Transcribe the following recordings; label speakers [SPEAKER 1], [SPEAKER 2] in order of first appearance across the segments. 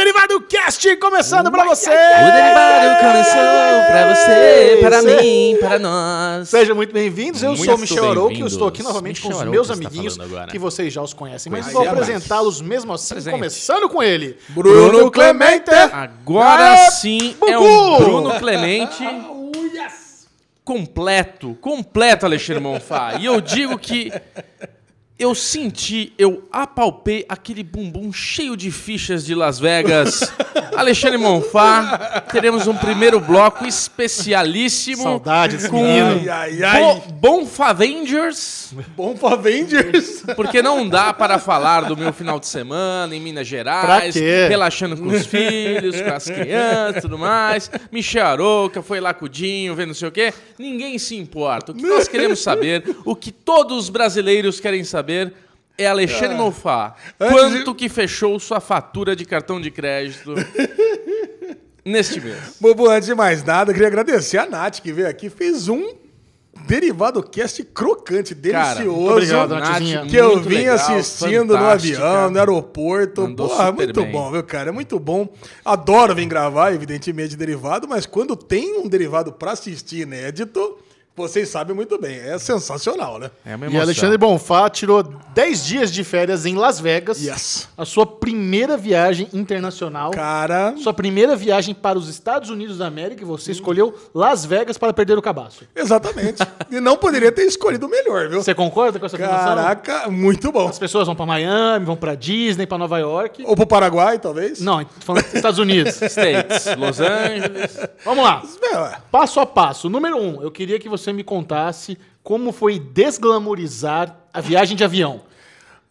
[SPEAKER 1] É
[SPEAKER 2] BabilCast começando pra você!
[SPEAKER 1] Tudo em barulho começou pra você, para mim, para nós.
[SPEAKER 2] Sejam muito bem-vindos, eu
[SPEAKER 1] Muito
[SPEAKER 2] sou o Michel
[SPEAKER 1] bem-vindos.
[SPEAKER 2] Arouca e eu estou aqui novamente com os
[SPEAKER 1] Michel
[SPEAKER 2] meus
[SPEAKER 1] Arouca está
[SPEAKER 2] amiguinhos,
[SPEAKER 1] falando agora. é,
[SPEAKER 2] que vocês já os conhecem, mas
[SPEAKER 1] Mas
[SPEAKER 2] vou
[SPEAKER 1] e abraço.
[SPEAKER 2] apresentá-los mesmo assim,
[SPEAKER 1] Presente.
[SPEAKER 2] começando com ele,
[SPEAKER 1] Bruno Clemente. Ah, Agora
[SPEAKER 2] É,
[SPEAKER 1] sim
[SPEAKER 2] Bubu.
[SPEAKER 1] é o Bruno Clemente. completo, completo, Alexandre Monfá. E eu digo que eu senti, eu apalpei aquele bumbum cheio de fichas de Las Vegas. Alexandre Monfá, teremos um primeiro bloco especialíssimo.
[SPEAKER 2] É. Saudade desse
[SPEAKER 1] com
[SPEAKER 2] menino.
[SPEAKER 3] Ai, ai, ai.
[SPEAKER 1] Bom Favengers.
[SPEAKER 3] Bom pra Avengers.
[SPEAKER 1] Porque não dá para falar do meu final de semana em Minas
[SPEAKER 2] Pra
[SPEAKER 1] Gerais,
[SPEAKER 2] quê?
[SPEAKER 1] relaxando com os filhos, com as crianças, tudo mais. Michel Aroca foi lá com o Dinho, vendo não sei o quê. Ninguém se importa. O que nós queremos saber, o que todos os brasileiros querem saber é Alexandre Monfá.
[SPEAKER 3] Ah. Antes
[SPEAKER 1] Quanto que fechou sua fatura de cartão de crédito neste mês?
[SPEAKER 3] Bobo, antes de mais nada, eu queria agradecer a Nath que veio aqui, fez um derivado cast crocante,
[SPEAKER 1] Cara,
[SPEAKER 3] delicioso.
[SPEAKER 2] muito obrigado,
[SPEAKER 1] Nath,
[SPEAKER 2] Natizinha.
[SPEAKER 3] Que eu
[SPEAKER 1] muito
[SPEAKER 3] vim
[SPEAKER 1] legal,
[SPEAKER 3] assistindo no
[SPEAKER 1] fantástica.
[SPEAKER 3] avião, no aeroporto.
[SPEAKER 1] Mandou
[SPEAKER 3] Porra,
[SPEAKER 1] super
[SPEAKER 3] muito
[SPEAKER 1] bem.
[SPEAKER 3] bom, viu, cara? É muito bom. Adoro vir gravar, evidentemente, derivado, mas quando tem um derivado pra assistir inédito, vocês sabem muito bem. É sensacional, né?
[SPEAKER 1] É uma
[SPEAKER 2] E
[SPEAKER 1] emoção.
[SPEAKER 2] Alexandre Bonfá tirou 10 dias de férias em Las Vegas,
[SPEAKER 3] Yes.
[SPEAKER 2] a sua primeira viagem internacional.
[SPEAKER 3] Cara.
[SPEAKER 2] Sua primeira viagem para os Estados Unidos da América e
[SPEAKER 1] Hum.
[SPEAKER 2] você escolheu Las Vegas para perder o cabaço.
[SPEAKER 3] Exatamente. e não poderia ter escolhido o melhor, viu?
[SPEAKER 2] Você concorda com essa afirmação?
[SPEAKER 3] Caraca, muito bom.
[SPEAKER 2] As pessoas vão pra Miami, vão pra Disney, pra Nova York.
[SPEAKER 3] Ou pro Paraguai, talvez?
[SPEAKER 2] Não, tô falando dos Estados Unidos.
[SPEAKER 1] States, Los Angeles.
[SPEAKER 2] Vamos lá.
[SPEAKER 3] É, ué.
[SPEAKER 2] Passo a passo. Número um, eu queria que você me contasse como foi desglamorizar a viagem de avião.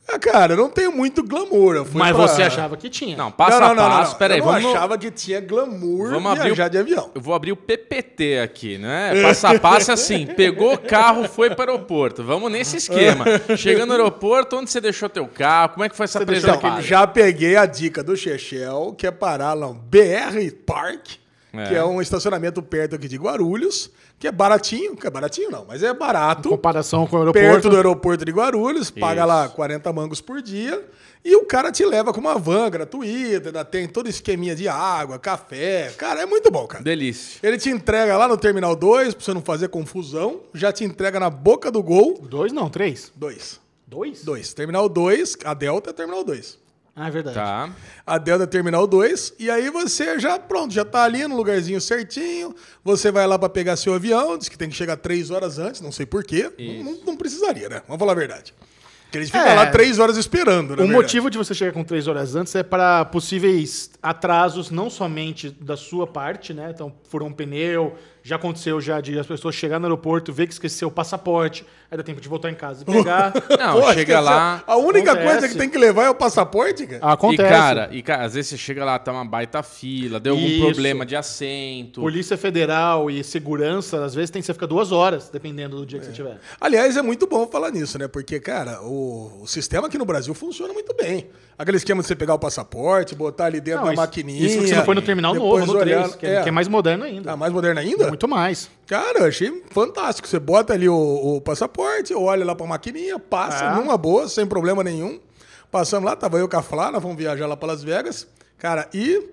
[SPEAKER 3] Ah, cara, eu não tenho muito glamour. Eu fui
[SPEAKER 2] Mas
[SPEAKER 3] pra-
[SPEAKER 2] você achava que tinha.
[SPEAKER 1] Não, passo
[SPEAKER 3] não, não,
[SPEAKER 1] a
[SPEAKER 3] não,
[SPEAKER 1] passo.
[SPEAKER 3] não.
[SPEAKER 1] Peraí,
[SPEAKER 3] eu não
[SPEAKER 1] vamos... no-
[SPEAKER 3] achava que tinha glamour
[SPEAKER 1] Vamos abrir o-
[SPEAKER 3] viajar de avião.
[SPEAKER 1] Eu vou abrir o PPT aqui, né? Passo a passo é assim, pegou o carro, foi para o aeroporto. Vamos nesse esquema. Chegando no aeroporto, onde você deixou teu carro? Como é que foi essa
[SPEAKER 2] deixou
[SPEAKER 1] presa
[SPEAKER 3] Então,
[SPEAKER 1] aqui?
[SPEAKER 3] já peguei a dica do Chechel, que é parar lá no BR Park,
[SPEAKER 1] É.
[SPEAKER 3] que é um estacionamento perto aqui de Guarulhos, que é baratinho, que é baratinho não, mas é barato.
[SPEAKER 2] Em comparação com o aeroporto.
[SPEAKER 3] perto do aeroporto de Guarulhos, paga lá 40 mangos por dia, e o cara te leva com uma van gratuita, ainda tem todo esqueminha de água, café. Cara, é muito bom, cara.
[SPEAKER 1] Delícia.
[SPEAKER 3] Ele te entrega lá no Terminal 2, pra você não fazer confusão. Já te entrega na boca do gol.
[SPEAKER 2] Dois não, três.
[SPEAKER 3] 2.
[SPEAKER 2] Dois?
[SPEAKER 3] 2. Terminal 2, a Delta é Terminal 2.
[SPEAKER 2] Ah, é verdade.
[SPEAKER 1] Tá.
[SPEAKER 3] A Delta é Terminal 2. E aí você já, pronto, já tá ali no lugarzinho certinho. Você vai lá pra pegar seu avião. Diz que tem que chegar 3 horas antes, não sei porquê. Não, não precisaria, né? Vamos falar a verdade. Porque eles ficam
[SPEAKER 2] É.
[SPEAKER 3] lá 3 horas esperando, né?
[SPEAKER 2] O motivo de você chegar com três horas antes é para possíveis atrasos, não somente da sua parte, né? Então, furou um pneu, já aconteceu já de as pessoas chegarem no aeroporto, ver que esqueceu o passaporte, aí dá tempo de voltar em casa e pegar.
[SPEAKER 1] Não, chega lá.
[SPEAKER 3] A única
[SPEAKER 2] acontece.
[SPEAKER 3] coisa que tem que levar é o passaporte, cara.
[SPEAKER 2] Acontece.
[SPEAKER 1] E cara, e cara, às vezes você chega lá, tá uma baita fila, deu algum
[SPEAKER 2] Isso.
[SPEAKER 1] problema de assento.
[SPEAKER 2] Polícia Federal e segurança, às vezes, tem que você ficar duas horas, dependendo do dia que você tiver.
[SPEAKER 3] Aliás, é muito bom falar nisso, né? Porque, cara, o, o sistema aqui no Brasil funciona muito bem. Aquele esquema de você pegar o passaporte, botar ali dentro
[SPEAKER 2] Não,
[SPEAKER 3] da
[SPEAKER 2] isso-
[SPEAKER 3] maquininha.
[SPEAKER 2] Isso que você não foi no terminal novo,
[SPEAKER 3] depois
[SPEAKER 2] no 3,
[SPEAKER 3] olhar-
[SPEAKER 2] que, é, que é mais moderno ainda.
[SPEAKER 3] Ah, mais moderno ainda?
[SPEAKER 2] Muito mais.
[SPEAKER 3] Cara, eu achei fantástico. Você bota ali o, o passaporte, olha lá pra maquininha, passa
[SPEAKER 2] Ah.
[SPEAKER 3] numa boa, sem problema nenhum. Passamos lá, tava eu com a Flá, nós vamos viajar lá pra Las Vegas. Cara, e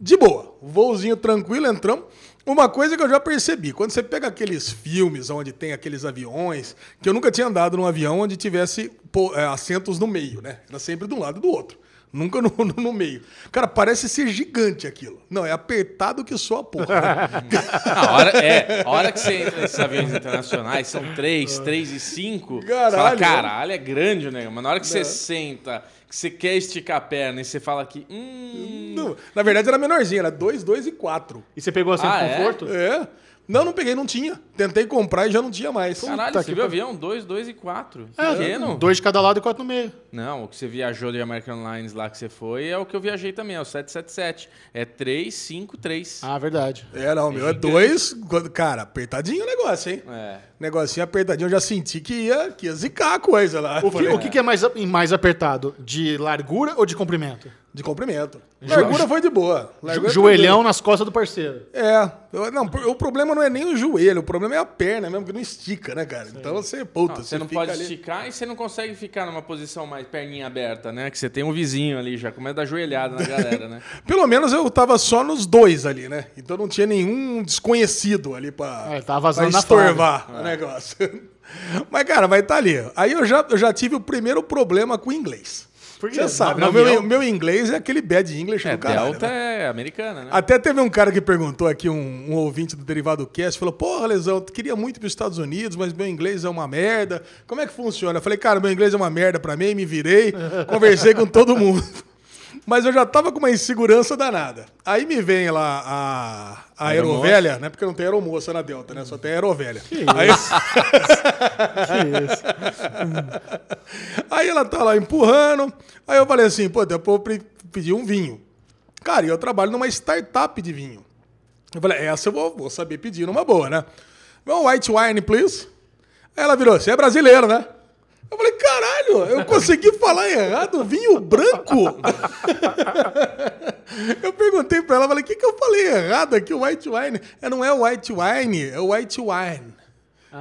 [SPEAKER 3] de boa. Voozinho tranquilo, entramos. Uma coisa que eu já percebi, quando você pega aqueles filmes onde tem aqueles aviões, que eu nunca tinha andado num avião onde tivesse pô, é, assentos no meio, né? Era sempre de um lado e do outro. Nunca no, no- no meio. Cara, parece ser gigante aquilo. Não, é apertado que só a porra. né?
[SPEAKER 1] A hora, é, a hora que você entra nesses aviões internacionais, são três, três e cinco. você fala,
[SPEAKER 3] Caralho.
[SPEAKER 1] caralho, é grande o negócio. Mas na hora que
[SPEAKER 2] É.
[SPEAKER 1] você senta, que você quer esticar a perna e você fala que. Hum,
[SPEAKER 3] Não, na verdade era menorzinha, era 2, 2 e 4.
[SPEAKER 2] E você pegou assim
[SPEAKER 1] Ah,
[SPEAKER 2] ah,
[SPEAKER 1] é?
[SPEAKER 2] conforto?
[SPEAKER 3] É. Não, não peguei, não tinha. Tentei comprar e já não tinha mais.
[SPEAKER 1] Caralho,
[SPEAKER 2] Puta
[SPEAKER 1] você
[SPEAKER 2] que
[SPEAKER 1] viu o
[SPEAKER 2] pa-
[SPEAKER 1] avião? 2, 2 e 4.
[SPEAKER 2] É,
[SPEAKER 1] Pequeno?
[SPEAKER 2] dois de cada lado e quatro no meio.
[SPEAKER 1] Não, o que você viajou de American Lines lá que você foi é o que eu viajei também, é o 777. É 3, 5, 3.
[SPEAKER 2] Ah, verdade.
[SPEAKER 3] É, não, meu, é dois. quando- Cara, apertadinho o negócio, hein?
[SPEAKER 1] É.
[SPEAKER 3] Negocinho apertadinho, eu já senti que ia, que ia zicar a coisa lá.
[SPEAKER 2] O que, é
[SPEAKER 3] Falei,
[SPEAKER 2] o que que é mais, mais apertado? De largura ou de comprimento?
[SPEAKER 3] De comprimento. Largura foi de boa. Largura
[SPEAKER 2] Joelhão nas costas do parceiro.
[SPEAKER 3] É. Eu- não, por- o problema não é nem o joelho, o problema é a perna mesmo, que não estica, né, cara? Então você, puta,
[SPEAKER 1] Não,
[SPEAKER 3] você,
[SPEAKER 1] você não
[SPEAKER 3] fica
[SPEAKER 1] pode
[SPEAKER 3] ali.
[SPEAKER 1] esticar e você não consegue ficar numa posição mais perninha aberta, né? Que você tem um vizinho ali já, começa a dar ajoelhada na galera, né?
[SPEAKER 3] Pelo menos eu tava só nos dois ali, né? Então não tinha nenhum desconhecido ali pra,
[SPEAKER 2] É, tava vazando
[SPEAKER 3] pra
[SPEAKER 2] na
[SPEAKER 3] estorvar o negócio. Mas, cara, vai tá ali. Aí eu já, eu já tive o primeiro problema com o inglês.
[SPEAKER 2] Por quê?
[SPEAKER 3] Você sabe,
[SPEAKER 2] No
[SPEAKER 3] né? O meu,
[SPEAKER 2] avião?
[SPEAKER 3] meu inglês é aquele bad English
[SPEAKER 1] É,
[SPEAKER 3] do caralho.
[SPEAKER 1] Delta
[SPEAKER 3] né?
[SPEAKER 1] é americana, né?
[SPEAKER 3] Até teve um cara que perguntou aqui, um, um ouvinte do Derivado Cast, falou: Porra, Lesão, eu queria muito ir para os Estados Unidos, mas meu inglês é uma merda. Como é que funciona? Eu falei: Cara, meu inglês é uma merda para mim, me virei, conversei com todo mundo. Mas eu já tava com uma insegurança danada. Aí me vem lá a, a
[SPEAKER 1] Aeromoça.
[SPEAKER 3] aerovelha, né? Porque não tem aeromoça na Delta, né? Só tem aerovelha. Aí,
[SPEAKER 2] Que isso.
[SPEAKER 3] aí ela tá lá empurrando. Aí eu falei assim: Pô, eu vou pre- pedir um vinho. Cara, e eu trabalho numa startup de vinho. Eu falei, essa eu vou, vou saber pedir numa boa, né? Meu white wine, please. Aí ela virou, você é brasileiro, né? Eu falei, caralho, eu consegui falar errado, vinho branco. eu perguntei pra ela, falei, o que, que eu falei errado aqui, white wine? É, não é white wine, é white wine.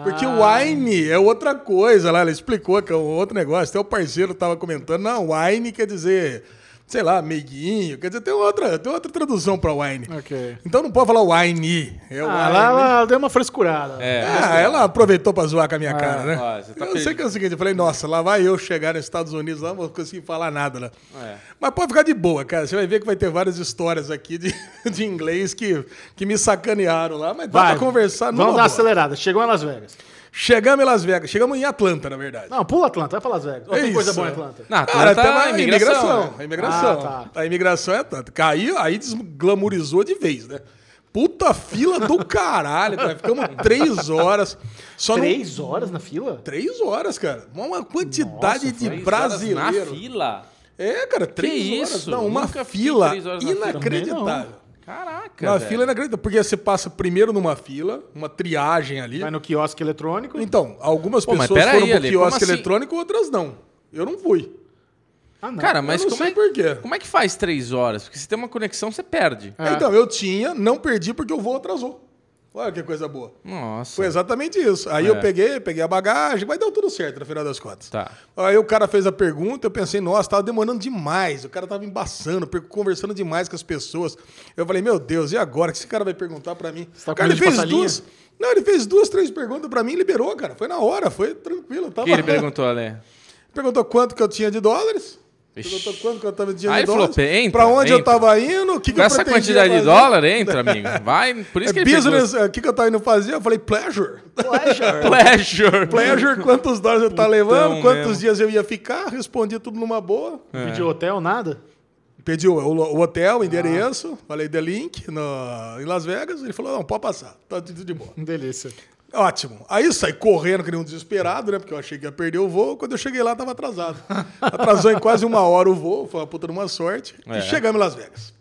[SPEAKER 3] Porque
[SPEAKER 2] Ah.
[SPEAKER 3] wine é outra coisa lá, ela explicou que é um outro negócio. Até o parceiro tava comentando, não, wine quer dizer, sei lá, meiguinho, quer dizer, tem outra, tem outra tradução pra wine.
[SPEAKER 2] Ok.
[SPEAKER 3] Então não pode falar wine. É o
[SPEAKER 2] Ah,
[SPEAKER 3] wine.
[SPEAKER 2] lá, lá deu uma frescurada.
[SPEAKER 1] É.
[SPEAKER 3] Ah, ela aproveitou pra zoar com a minha cara, né?
[SPEAKER 1] ó, você tá
[SPEAKER 3] eu
[SPEAKER 1] perdido.
[SPEAKER 3] sei que é o seguinte, eu falei, nossa, lá vai eu chegar nos Estados Unidos, lá não vou conseguir falar nada, né?
[SPEAKER 1] É.
[SPEAKER 3] Mas pode ficar de boa, cara. Você vai ver que vai ter várias histórias aqui de, de inglês que, que me sacanearam lá, mas dá pra conversar numa
[SPEAKER 2] Vamos dar
[SPEAKER 3] boa.
[SPEAKER 2] uma acelerada. Chegou em Las Vegas.
[SPEAKER 3] Chegamos em Las Vegas, chegamos em Atlanta, na verdade.
[SPEAKER 2] Não, pula Atlanta, vai pra Las Vegas. Ou
[SPEAKER 3] É
[SPEAKER 2] tem coisa
[SPEAKER 3] isso.
[SPEAKER 2] boa em Atlanta?
[SPEAKER 1] Não,
[SPEAKER 3] Cara,
[SPEAKER 1] Atlanta
[SPEAKER 3] tá
[SPEAKER 1] é
[SPEAKER 3] a imigração.
[SPEAKER 1] né?
[SPEAKER 3] A imigração.
[SPEAKER 2] Ah,
[SPEAKER 3] A imigração é tanto. Caiu, aí desglamorizou de vez, né? Puta fila do caralho, cara. Ficamos três horas. Só não-
[SPEAKER 2] Três horas na fila?
[SPEAKER 3] Três horas, cara. Uma- Uma quantidade de
[SPEAKER 1] Três horas Na
[SPEAKER 3] brasileiro.
[SPEAKER 1] fila.
[SPEAKER 3] É, cara, três horas.
[SPEAKER 1] isso?
[SPEAKER 3] Não, uma
[SPEAKER 1] Nunca fiquei
[SPEAKER 3] fila
[SPEAKER 1] três horas na fila.
[SPEAKER 3] inacreditável.
[SPEAKER 1] Caraca,
[SPEAKER 3] Uma
[SPEAKER 1] velho.
[SPEAKER 3] fila inacreditável. Porque você passa primeiro numa fila, uma triagem ali.
[SPEAKER 2] Vai no quiosque eletrônico.
[SPEAKER 3] Então, algumas
[SPEAKER 1] Pô, mas
[SPEAKER 3] pessoas
[SPEAKER 1] pera
[SPEAKER 3] foram
[SPEAKER 1] aí,
[SPEAKER 3] pro
[SPEAKER 1] Ale,
[SPEAKER 3] quiosque
[SPEAKER 1] como assim?
[SPEAKER 3] eletrônico, outras não. Eu não fui.
[SPEAKER 2] Ah, não.
[SPEAKER 1] Cara, mas
[SPEAKER 3] Eu não
[SPEAKER 1] como
[SPEAKER 3] sei
[SPEAKER 1] é,
[SPEAKER 3] por quê.
[SPEAKER 1] como é que faz três horas? Porque se tem uma conexão, você perde.
[SPEAKER 2] É.
[SPEAKER 3] Então, eu tinha, não perdi porque o voo atrasou. Olha que coisa boa.
[SPEAKER 1] Nossa.
[SPEAKER 3] Foi exatamente isso.
[SPEAKER 1] É.
[SPEAKER 3] Aí eu peguei, peguei a bagagem, mas deu tudo certo no final das contas.
[SPEAKER 1] Tá.
[SPEAKER 3] Aí o cara fez a pergunta, eu pensei, nossa, tava demorando demais. O cara tava embaçando, per- conversando demais com as pessoas. Eu falei, meu Deus, e agora? O que esse cara vai perguntar pra mim?
[SPEAKER 2] Você tá com
[SPEAKER 3] cara,
[SPEAKER 2] medo de passar
[SPEAKER 3] duas. Não, ele fez duas, três perguntas pra mim e liberou, cara. Foi na hora, foi tranquilo. eu
[SPEAKER 1] O
[SPEAKER 3] Tava...
[SPEAKER 1] que ele perguntou, Ale?
[SPEAKER 3] Perguntou quanto que eu tinha de dólares.
[SPEAKER 1] Ixi.
[SPEAKER 3] Perguntou quanto que eu tava de dinheiro
[SPEAKER 1] Aí
[SPEAKER 3] de
[SPEAKER 1] ele falou,
[SPEAKER 3] dólares.
[SPEAKER 1] "Entra,
[SPEAKER 3] pra onde eu
[SPEAKER 1] entra."
[SPEAKER 3] tava indo, o que, que
[SPEAKER 1] Com
[SPEAKER 3] eu
[SPEAKER 1] essa
[SPEAKER 3] pretendia
[SPEAKER 1] quantidade de
[SPEAKER 3] fazer.
[SPEAKER 1] dólar, entra, amigo. Vai, por isso que
[SPEAKER 3] É
[SPEAKER 1] ele perguntou.
[SPEAKER 3] business, o que, que eu tava indo fazer? Eu falei, pleasure.
[SPEAKER 1] Pleasure.
[SPEAKER 3] Pleasure, quantos dólares eu tá levando,
[SPEAKER 1] Então, mesmo.
[SPEAKER 3] quantos dias eu ia ficar, respondi tudo numa boa.
[SPEAKER 1] é.
[SPEAKER 2] Vídeo hotel, nada?
[SPEAKER 3] Pedi o, o hotel,
[SPEAKER 1] Ah.
[SPEAKER 3] o endereço, falei The Link no, em Las Vegas. Ele falou: não, pode passar, tá tudo de boa.
[SPEAKER 2] Delícia.
[SPEAKER 3] Ótimo. Aí eu saí correndo, que nem um desesperado, né? Porque eu achei que ia perder o voo. Quando eu cheguei lá, tava atrasado. Atrasou em quase uma hora o voo, foi uma puta de uma sorte.
[SPEAKER 1] É.
[SPEAKER 3] E chegamos em Las Vegas.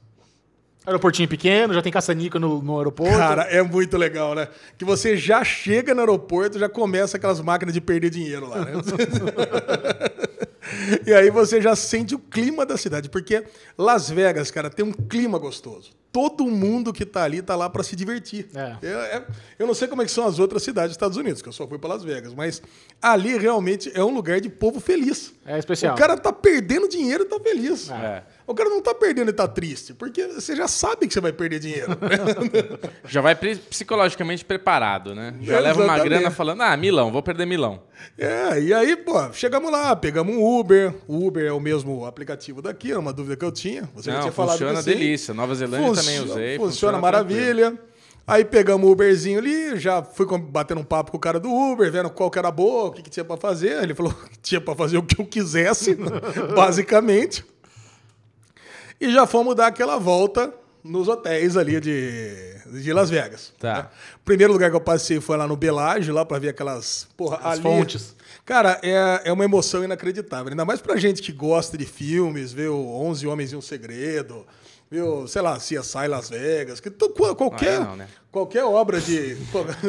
[SPEAKER 2] Aeroportinho pequeno, já tem caça-níquel no, no aeroporto.
[SPEAKER 3] Cara, é muito legal, né? Que você já chega no aeroporto, já começa aquelas máquinas de perder dinheiro lá, né? e aí você já sente o clima da cidade, porque Las Vegas, cara, tem um clima gostoso. Todo mundo que tá ali tá lá pra se divertir.
[SPEAKER 2] É.
[SPEAKER 3] Eu, é- eu não sei como é que são as outras cidades dos Estados Unidos, que eu só fui pra Las Vegas, mas ali realmente é um lugar de povo feliz.
[SPEAKER 2] É especial.
[SPEAKER 3] O cara tá perdendo dinheiro e tá feliz.
[SPEAKER 1] É.
[SPEAKER 3] O cara não tá perdendo e tá triste, porque você já sabe que você vai perder dinheiro.
[SPEAKER 1] Já vai pre- psicologicamente preparado, né? Já leva uma
[SPEAKER 3] Exatamente.
[SPEAKER 1] grana falando, ah, Milão, vou perder Milão.
[SPEAKER 3] É, e aí, pô, chegamos lá, pegamos um Uber. O Uber é o mesmo aplicativo daqui, era uma dúvida que eu tinha. Você já
[SPEAKER 1] Não,
[SPEAKER 3] tinha falado
[SPEAKER 1] funciona
[SPEAKER 3] que sim.
[SPEAKER 1] delícia. Nova Zelândia
[SPEAKER 3] Funcio-
[SPEAKER 1] também usei.
[SPEAKER 3] Funciona, maravilha. é Aí pegamos o Uberzinho ali, já fui com- batendo um papo com o cara do Uber, vendo qual que era a boa, o que, que tinha pra fazer. Ele falou que tinha pra fazer o que eu quisesse, basicamente. E já fomos dar aquela volta nos hotéis ali de, de Las Vegas.
[SPEAKER 1] Tá.
[SPEAKER 3] né? Primeiro lugar que eu passei foi lá no Bellagio, lá pra ver aquelas... Porra,
[SPEAKER 2] As fontes.
[SPEAKER 3] Cara, é, é uma emoção inacreditável. Ainda mais pra gente que gosta de filmes, vê o 11 Homens e um Segredo, vê o, sei lá, CSI Las Vegas, que tu- qual- qualquer,
[SPEAKER 1] Ah, é não, né?
[SPEAKER 3] qualquer obra de...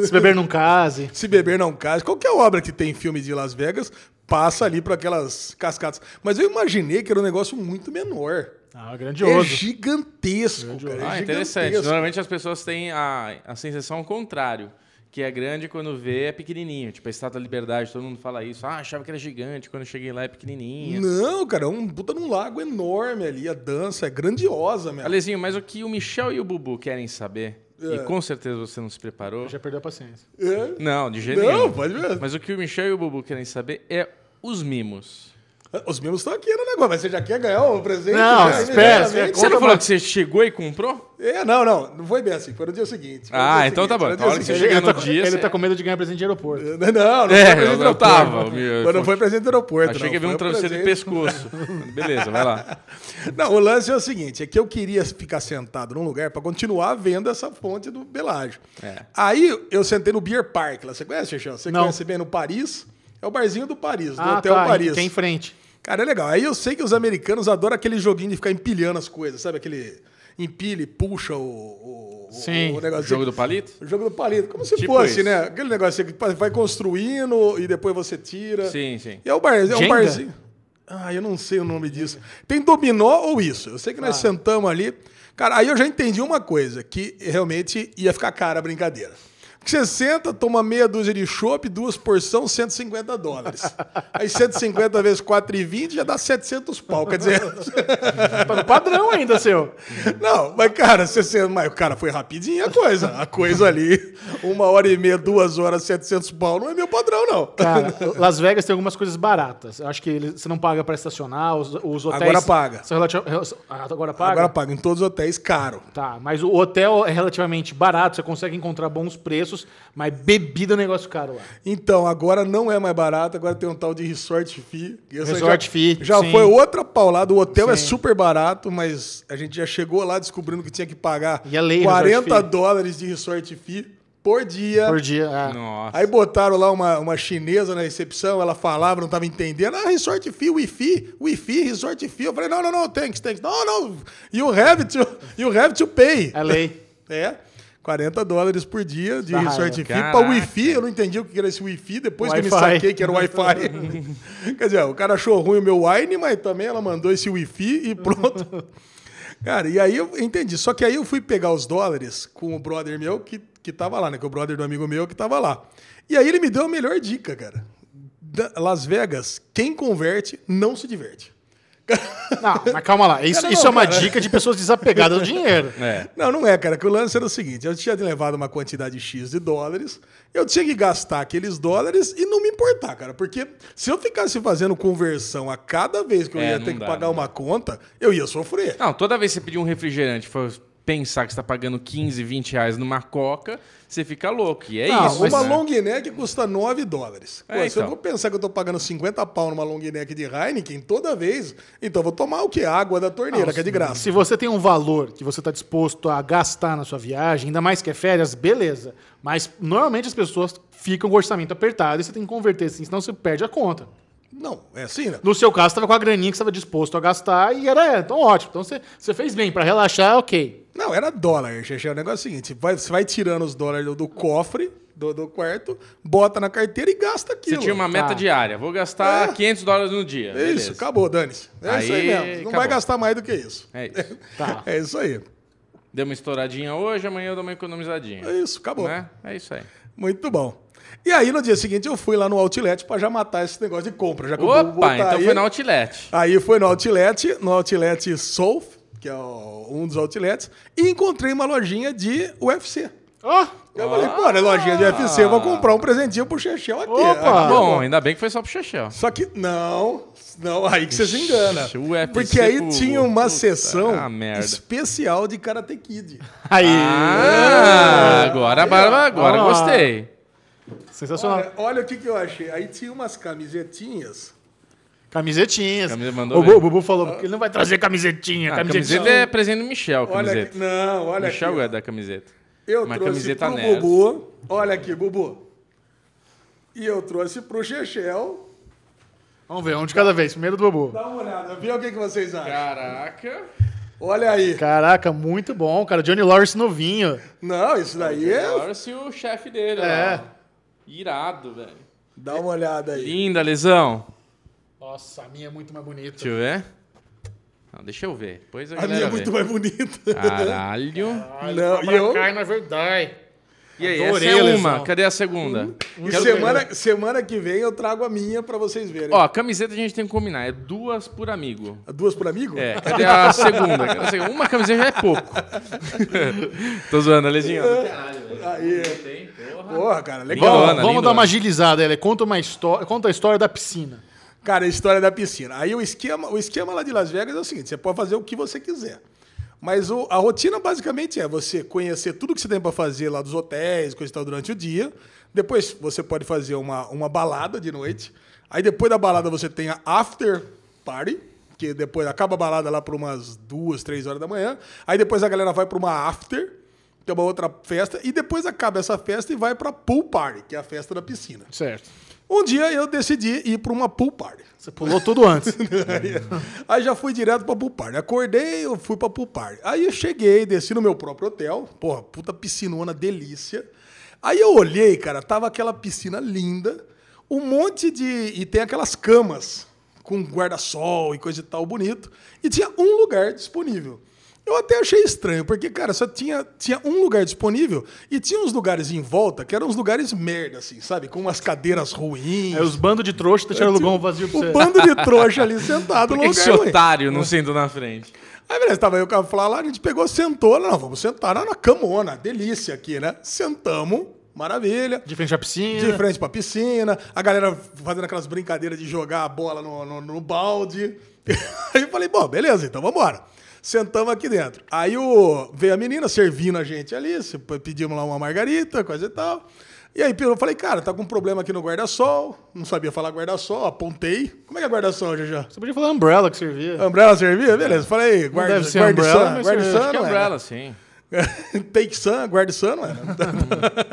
[SPEAKER 2] Se beber num case.
[SPEAKER 3] Se beber não case, qualquer obra que tem filme de Las Vegas passa ali para aquelas cascatas. Mas eu imaginei que era um negócio muito menor.
[SPEAKER 2] Ah,
[SPEAKER 3] É
[SPEAKER 2] grandioso.
[SPEAKER 3] gigantesco, cara.
[SPEAKER 1] Ah,
[SPEAKER 3] é
[SPEAKER 1] interessante.
[SPEAKER 3] gigantesco.
[SPEAKER 1] Normalmente as pessoas têm a, a sensação contrário. Que é grande quando vê é pequenininho. Tipo, a Estátua da Liberdade, todo mundo fala isso. Ah, achava que era gigante, quando eu cheguei lá é pequenininha.
[SPEAKER 3] Não, cara, é um puta num lago enorme ali. A dança é grandiosa, meu.
[SPEAKER 1] Alezinho, mas o que o Michel e o Bubu querem saber, e com certeza você não se preparou.
[SPEAKER 2] Já perdeu a paciência.
[SPEAKER 3] É.
[SPEAKER 1] Não, de jeito
[SPEAKER 3] Não,
[SPEAKER 1] nenhum.
[SPEAKER 3] pode ver.
[SPEAKER 1] Mas o que o Michel e o Bubu querem saber é os mimos.
[SPEAKER 3] Os mimos estão aqui no negócio, mas você já quer ganhar o presente?
[SPEAKER 2] Não, espera,
[SPEAKER 3] né?
[SPEAKER 2] espera.
[SPEAKER 3] Imediatamente.
[SPEAKER 1] Você não
[SPEAKER 2] Conta
[SPEAKER 1] falou
[SPEAKER 2] mais.
[SPEAKER 1] que você chegou e comprou?
[SPEAKER 3] É, não, não. Não foi bem assim. Foi no dia seguinte. foi no
[SPEAKER 1] Ah,
[SPEAKER 3] dia
[SPEAKER 1] então tá
[SPEAKER 3] seguinte,
[SPEAKER 1] bom.
[SPEAKER 3] foi no
[SPEAKER 1] Então, a hora
[SPEAKER 3] dia
[SPEAKER 1] que você
[SPEAKER 3] seguinte.
[SPEAKER 1] chega
[SPEAKER 2] Ele,
[SPEAKER 1] no
[SPEAKER 2] tá,
[SPEAKER 1] dia...
[SPEAKER 2] ele
[SPEAKER 1] você-
[SPEAKER 2] tá com medo de ganhar presente de aeroporto.
[SPEAKER 3] Não, não, não
[SPEAKER 1] É,
[SPEAKER 3] foi presente
[SPEAKER 1] eu
[SPEAKER 3] do
[SPEAKER 1] não
[SPEAKER 3] aeroporto.
[SPEAKER 1] tava. meu-
[SPEAKER 3] Mas não foi presente do aeroporto.
[SPEAKER 1] Achei
[SPEAKER 3] não,
[SPEAKER 1] que havia
[SPEAKER 3] foi
[SPEAKER 1] um travesseiro de
[SPEAKER 3] presente-
[SPEAKER 1] pescoço. Beleza, vai lá.
[SPEAKER 3] Não, o lance é o seguinte: é que eu queria ficar sentado num lugar pra continuar vendo essa fonte do Belágio.
[SPEAKER 1] É.
[SPEAKER 3] Aí eu sentei no Beer Park lá. Você conhece, Xixão? Você
[SPEAKER 2] Não.
[SPEAKER 3] conhece bem no Paris? É o barzinho do Paris, do
[SPEAKER 2] Ah,
[SPEAKER 3] Hotel
[SPEAKER 2] tá.
[SPEAKER 3] Paris.
[SPEAKER 2] Tem em frente.
[SPEAKER 3] Cara, é legal. Aí eu sei que os americanos adoram aquele joguinho de ficar empilhando as coisas, sabe? Aquele empilha e puxa o, o,
[SPEAKER 2] Sim.
[SPEAKER 3] o negócio.
[SPEAKER 1] Jogo do palito?
[SPEAKER 3] O jogo do palito. Como se
[SPEAKER 1] Tipo
[SPEAKER 3] fosse,
[SPEAKER 1] isso.
[SPEAKER 3] né? Aquele negócio que vai construindo e depois você tira.
[SPEAKER 1] Sim, sim.
[SPEAKER 3] E é, o bar, é um
[SPEAKER 2] Jenga?
[SPEAKER 3] barzinho. Ah, eu não sei o nome disso. Tem dominó ou isso? Eu sei que
[SPEAKER 1] Ah.
[SPEAKER 3] nós sentamos ali. Cara, aí eu já entendi uma coisa, que realmente ia ficar cara a brincadeira. Porque você senta, toma meia dúzia de chopp, duas porção, 150 dólares. Aí 150 vezes 4,20 já dá 700 pau. Quer dizer, É,
[SPEAKER 2] No padrão ainda, seu.
[SPEAKER 3] não, mas cara, você senta, mas cara, foi rapidinho a coisa. A coisa ali, uma hora e meia, duas horas, 700 pau, não é meu padrão, não.
[SPEAKER 2] Cara, Las Vegas tem algumas coisas baratas. Eu Acho que ele- você não paga pra estacionar, os, os hotéis...
[SPEAKER 3] Agora paga.
[SPEAKER 2] são relati- rel- ah, Agora paga?
[SPEAKER 3] Agora paga em todos os hotéis caro.
[SPEAKER 2] Tá, mas o hotel é relativamente barato, você consegue encontrar bons preços, mas bebida é um negócio caro lá.
[SPEAKER 3] Então, agora não é mais barato, agora tem um tal de Resort Fee. E essa
[SPEAKER 2] Resort
[SPEAKER 3] já,
[SPEAKER 2] fee,
[SPEAKER 3] Já
[SPEAKER 2] sim.
[SPEAKER 3] foi outra paulada. O hotel é super barato, mas a gente já chegou lá descobrindo que tinha que pagar
[SPEAKER 2] E é lei, resort
[SPEAKER 3] 40
[SPEAKER 2] fee.
[SPEAKER 3] dólares de Resort Fee por dia.
[SPEAKER 2] Por dia. é.
[SPEAKER 1] Nossa.
[SPEAKER 3] Aí botaram lá uma, uma chinesa na recepção, ela falava, não tava entendendo. Ah, Resort Fee, Wi-Fi, Wi-Fi, Resort Fee. Eu falei, não, não, não, thanks, thanks. Não, não, you have to, you have to pay.
[SPEAKER 2] É lei.
[SPEAKER 3] É. 40 dólares por dia de
[SPEAKER 2] Ah,
[SPEAKER 3] resort fee
[SPEAKER 1] é.
[SPEAKER 3] para
[SPEAKER 1] Caraca.
[SPEAKER 3] Wi-Fi. Eu não entendi o que era esse Wi-Fi, depois que eu me
[SPEAKER 2] Wi-Fi.
[SPEAKER 3] saquei que era o Wi-Fi. Quer dizer, o cara achou ruim o meu wine, mas também ela mandou esse Wi-Fi e pronto. Cara, e aí eu entendi. Só que aí eu fui pegar os dólares com o brother meu que, que tava lá, né? Que é o brother do amigo meu que tava lá. E aí ele me deu a melhor dica, cara. Da- Las Vegas, quem converte não se diverte.
[SPEAKER 2] Não, mas calma lá. Isso,
[SPEAKER 3] Não, não,
[SPEAKER 2] isso é uma
[SPEAKER 3] cara.
[SPEAKER 2] dica de pessoas desapegadas do dinheiro.
[SPEAKER 1] É.
[SPEAKER 3] Não, não é, cara. Que o lance era o seguinte: eu tinha levado uma quantidade X de dólares, eu tinha que gastar aqueles dólares e não me importar, cara. Porque se eu ficasse fazendo conversão a cada vez que eu
[SPEAKER 1] É,
[SPEAKER 3] ia
[SPEAKER 1] não
[SPEAKER 3] ter que
[SPEAKER 1] dá,
[SPEAKER 3] pagar
[SPEAKER 1] não
[SPEAKER 3] uma conta, eu ia sofrer.
[SPEAKER 1] Não, toda vez que você pedir um refrigerante, for pensar que você tá pagando 15, 20 reais numa coca, você fica louco. E é
[SPEAKER 2] Não,
[SPEAKER 1] isso.
[SPEAKER 3] uma
[SPEAKER 1] né?
[SPEAKER 3] long neck custa 9 dólares. Pô,
[SPEAKER 1] É,
[SPEAKER 3] Se eu
[SPEAKER 1] então.
[SPEAKER 3] vou pensar que eu tô pagando 50 pau numa long neck de Heineken toda vez, então eu vou tomar o quê? Água da torneira,
[SPEAKER 1] Ah,
[SPEAKER 3] que é de graça.
[SPEAKER 2] Se você tem um valor que você está disposto a gastar na sua viagem, ainda mais que é férias, beleza. Mas normalmente as pessoas ficam com o orçamento apertado e você tem que converter assim, senão você perde a conta.
[SPEAKER 3] Não, é assim, né?
[SPEAKER 2] No seu caso, estava com a graninha que você estava disposto a gastar e era, é, então ótimo. Então você, você fez bem, para relaxar, ok.
[SPEAKER 3] Não, era dólar, Xexé. O negócio é o seguinte: vai- você vai tirando os dólares do, do cofre, do, do quarto, bota na carteira e gasta
[SPEAKER 1] Você
[SPEAKER 3] aquilo.
[SPEAKER 1] tinha uma meta
[SPEAKER 2] Tá.
[SPEAKER 1] diária. Vou gastar
[SPEAKER 3] É.
[SPEAKER 1] 500 dólares no
[SPEAKER 3] É
[SPEAKER 1] dia.
[SPEAKER 3] isso,
[SPEAKER 1] Beleza.
[SPEAKER 3] acabou, dane-se. É isso aí
[SPEAKER 1] Aí,
[SPEAKER 3] mesmo. Não vai
[SPEAKER 1] acabou.
[SPEAKER 3] gastar mais do que isso.
[SPEAKER 1] É isso.
[SPEAKER 2] Tá.
[SPEAKER 3] É isso aí.
[SPEAKER 1] Deu uma estouradinha hoje, amanhã eu dou uma economizadinha.
[SPEAKER 3] É isso, acabou.
[SPEAKER 1] Né? É isso aí.
[SPEAKER 3] Muito bom. E aí, no dia seguinte, eu fui lá no Outlet pra já matar esse negócio de compra. Já que o Bubu
[SPEAKER 1] Opa,
[SPEAKER 3] tá
[SPEAKER 1] então
[SPEAKER 3] aí.
[SPEAKER 1] foi na Outlet.
[SPEAKER 3] Aí foi no Outlet, no Outlet Soul, que é o- um dos outlets, e encontrei uma lojinha de UFC.
[SPEAKER 2] Ó,
[SPEAKER 3] Eu falei, pô, na lojinha de UFC, eu
[SPEAKER 1] Ah.
[SPEAKER 3] vou comprar um presentinho pro Chechel aqui.
[SPEAKER 2] Opa!
[SPEAKER 3] Aqui,
[SPEAKER 1] Bom, ainda bem que foi só pro Chechel.
[SPEAKER 3] Só que não, não, aí que você se engana.
[SPEAKER 1] Ixi, o UFC
[SPEAKER 3] Porque aí
[SPEAKER 1] pro-
[SPEAKER 3] tinha uma
[SPEAKER 1] puta,
[SPEAKER 3] sessão
[SPEAKER 1] ah, merda.
[SPEAKER 3] especial de Karate Kid.
[SPEAKER 2] aí.
[SPEAKER 1] Ah, agora, agora, agora
[SPEAKER 2] Ah.
[SPEAKER 1] gostei.
[SPEAKER 2] Sensacional.
[SPEAKER 3] Olha, olha o que, que eu achei. Aí tinha umas camisetinhas.
[SPEAKER 2] Camisetinhas.
[SPEAKER 1] Camisa- mandou
[SPEAKER 2] o, Bu-
[SPEAKER 1] bem.
[SPEAKER 2] o Bubu falou que ele não vai trazer camisetinha.
[SPEAKER 1] Ah,
[SPEAKER 2] camisetinha.
[SPEAKER 1] camiseta é presente do Michel,
[SPEAKER 3] Olha
[SPEAKER 1] camiseta.
[SPEAKER 3] aqui. Não, olha
[SPEAKER 1] Michel
[SPEAKER 3] aqui.
[SPEAKER 1] gosta da camiseta.
[SPEAKER 3] Eu
[SPEAKER 1] Uma
[SPEAKER 3] trouxe
[SPEAKER 1] camiseta
[SPEAKER 3] pro
[SPEAKER 1] nerd.
[SPEAKER 3] Bubu. Olha aqui, Bubu. E eu trouxe pro Chechel.
[SPEAKER 2] Vamos ver, um de cada vez. Primeiro do Bubu.
[SPEAKER 3] Dá uma olhada, vê o que, que vocês acham.
[SPEAKER 1] Caraca.
[SPEAKER 3] Olha aí.
[SPEAKER 2] Caraca, muito bom, cara. Johnny Lawrence novinho.
[SPEAKER 3] Não, isso daí é...
[SPEAKER 1] Agora se o chefe dele,
[SPEAKER 2] É.
[SPEAKER 1] ó. Irado, velho.
[SPEAKER 3] Dá uma olhada aí.
[SPEAKER 1] Linda, lesão.
[SPEAKER 2] Nossa, a minha é muito mais bonita.
[SPEAKER 1] Deixa eu ver. Não, deixa eu ver. Pois a,
[SPEAKER 3] A
[SPEAKER 1] galera
[SPEAKER 3] minha é
[SPEAKER 1] vê.
[SPEAKER 3] muito mais bonita.
[SPEAKER 1] Caralho.
[SPEAKER 3] Não, e eu.
[SPEAKER 2] na verdade.
[SPEAKER 1] E aí,
[SPEAKER 2] Adorei
[SPEAKER 1] essa
[SPEAKER 2] a
[SPEAKER 1] é uma.
[SPEAKER 2] lesão.
[SPEAKER 1] Cadê a segunda?
[SPEAKER 3] E
[SPEAKER 1] Quero ver.
[SPEAKER 3] semana, semana que vem eu trago a minha pra vocês verem.
[SPEAKER 1] Ó, a camiseta a gente tem que combinar. É duas por amigo.
[SPEAKER 3] Duas por amigo?
[SPEAKER 1] É, cadê a segunda? Cadê a segunda? Uma camiseta já é pouco. Tô zoando, Alezinho.
[SPEAKER 3] É, Aí,
[SPEAKER 1] Tem, porra.
[SPEAKER 3] porra, cara, legal.
[SPEAKER 2] Bom,
[SPEAKER 1] Lindona,
[SPEAKER 2] vamos
[SPEAKER 1] lindona.
[SPEAKER 2] dar uma agilizada, ele conta uma história, conta a história da piscina.
[SPEAKER 3] Cara, a história da piscina. Aí o esquema, o esquema lá de Las Vegas é o seguinte: você pode fazer o que você quiser. Mas o- a rotina basicamente é você conhecer tudo que você tem para fazer lá dos hotéis, coisa e tal, durante o dia. Depois você pode fazer uma, uma balada de noite. Aí depois da balada você tem a after party, que depois acaba a balada lá por umas duas, três horas da manhã. Aí depois a galera vai para uma after, que é uma outra festa. E depois acaba essa festa e vai para pool party, que é a festa da piscina.
[SPEAKER 2] Certo.
[SPEAKER 3] Um dia eu decidi ir para uma pool party.
[SPEAKER 2] Você pulou tudo antes.
[SPEAKER 3] Aí, aí já fui direto pra pool party. Acordei, eu fui pra pool party. Aí eu cheguei, desci no meu próprio hotel. Porra, puta piscinona, delícia. Aí eu olhei, cara, tava aquela piscina linda, um monte de... E tem aquelas camas com guarda-sol e coisa e tal bonito. E tinha um lugar disponível. Eu até achei estranho, porque, cara, só tinha, tinha um lugar disponível e tinha uns lugares em volta que eram uns lugares merda, assim, sabe? Com umas cadeiras ruins.
[SPEAKER 2] Aí É, os bandos de trouxa deixaram o lugar um vazio pra
[SPEAKER 3] O
[SPEAKER 2] você.
[SPEAKER 3] bando de trouxa ali sentado
[SPEAKER 1] Por
[SPEAKER 3] no
[SPEAKER 1] que
[SPEAKER 3] lugar
[SPEAKER 1] esse
[SPEAKER 3] ruim.
[SPEAKER 2] tá-
[SPEAKER 3] É.
[SPEAKER 1] otário não sentou na frente?
[SPEAKER 3] Aí beleza, tava eu com a Flá lá, a gente pegou, sentou, não, vamos sentar lá na camona, delícia aqui, né? Sentamos, maravilha.
[SPEAKER 2] De frente à piscina.
[SPEAKER 3] De frente pra piscina, a galera fazendo aquelas brincadeiras de jogar a bola no, no- no balde. Aí eu falei, bom, beleza, então vambora. Sentamos aqui dentro. Aí o, veio a menina servindo a gente ali, se- pedimos lá uma margarita, coisa e tal. E aí eu falei, cara, tá com um problema aqui no guarda-sol. Não sabia falar guarda-sol, apontei. Como é que é guarda-sol, Jajá?
[SPEAKER 2] Você podia falar umbrella que servia.
[SPEAKER 3] Umbrella servia? Beleza. Falei, guarda, né?"
[SPEAKER 2] deve ser
[SPEAKER 3] guarda
[SPEAKER 2] umbrella,
[SPEAKER 3] sun,
[SPEAKER 2] mas
[SPEAKER 3] guarda
[SPEAKER 2] eu
[SPEAKER 3] sun,
[SPEAKER 2] acho é
[SPEAKER 1] Que
[SPEAKER 3] não era.
[SPEAKER 1] umbrella, É sim.
[SPEAKER 3] Take sun, guarda sun, não era.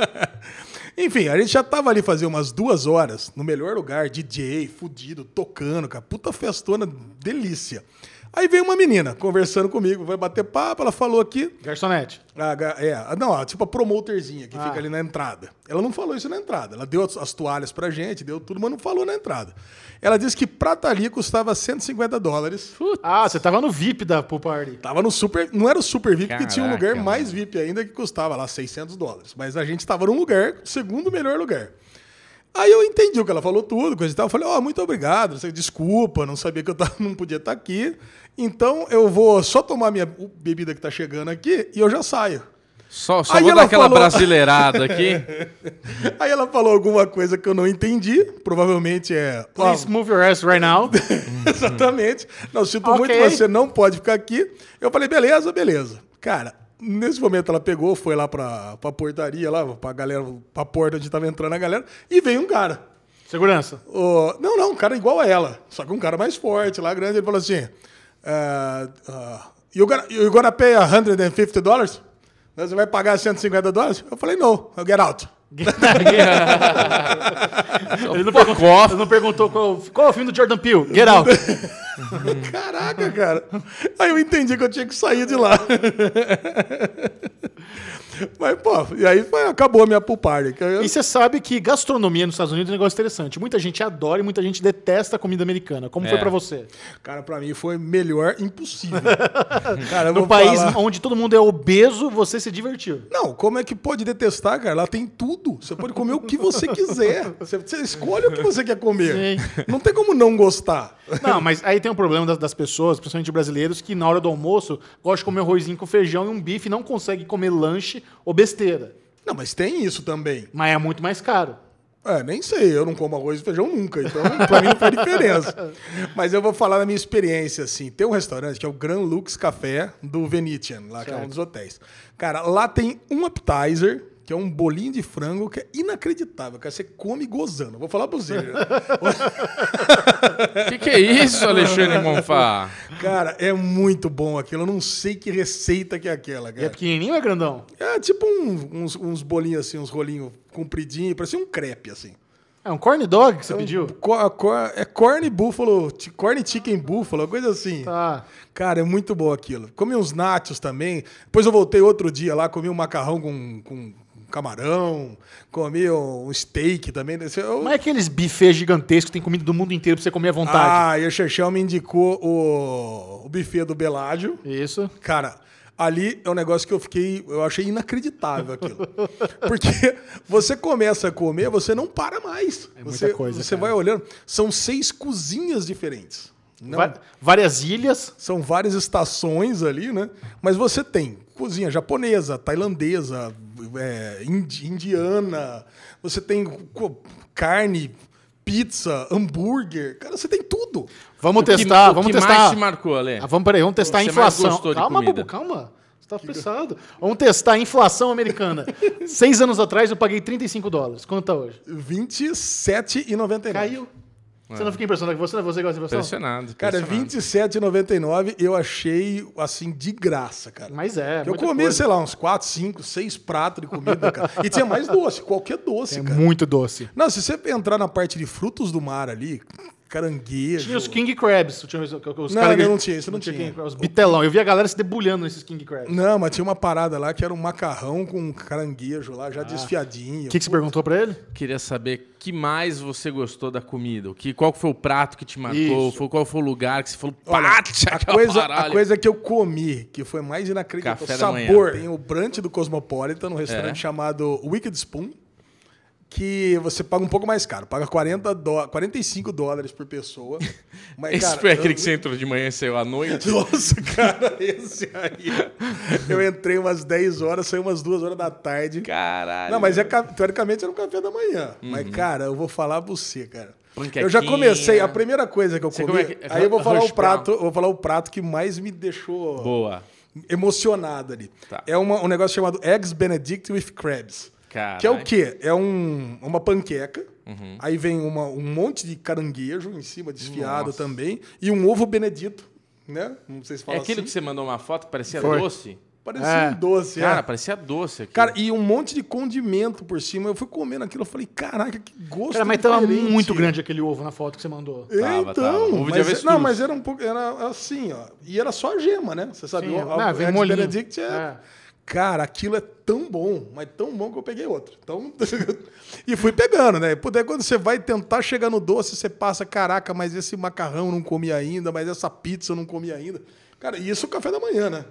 [SPEAKER 3] Enfim, a gente já tava ali fazer umas duas horas, no melhor lugar, DJ, fudido, tocando, cara, puta festona, delícia. Aí veio uma menina conversando comigo, vai bater papo, ela falou aqui,
[SPEAKER 2] Garçonete.
[SPEAKER 3] a ga- é, a- não, a- tipo a promoterzinha que
[SPEAKER 2] Ah.
[SPEAKER 3] fica ali na entrada. Ela não falou isso na entrada. Ela deu as, as toalhas pra gente, deu tudo, mas não falou na entrada. Ela disse que prata ali custava 150 dólares.
[SPEAKER 2] Ah, você tava no VIP da pool party.
[SPEAKER 3] Tava no super. Não era o super VIP, porque tinha um
[SPEAKER 1] Caraca,
[SPEAKER 3] lugar
[SPEAKER 1] mano.
[SPEAKER 3] mais VIP ainda que custava lá 600 dólares. Mas a gente tava num lugar, segundo melhor lugar. Aí eu entendi o que ela falou tudo, coisa e tal. Eu falei, ó, muito obrigado, você- desculpa, não sabia que eu tava- não podia estar aqui. Então eu vou só tomar minha bebida que tá chegando aqui e eu já saio.
[SPEAKER 1] Só, só
[SPEAKER 3] Aí
[SPEAKER 1] vou
[SPEAKER 3] ela
[SPEAKER 1] dar aquela
[SPEAKER 3] falou-
[SPEAKER 1] brasileirada aqui.
[SPEAKER 3] Aí ela falou alguma coisa que eu não entendi, provavelmente é. ó,
[SPEAKER 2] Please move your ass right now.
[SPEAKER 3] Exatamente. Não, sinto
[SPEAKER 2] Ok.
[SPEAKER 3] muito, mas você não pode ficar aqui. Eu falei, beleza, beleza. Cara, nesse momento ela pegou, foi lá pra, pra portaria, lá pra galera, pra porta onde tava entrando a galera, e veio um cara.
[SPEAKER 2] Segurança.
[SPEAKER 3] Ô, não, não, um cara igual a ela, só que um cara mais forte, lá grande. Ele falou assim: ah, ah, you, gonna, you gonna pay 150 dólares? Você vai pagar 150 dólares? Eu falei, não, I'll get out.
[SPEAKER 2] Ele não, perguntou, ele não perguntou qual, qual é o filme do Jordan Peele. Get out.
[SPEAKER 3] Caraca, cara. Aí eu entendi que eu tinha que sair de lá. Mas, pô, e aí foi- acabou a minha pool party. que eu-
[SPEAKER 2] E você sabe que gastronomia nos Estados Unidos é um negócio interessante. Muita gente adora e muita gente detesta a comida americana. Como foi
[SPEAKER 1] É.
[SPEAKER 2] pra você?
[SPEAKER 3] Cara, pra mim foi melhor impossível. Cara, eu
[SPEAKER 2] No
[SPEAKER 3] vou
[SPEAKER 2] país
[SPEAKER 3] falar-
[SPEAKER 2] onde todo mundo é obeso, você se divertiu.
[SPEAKER 3] Não, como é que pode detestar, cara? Lá tem tudo. Você pode comer o que você quiser. Você, você escolhe o que você quer comer.
[SPEAKER 2] Sim.
[SPEAKER 3] Não tem como não gostar.
[SPEAKER 2] Não, mas aí tem um problema das, das pessoas, principalmente brasileiros, que na hora do almoço gosta de comer um arrozinho com feijão e um bife e não consegue comer lanche ou besteira.
[SPEAKER 3] Não, mas tem isso também.
[SPEAKER 2] Mas é muito mais caro.
[SPEAKER 3] É, nem sei, eu não como arroz e feijão nunca, então pra mim não faz diferença. Mas eu vou falar da minha experiência, assim. Tem um restaurante que é o Grand Lux Café do Venetian, lá que é um dos hotéis. Cara, lá tem um appetizer, que é um bolinho de frango, que é inacreditável, cara. Você come gozando. Vou falar pra você.
[SPEAKER 1] que que é isso, Alexandre Monfá?
[SPEAKER 3] cara, é muito bom aquilo. Eu não sei que receita que é aquela,
[SPEAKER 2] E é
[SPEAKER 3] cara.
[SPEAKER 2] pequenininho ou é grandão?
[SPEAKER 3] É tipo um- uns, uns bolinhos assim, uns rolinhos compridinhos, parecia um crepe, assim.
[SPEAKER 2] É um corn dog que você pediu?
[SPEAKER 3] Co- co- É corn buffalo, chi- corn chicken buffalo, coisa assim.
[SPEAKER 2] Tá.
[SPEAKER 3] Cara, é muito bom aquilo. Comi uns nachos também. Depois eu voltei outro dia lá, comi um macarrão com, com camarão, comi um steak também. desse- Eu...
[SPEAKER 2] Não é aqueles bifes gigantescos que tem comida do mundo inteiro pra você comer à é vontade.
[SPEAKER 3] Ah, e o Xexão me indicou o, o buffet do Beládio.
[SPEAKER 2] Isso.
[SPEAKER 3] Cara, ali é um negócio que eu fiquei. Eu achei inacreditável aquilo. Porque você começa a comer, você não para mais. É
[SPEAKER 2] muita
[SPEAKER 3] você,
[SPEAKER 2] coisa,
[SPEAKER 3] Você
[SPEAKER 2] cara.
[SPEAKER 3] vai olhando. São seis cozinhas diferentes. Não,
[SPEAKER 2] Va- várias ilhas.
[SPEAKER 3] São várias estações ali, né? Mas você tem cozinha japonesa, tailandesa, é, indi- indiana, você tem co- carne, pizza, hambúrguer. Cara, você tem tudo.
[SPEAKER 2] Vamos
[SPEAKER 1] O que-
[SPEAKER 2] testar,
[SPEAKER 1] o
[SPEAKER 2] vamos
[SPEAKER 1] que
[SPEAKER 2] testar.
[SPEAKER 1] mais te marcou, Ale?
[SPEAKER 2] Ah, vamos, peraí, vamos testar a
[SPEAKER 1] É. Você mais
[SPEAKER 2] inflação.
[SPEAKER 1] gostou de
[SPEAKER 2] Calma,
[SPEAKER 1] comida?
[SPEAKER 2] Bubu, calma. Você tá apressado. Vamos testar a inflação americana. Seis anos atrás eu paguei 35 dólares. Quanto tá hoje?
[SPEAKER 3] R$ 27,99.
[SPEAKER 2] Caiu. Você não fica impressionado com você? Não é você que gosta de impressão?
[SPEAKER 1] Impressionado.
[SPEAKER 3] Cara, é R$
[SPEAKER 1] impressionado.
[SPEAKER 3] 27,99 eu achei, assim, de graça, cara.
[SPEAKER 2] Mas é.
[SPEAKER 3] eu
[SPEAKER 2] muita
[SPEAKER 3] comi,
[SPEAKER 2] coisa.
[SPEAKER 3] sei lá, uns 4, 5, 6 pratos de comida, cara. E tinha mais doce, qualquer doce,
[SPEAKER 2] É
[SPEAKER 3] cara.
[SPEAKER 2] muito doce.
[SPEAKER 3] Não, se você entrar na parte de frutos do mar ali, caranguejo...
[SPEAKER 2] Tinha os King Crabs. Tinha os, os
[SPEAKER 3] Não,
[SPEAKER 2] cara
[SPEAKER 3] não,
[SPEAKER 2] que-
[SPEAKER 3] não tinha, isso não tinha.
[SPEAKER 2] King Crabs, Os bitelão. Eu vi a galera se debulhando nesses King Crabs.
[SPEAKER 3] Não, mas tinha uma parada lá que era um macarrão com caranguejo lá,
[SPEAKER 1] Ah.
[SPEAKER 3] já desfiadinho.
[SPEAKER 2] O que, que você perguntou pra ele?
[SPEAKER 1] Queria saber que mais você gostou da comida. O que, qual foi o prato que te marcou?
[SPEAKER 2] Isso.
[SPEAKER 1] Foi- qual foi o lugar que você falou?
[SPEAKER 3] Olha,
[SPEAKER 1] Pátia,
[SPEAKER 3] a, coisa, a coisa que eu comi, que foi mais inacreditável,
[SPEAKER 1] Café
[SPEAKER 3] o
[SPEAKER 1] da manhã.
[SPEAKER 3] sabor. Tem o brunch do Cosmopolitan, num restaurante
[SPEAKER 1] É.
[SPEAKER 3] chamado Wicked Spoon, que você paga um pouco mais caro, paga 40 dó- 45 dólares por pessoa. Mas,
[SPEAKER 1] Esse
[SPEAKER 3] cara,
[SPEAKER 1] foi aquele
[SPEAKER 3] eu-
[SPEAKER 1] que você entrou de manhã e saiu à noite?
[SPEAKER 3] Nossa, cara, esse aí. Eu entrei umas 10 horas, saí umas 2 horas da tarde.
[SPEAKER 1] Caralho. Uhum.
[SPEAKER 3] Não, mas é, ca- teoricamente era um café da manhã. Mas, cara, eu vou falar pra você, cara.
[SPEAKER 1] Panquequinha.
[SPEAKER 3] Eu já comecei, a primeira coisa que eu
[SPEAKER 1] Você
[SPEAKER 3] comi.
[SPEAKER 1] come aqui-
[SPEAKER 3] Aí eu vou falar
[SPEAKER 1] hash
[SPEAKER 3] o prato, eu vou falar o prato que mais me deixou
[SPEAKER 1] Boa.
[SPEAKER 3] emocionado ali.
[SPEAKER 1] Tá.
[SPEAKER 3] É uma- um negócio chamado Eggs Benedict with Crabs.
[SPEAKER 1] Caralho. Uhum.
[SPEAKER 3] Que é o quê? É um- uma panqueca, aí vem uma- um monte de caranguejo em cima, desfiado
[SPEAKER 1] Nossa.
[SPEAKER 3] também, e um ovo benedito, né? Não sei se
[SPEAKER 1] É
[SPEAKER 3] fala
[SPEAKER 1] aquilo
[SPEAKER 3] assim.
[SPEAKER 1] que você mandou uma foto que parecia
[SPEAKER 2] Foi.
[SPEAKER 1] doce?
[SPEAKER 3] Parecia
[SPEAKER 2] É.
[SPEAKER 3] um doce, é.
[SPEAKER 1] Cara, parecia doce aqui.
[SPEAKER 3] Cara, e um monte de condimento por cima. Eu fui comendo aquilo, eu falei, caraca, que gosto
[SPEAKER 2] Cara, mas tava
[SPEAKER 3] diferente."
[SPEAKER 2] muito grande aquele ovo na foto que você mandou.
[SPEAKER 3] É,
[SPEAKER 1] Tava,
[SPEAKER 3] então,
[SPEAKER 1] tava. Ovo de
[SPEAKER 3] mas-
[SPEAKER 1] avestruz.
[SPEAKER 3] não, mas era um pouco, era assim, ó. E era só gema, né? Você sabe,
[SPEAKER 2] Sim,
[SPEAKER 3] o,
[SPEAKER 2] é.
[SPEAKER 3] o,
[SPEAKER 2] Ah, vem
[SPEAKER 3] Eggs
[SPEAKER 2] molinho.
[SPEAKER 3] Benedict é,
[SPEAKER 2] É.
[SPEAKER 3] Cara, aquilo é tão bom, mas tão bom que eu peguei outro. Então, e fui pegando, né? Pô, daí quando você vai tentar chegar no doce, você passa, caraca, mas esse macarrão eu não comi ainda, mas essa pizza eu não comi ainda. Cara, e isso é o café da manhã, né?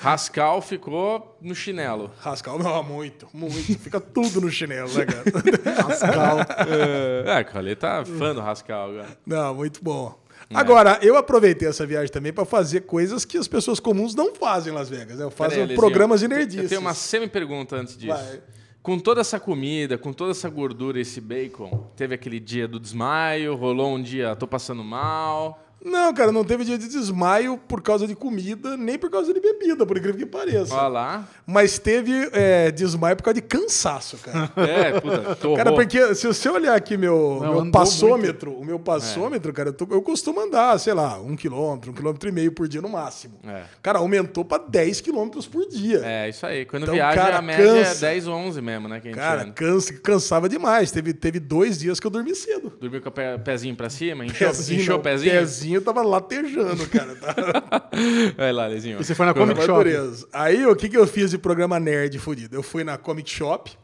[SPEAKER 1] Rascal ficou no chinelo.
[SPEAKER 3] Rascal, não, muito, muito. Fica tudo no chinelo, né, cara?
[SPEAKER 1] É, o Ale tá fã do Rascal agora.
[SPEAKER 3] Não, muito bom.
[SPEAKER 1] É.
[SPEAKER 3] Agora, eu aproveitei essa viagem também para fazer coisas que as pessoas comuns não fazem em Las Vegas. Né?
[SPEAKER 1] Pera aí,
[SPEAKER 3] Fazem
[SPEAKER 1] Alezinho.
[SPEAKER 3] programas
[SPEAKER 1] Eu
[SPEAKER 3] inerdistas.
[SPEAKER 1] tenho uma semi-pergunta antes disso.
[SPEAKER 3] Vai.
[SPEAKER 1] Com toda essa comida, com toda essa gordura, esse bacon, teve aquele dia do desmaio, rolou um dia tô passando mal.
[SPEAKER 3] Não, cara, não teve dia de desmaio por causa de comida, nem por causa de bebida, por incrível que pareça.
[SPEAKER 1] Olha lá.
[SPEAKER 3] Mas teve é, desmaio por causa de cansaço, cara.
[SPEAKER 1] É, puta, tô
[SPEAKER 3] Cara,
[SPEAKER 1] ro-
[SPEAKER 3] porque se você olhar aqui meu, meu
[SPEAKER 2] andou
[SPEAKER 3] passômetro, o meu passômetro, cara, eu, tô- eu costumo andar, sei lá, um quilômetro, um quilômetro e meio por dia no máximo.
[SPEAKER 1] É.
[SPEAKER 3] Cara, aumentou para 10 quilômetros por dia.
[SPEAKER 1] É, isso aí. Quando
[SPEAKER 3] Então,
[SPEAKER 1] viaja,
[SPEAKER 3] cara,
[SPEAKER 1] a média é
[SPEAKER 3] cansa.
[SPEAKER 1] 10 ou 11 mesmo, né? Que a gente
[SPEAKER 3] Cara,
[SPEAKER 1] anda.
[SPEAKER 3] cansa- cansava demais. Teve, teve dois dias que eu dormi cedo.
[SPEAKER 1] Dormiu com o pé- pezinho pra cima, encheu, encheu
[SPEAKER 3] não,
[SPEAKER 1] o pezinho.
[SPEAKER 3] pezinho tava latejando, cara. Tá
[SPEAKER 1] Vai lá, Lezinho.
[SPEAKER 2] E você foi na Comic
[SPEAKER 3] Mas
[SPEAKER 2] Shop.
[SPEAKER 3] dureza. Aí, o que, que eu fiz de programa nerd fudido? Eu fui na Comic Shop,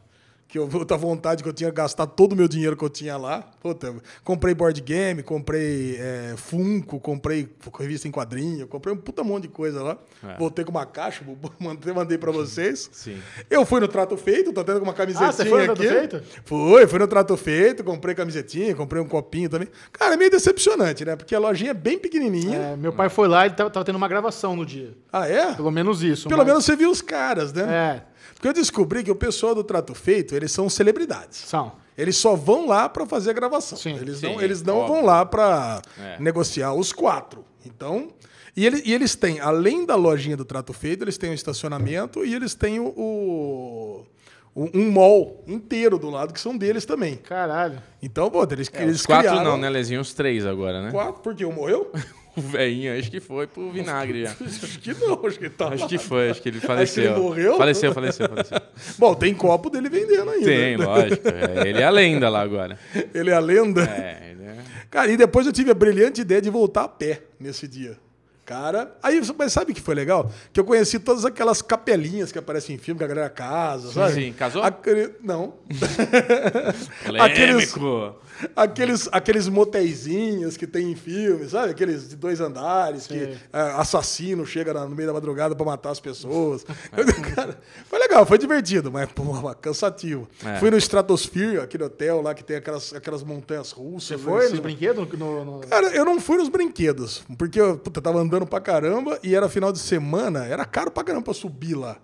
[SPEAKER 3] que eu outra vontade que eu tinha gastado todo o meu dinheiro que eu tinha lá. Puta, comprei board game, comprei é, Funko, comprei revista em quadrinho, comprei um puta monte de coisa lá.
[SPEAKER 1] É.
[SPEAKER 3] Voltei com uma caixa, mandei, mandei pra vocês.
[SPEAKER 1] Sim.
[SPEAKER 3] Eu fui no Trato Feito, tô tendo uma camisetinha
[SPEAKER 2] Ah, você foi no
[SPEAKER 3] aqui.
[SPEAKER 2] Trato Feito?
[SPEAKER 3] Fui, fui no Trato Feito, comprei camisetinha, comprei um copinho também. Cara, é meio decepcionante, né? Porque a lojinha é bem pequenininha.
[SPEAKER 2] É, meu pai foi lá e ele tava, tava tendo uma gravação no dia.
[SPEAKER 3] Ah, é?
[SPEAKER 2] Pelo menos isso.
[SPEAKER 3] Pelo
[SPEAKER 2] mas-
[SPEAKER 3] menos você viu os caras, né?
[SPEAKER 2] É,
[SPEAKER 3] Porque eu descobri que o pessoal do Trato Feito, eles são celebridades.
[SPEAKER 2] são.
[SPEAKER 3] Eles só vão lá pra fazer a gravação.
[SPEAKER 2] Sim.
[SPEAKER 3] eles
[SPEAKER 1] Sim,
[SPEAKER 3] não, eles não
[SPEAKER 1] óbvio.
[SPEAKER 3] vão lá pra
[SPEAKER 1] É.
[SPEAKER 3] negociar os quatro. Então, e, ele- e eles têm, além da lojinha do Trato Feito, eles têm o estacionamento e eles têm o, o- o- um mall inteiro do lado que são deles também.
[SPEAKER 2] Caralho.
[SPEAKER 3] Então, pô, eles, eles
[SPEAKER 1] Os quatro
[SPEAKER 3] criaram...
[SPEAKER 1] não, né, Lezinho? Os três agora, né?
[SPEAKER 3] Quatro, porque um morreu?
[SPEAKER 1] O velhinho, acho que foi pro vinagre já.
[SPEAKER 3] acho que não, acho que tá
[SPEAKER 1] Acho
[SPEAKER 3] lá.
[SPEAKER 1] que foi, acho que ele faleceu.
[SPEAKER 3] morreu?
[SPEAKER 1] Faleceu, faleceu, faleceu.
[SPEAKER 3] Bom, tem copo dele vendendo ainda. né?
[SPEAKER 1] Tem, lógico. É, ele é a lenda lá agora.
[SPEAKER 3] Ele é a lenda.
[SPEAKER 1] É, ele é...
[SPEAKER 3] Cara, e depois eu tive a brilhante ideia de voltar a pé nesse dia. Cara, aí você- mas sabe o que foi legal? Que eu conheci todas aquelas capelinhas que aparecem em filme, que a galera casa, sabe?
[SPEAKER 1] sim. Casou?
[SPEAKER 3] Aquele- não. Aqueles-
[SPEAKER 1] Polêmico.
[SPEAKER 3] Aqueles, aqueles motéisinhos que tem em filme, sabe? Aqueles de dois andares, que é, assassino chega na- no meio da madrugada pra matar as pessoas.
[SPEAKER 1] É.
[SPEAKER 3] Cara, foi legal, foi divertido, mas pô, cansativo.
[SPEAKER 1] É.
[SPEAKER 3] Fui no Stratosphere, aquele hotel lá que tem aquelas, aquelas montanhas russas.
[SPEAKER 2] Foi?
[SPEAKER 3] né?
[SPEAKER 2] Esses brinquedos? No, no-
[SPEAKER 3] Cara, eu não fui nos brinquedos, porque eu puta, tava andando pra caramba e era final de semana, era caro pra caramba pra subir lá.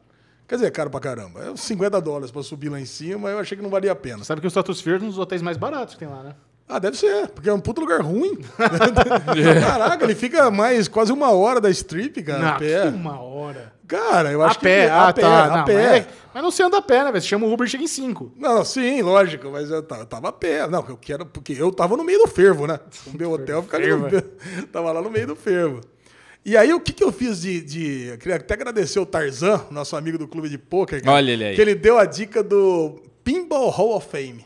[SPEAKER 3] Quer dizer, caro pra caramba. É uns 50 dólares pra subir lá em cima, eu achei que não valia a pena.
[SPEAKER 2] Sabe que o Stratosphere é um dos hotéis mais baratos que tem lá, né?
[SPEAKER 3] Ah, deve ser, porque é um puto lugar ruim. Caraca, ele fica mais quase uma hora da strip, cara, Ah, a
[SPEAKER 2] É. Não,
[SPEAKER 3] pé.
[SPEAKER 2] uma hora.
[SPEAKER 3] Cara, eu
[SPEAKER 2] A
[SPEAKER 3] acho
[SPEAKER 2] pé,
[SPEAKER 3] que
[SPEAKER 2] ah, tá.
[SPEAKER 3] a
[SPEAKER 2] não,
[SPEAKER 3] pé.
[SPEAKER 2] Mas, mas não se anda a pé, né? velho? Você chama o Uber e chega em cinco.
[SPEAKER 3] Não, sim, lógico, mas eu tava, eu tava a pé. Não, eu quero, porque eu tava no meio do fervo, né? O meu hotel ficava ali no-
[SPEAKER 1] é.
[SPEAKER 3] tava lá no meio do fervo. E aí, o que, que eu fiz de, de. eu Queria até agradecer o Tarzan, nosso amigo do clube de pôquer. cara,
[SPEAKER 1] Olha ele aí.
[SPEAKER 3] Que ele deu a dica do Pinball Hall of Fame.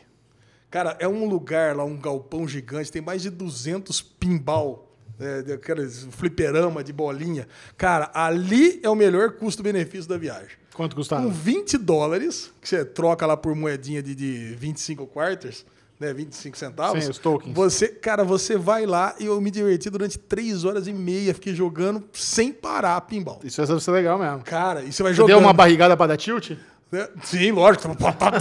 [SPEAKER 3] Cara, é um lugar lá, um galpão gigante, tem mais de 200 pinball. É, daqueles fliperama de bolinha. Cara, ali é o melhor custo-benefício da viagem
[SPEAKER 2] Quanto
[SPEAKER 3] com
[SPEAKER 2] custava?
[SPEAKER 3] 20 dólares, que você troca lá por moedinha de, de 25 quarters, né? 25 centavos.
[SPEAKER 2] Sim, os tokens.
[SPEAKER 3] Você, cara, você vai lá e eu me diverti durante 3 horas e meia, fiquei jogando sem parar pinball.
[SPEAKER 2] Isso deve ser legal mesmo.
[SPEAKER 3] Cara, e você vai
[SPEAKER 2] Você
[SPEAKER 3] jogando.
[SPEAKER 2] deu uma barrigada pra dar tilt?
[SPEAKER 3] né? Sim, lógico. tá,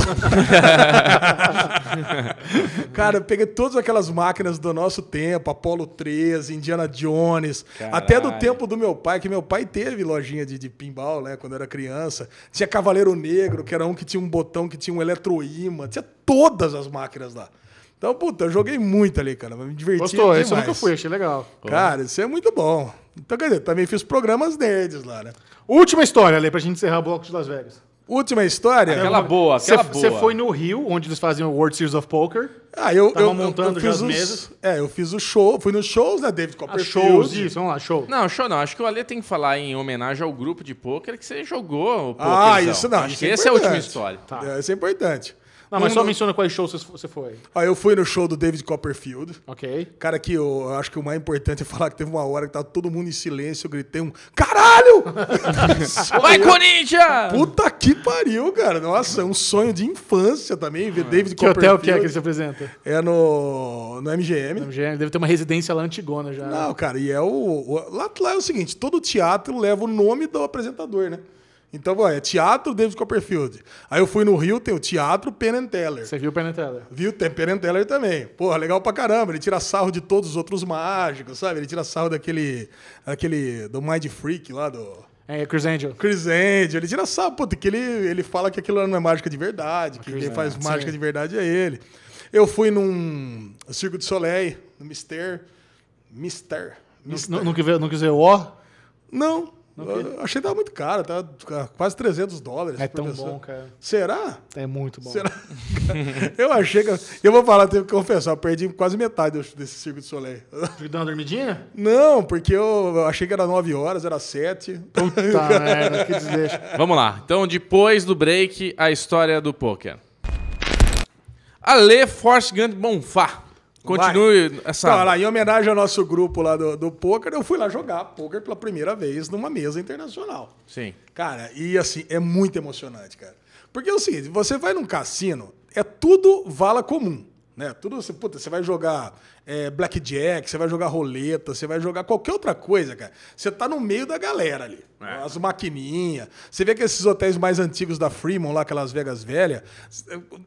[SPEAKER 3] cara, eu peguei todas aquelas máquinas do nosso tempo, Apollo 13, Indiana Jones,
[SPEAKER 1] Caralho.
[SPEAKER 3] até do tempo do meu pai, que meu pai teve lojinha de, de pinball, né, quando era criança. Tinha Cavaleiro Negro, que era um que tinha um botão que tinha um eletroímã, tinha todas as máquinas lá. Então, puta, eu joguei muito ali, cara, me diverti
[SPEAKER 2] Gostou?
[SPEAKER 3] demais.
[SPEAKER 2] Esse eu nunca fui, achei legal.
[SPEAKER 3] Cara, isso é muito bom. Então, quer dizer, também fiz programas nerds lá, né?
[SPEAKER 2] Última história, Ale, pra gente encerrar o bloco de Las Vegas.
[SPEAKER 3] Última história.
[SPEAKER 1] Aquela boa, aquela boa.
[SPEAKER 2] Você foi no Rio, onde eles fazem o World Series of Poker.
[SPEAKER 3] Ah, eu,
[SPEAKER 2] Tava
[SPEAKER 3] eu, eu-
[SPEAKER 2] montando já
[SPEAKER 3] eu fiz
[SPEAKER 2] as
[SPEAKER 3] os,
[SPEAKER 2] mesas.
[SPEAKER 3] É, eu fiz o show, fui nos shows, né, David
[SPEAKER 2] Ah,
[SPEAKER 3] Copperfield.
[SPEAKER 2] shows, isso, vamos lá, show.
[SPEAKER 1] Não, show não. Acho que o Ale tem que falar em homenagem ao grupo de pôquer que você jogou o
[SPEAKER 3] Ah,
[SPEAKER 1] pôquerzão.
[SPEAKER 3] isso não,
[SPEAKER 1] Acho
[SPEAKER 3] isso
[SPEAKER 1] que
[SPEAKER 3] é
[SPEAKER 1] essa é a última
[SPEAKER 3] importante.
[SPEAKER 1] história.
[SPEAKER 2] Tá.
[SPEAKER 3] É, isso é importante.
[SPEAKER 2] Não, mas
[SPEAKER 3] Um
[SPEAKER 2] só
[SPEAKER 3] do-
[SPEAKER 2] menciona quais shows você- você foi.
[SPEAKER 3] Ah, eu fui no show do David Copperfield.
[SPEAKER 2] Ok.
[SPEAKER 3] Cara, que eu eu acho que o mais importante é falar que teve uma hora que tava todo mundo em silêncio, eu gritei um caralho!
[SPEAKER 1] Vai, Corinthians!
[SPEAKER 3] Puta que pariu, cara. Nossa, é um sonho de infância também ver David
[SPEAKER 2] Que
[SPEAKER 3] Copperfield.
[SPEAKER 2] hotel que é que ele se apresenta?
[SPEAKER 3] É no, no MGM.
[SPEAKER 2] MGM, Deve ter uma residência lá antigona já.
[SPEAKER 3] Não, cara, e é o. o- lá, lá é o seguinte: todo teatro leva o nome do apresentador, né? Então, ó, é Teatro David Copperfield. Aí eu fui no Rio, tem o Teatro Penn and Teller.
[SPEAKER 2] Você viu o Penn Teller?
[SPEAKER 3] Viu? Tem Penn and Teller também. Porra, legal pra caramba. Ele tira sarro de todos os outros mágicos, sabe? Ele tira sarro daquele. aquele do Mind Freak lá do.
[SPEAKER 2] É, Chris Angel.
[SPEAKER 3] Chris Angel, ele tira sarro, puta, que ele, ele fala que aquilo não é mágica de verdade, que quem faz mágica de verdade é ele. Eu fui num Circo de Soleil, no Mister. Mister. Mister.
[SPEAKER 2] Não, não, quis ver, não quis ver o O?
[SPEAKER 3] Não. eu achei que tava muito caro, tava quase 300 dólares.
[SPEAKER 2] É
[SPEAKER 3] por
[SPEAKER 2] tão
[SPEAKER 3] pessoa.
[SPEAKER 2] bom, cara.
[SPEAKER 3] Será?
[SPEAKER 2] É muito bom.
[SPEAKER 3] Será? eu achei que. Eu vou falar, tenho que confessar, eu perdi quase metade desse Circo de Soleil.
[SPEAKER 2] Dá uma dormidinha?
[SPEAKER 3] Não, porque eu eu achei que era 9 horas, era 7.
[SPEAKER 2] Tá, merda, que desleixo.
[SPEAKER 1] Vamos lá. Então, depois do break, a história do pôquer. Ale Force Gant Bonfá. Continue essa...
[SPEAKER 3] Então, olha lá, em homenagem ao nosso grupo lá do, do poker, eu fui lá jogar poker pela primeira vez numa mesa internacional.
[SPEAKER 1] Sim.
[SPEAKER 3] Cara, e assim, é muito emocionante, cara. Porque é o seguinte, você vai num cassino, é tudo vala comum, né? Tudo, você, puta, você vai jogar é, blackjack, você vai jogar roleta, você vai jogar qualquer outra coisa, cara. Você tá no meio da galera ali. As maquininhas. Você vê que esses hotéis mais antigos da Fremont, lá, aquelas Vegas velha,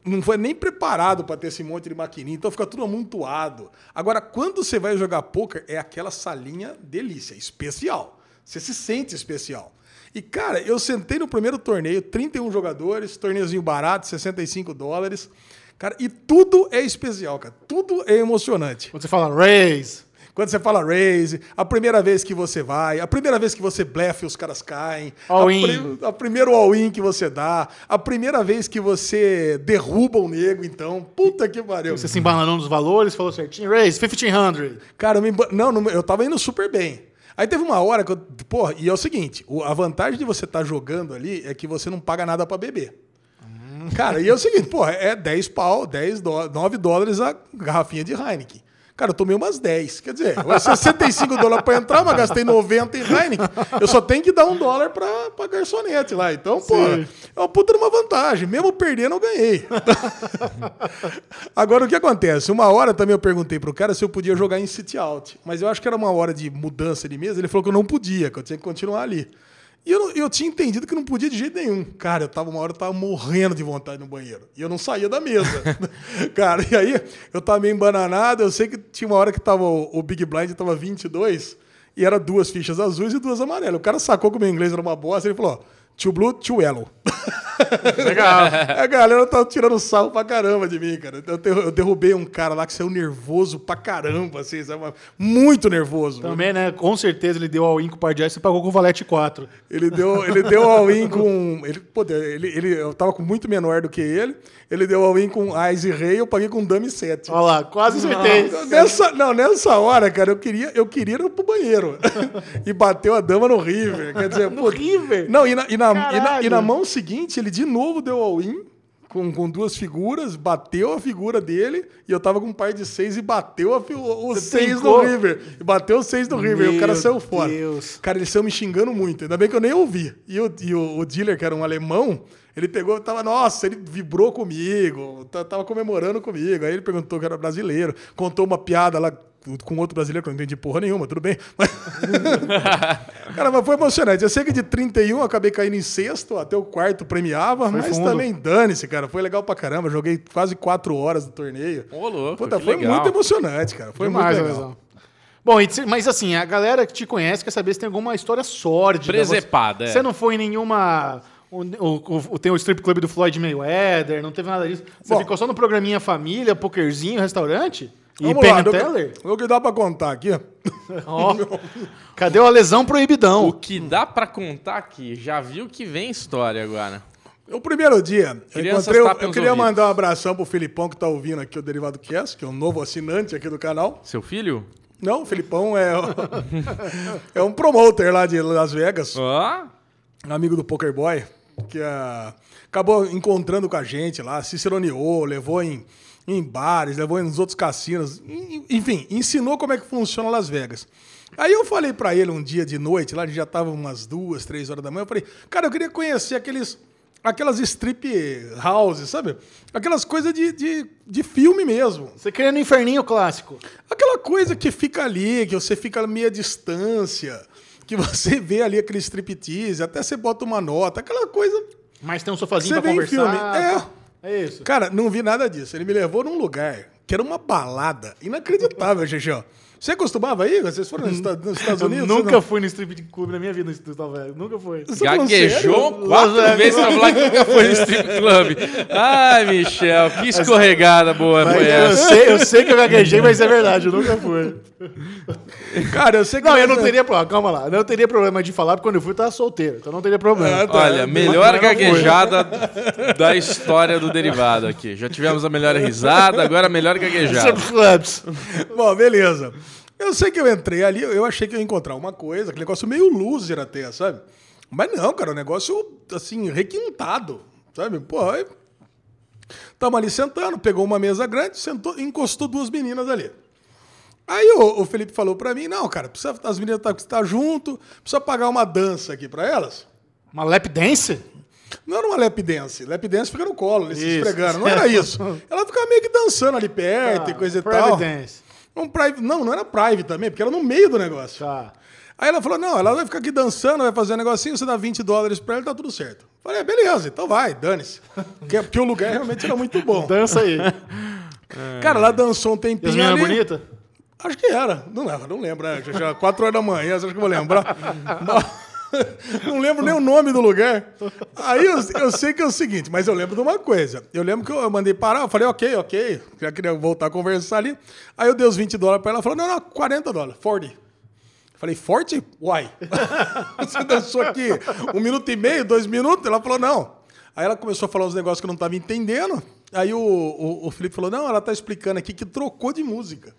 [SPEAKER 3] não foi nem preparado pra ter esse monte de maquininha, então fica tudo amontoado. Agora, quando você vai jogar poker, é aquela salinha delícia, especial. Você se sente especial. E, cara, eu sentei no primeiro torneio, 31 jogadores, torneiozinho barato, 65 dólares. Cara, e tudo é especial, cara. Tudo é emocionante.
[SPEAKER 2] Quando você fala raise,
[SPEAKER 3] Quando você fala raise, a primeira vez que você vai, a primeira vez que você blefe, os caras caem.
[SPEAKER 2] All
[SPEAKER 3] a,
[SPEAKER 2] in.
[SPEAKER 3] a primeiro all-in que você dá, a primeira vez que você derruba o nego, então. Puta que pariu.
[SPEAKER 2] você se embananou nos valores, falou certinho, raise, 1500.
[SPEAKER 3] Cara, eu me emba- não, não, eu tava indo super bem. Aí teve uma hora que eu. Porra, e é o seguinte: o- a vantagem de você estar jogando ali é que você não paga nada pra beber. Cara, e é o seguinte, porra, é 10 pau, 10 dó, 9 dólares a garrafinha de Heineken. Cara, eu tomei umas 10. Quer dizer, vai ser 65 dólares para entrar, mas gastei 90 em Heineken. Eu só tenho que dar um dólar para pra garçonete lá. Então, pô, é uma puta de uma vantagem. Mesmo perdendo, eu ganhei. Agora, o que acontece? Uma hora também eu perguntei pro cara se eu podia jogar em sit out. Mas eu acho que era uma hora de mudança de mesa. Ele falou que eu não podia, que eu tinha que continuar ali. E eu, não- eu tinha entendido que não podia de jeito nenhum. Cara, eu tava uma hora, eu tava morrendo de vontade no banheiro. E eu não saía da mesa. cara, e aí eu tava meio embananado. Eu sei que tinha uma hora que tava o, o Big Blind tava 22 e era duas fichas azuis e duas amarelas. O cara sacou que o meu inglês era uma bosta. Ele falou: ó, Tio Blue, tio Yellow.
[SPEAKER 2] Legal.
[SPEAKER 3] A galera tá tirando sarro pra caramba de mim, cara. Eu, derru- eu derrubei um cara lá que saiu nervoso pra caramba, assim, sabe? Muito nervoso.
[SPEAKER 2] Também, né? Com certeza ele deu ao Inco par de e pagou com o Valete 4.
[SPEAKER 3] Ele deu, ele deu all-in com. um, Ele, pô, ele, ele, eu tava com muito menor do que ele. Ele deu all-in com Ice Rei, eu paguei com Dami 7.
[SPEAKER 2] Olha lá, quase acertei.
[SPEAKER 3] Nessa, não, nessa hora, cara, eu queria, eu queria ir pro banheiro. e bateu a dama no River. Quer dizer,
[SPEAKER 2] No
[SPEAKER 3] pô,
[SPEAKER 2] River?
[SPEAKER 3] Não, e na, e, na, e, na, e
[SPEAKER 2] Caralho.
[SPEAKER 3] na mão seguinte, ele de novo deu all-in com, com duas figuras, bateu a figura dele, e eu tava com um par de seis e bateu a fi- o, o seis
[SPEAKER 2] trincou?
[SPEAKER 3] no River. E bateu o seis no River. e o cara
[SPEAKER 2] Meu
[SPEAKER 3] saiu fora.
[SPEAKER 2] Deus.
[SPEAKER 3] Cara, eles estão me xingando muito. Ainda bem que eu nem ouvi. E, o, e o, o dealer, que era um alemão, ele pegou, tava, nossa, ele vibrou comigo, ta- tava comemorando comigo. Aí ele perguntou que era brasileiro, contou uma piada lá com outro brasileiro que eu não entendi porra nenhuma, tudo bem. Mas- Cara, mas foi emocionante. Eu sei que de 31 eu acabei caindo em sexto, até o quarto premiava, mas
[SPEAKER 2] fundo.
[SPEAKER 3] também dane-se, cara. Foi legal pra caramba. Joguei quase quatro horas do torneio.
[SPEAKER 1] Ô, louco,
[SPEAKER 3] Puta,
[SPEAKER 1] que
[SPEAKER 3] foi
[SPEAKER 1] legal.
[SPEAKER 3] muito emocionante, cara. Foi
[SPEAKER 2] Demais,
[SPEAKER 3] muito legal.
[SPEAKER 2] Alesão. Bom, e se- mas assim, a galera que te conhece quer saber se tem alguma história sórdida.
[SPEAKER 1] Presepada,
[SPEAKER 2] Você,
[SPEAKER 1] é.
[SPEAKER 2] você não foi em nenhuma. O, o- o- tem o strip club do Floyd Mayweather, não teve nada disso. Você
[SPEAKER 3] Bom.
[SPEAKER 2] ficou só no programinha Família, pokerzinho, restaurante? E
[SPEAKER 3] Vamos
[SPEAKER 2] Penn
[SPEAKER 3] lá,
[SPEAKER 2] and
[SPEAKER 3] do que-
[SPEAKER 2] Teller?
[SPEAKER 3] O que dá pra contar aqui?
[SPEAKER 2] Ó, cadê o Alesão Proibidão?
[SPEAKER 1] O que dá pra contar aqui? Já viu que vem história agora.
[SPEAKER 3] O primeiro dia, eu,
[SPEAKER 1] Crianças
[SPEAKER 3] encontrei,
[SPEAKER 1] tapem
[SPEAKER 3] eu
[SPEAKER 1] os
[SPEAKER 3] queria
[SPEAKER 1] ouvidos.
[SPEAKER 3] mandar um abração pro Filipão que tá ouvindo aqui o Derivado Cast, que é um novo assinante aqui do canal.
[SPEAKER 1] Seu filho?
[SPEAKER 3] Não, o Filipão é, é um promoter lá de Las Vegas,
[SPEAKER 1] Ó.
[SPEAKER 3] um amigo do Poker Boy, que ah, acabou encontrando com a gente lá, ciceroneou, levou em, em bares, levou nos outros cassinos, en- enfim, ensinou como é que funciona Las Vegas. Aí eu falei pra ele um dia de noite, lá a gente já tava umas duas, três horas da manhã, eu falei, cara, eu queria conhecer aqueles aquelas strip houses, sabe? Aquelas coisas de, de, de filme mesmo.
[SPEAKER 2] Você querendo um inferninho clássico.
[SPEAKER 3] Aquela coisa que fica ali, que você fica a meia distância, que você vê ali aquele striptease, até você bota uma nota, aquela coisa.
[SPEAKER 2] Mas tem um sofazinho
[SPEAKER 3] Você
[SPEAKER 2] pra
[SPEAKER 3] vê em
[SPEAKER 2] conversar.
[SPEAKER 3] filme.
[SPEAKER 2] É. É isso.
[SPEAKER 3] Cara, não vi nada disso. Ele me levou num lugar que era uma balada inacreditável, Xixi. Você costumava ir? Vocês foram nos Estados nos Estados
[SPEAKER 2] Hum. Eu
[SPEAKER 3] Unidos?
[SPEAKER 2] nunca
[SPEAKER 3] Não.
[SPEAKER 2] fui no strip club na minha vida, no Gustavo. Nunca fui.
[SPEAKER 3] Você tá falando sério?
[SPEAKER 1] Gaguejou quatro
[SPEAKER 2] Las
[SPEAKER 1] vezes pra falar que nunca foi no strip club. Ai, Michel, que escorregada boa
[SPEAKER 2] Mas
[SPEAKER 1] foi
[SPEAKER 3] é.
[SPEAKER 2] eu,
[SPEAKER 1] essa.
[SPEAKER 2] sei, eu sei que eu gaguejei, mas é verdade, eu nunca fui.
[SPEAKER 3] Cara, eu sei que. é
[SPEAKER 2] Não, eu não teria problema, calma lá. Eu não teria problema de falar, porque quando eu fui eu tava solteiro, então não teria
[SPEAKER 3] Ah,
[SPEAKER 2] problema.
[SPEAKER 3] tá.
[SPEAKER 1] Olha,
[SPEAKER 3] Mas-
[SPEAKER 1] melhor
[SPEAKER 2] mas não foi.
[SPEAKER 1] gaguejada da história do derivado aqui. Já tivemos a melhor risada, agora a melhor gaguejada.
[SPEAKER 2] Strip clubs.
[SPEAKER 3] Bom, beleza. Eu sei que eu entrei ali, eu achei que eu ia encontrar uma coisa, aquele negócio meio loser até, sabe? Mas não, cara, o negócio, assim, requintado, sabe? Pô, aí... Tamo ali sentando, pegou uma mesa grande, sentou, encostou duas meninas ali. Aí o, o Felipe falou pra mim, não, cara, precisa, as meninas tá, tá junto, precisa pagar uma dança aqui pra elas.
[SPEAKER 2] Uma lap dance?
[SPEAKER 3] Não era uma lap dance. Lap dance fica no colo, eles se
[SPEAKER 2] Isso.
[SPEAKER 3] esfregando. Não era isso. Ela ficava meio que dançando ali perto e É, coisa e
[SPEAKER 2] private
[SPEAKER 3] tal.
[SPEAKER 2] Ah, dance.
[SPEAKER 3] Um private, não, não era private também, porque era no meio do negócio.
[SPEAKER 2] Tá.
[SPEAKER 3] Aí ela falou: não, ela vai ficar aqui dançando, vai fazer um negocinho, você dá 20 dólares pra ela, tá tudo certo. Falei, beleza, então vai, dane-se. Porque, porque o lugar realmente era muito bom.
[SPEAKER 2] Dança aí. é
[SPEAKER 3] Cara, ela dançou
[SPEAKER 2] E
[SPEAKER 3] um
[SPEAKER 2] as
[SPEAKER 3] tempinho.
[SPEAKER 2] meninas
[SPEAKER 3] ali.
[SPEAKER 2] bonitas?
[SPEAKER 3] Acho que era. Não lembro, não lembro. né? Já, já 4 horas da manhã, você acha que eu vou lembrar? Mas- não lembro nem o nome do lugar. Aí eu, eu sei que é o seguinte, mas eu lembro de uma coisa. Eu lembro que eu mandei parar, eu falei, ok, ok. Já queria voltar a conversar ali. Aí eu dei os 20 dólares pra ela, ela falou, não, não, 40 dólares, 40. Eu Falei, forte? Uai. Você dançou aqui um minuto e meio, dois minutos? Ela falou, não. Aí ela começou a falar uns negócios que eu não estava entendendo. Aí o, o, o Felipe falou, não, ela tá explicando aqui que trocou de música.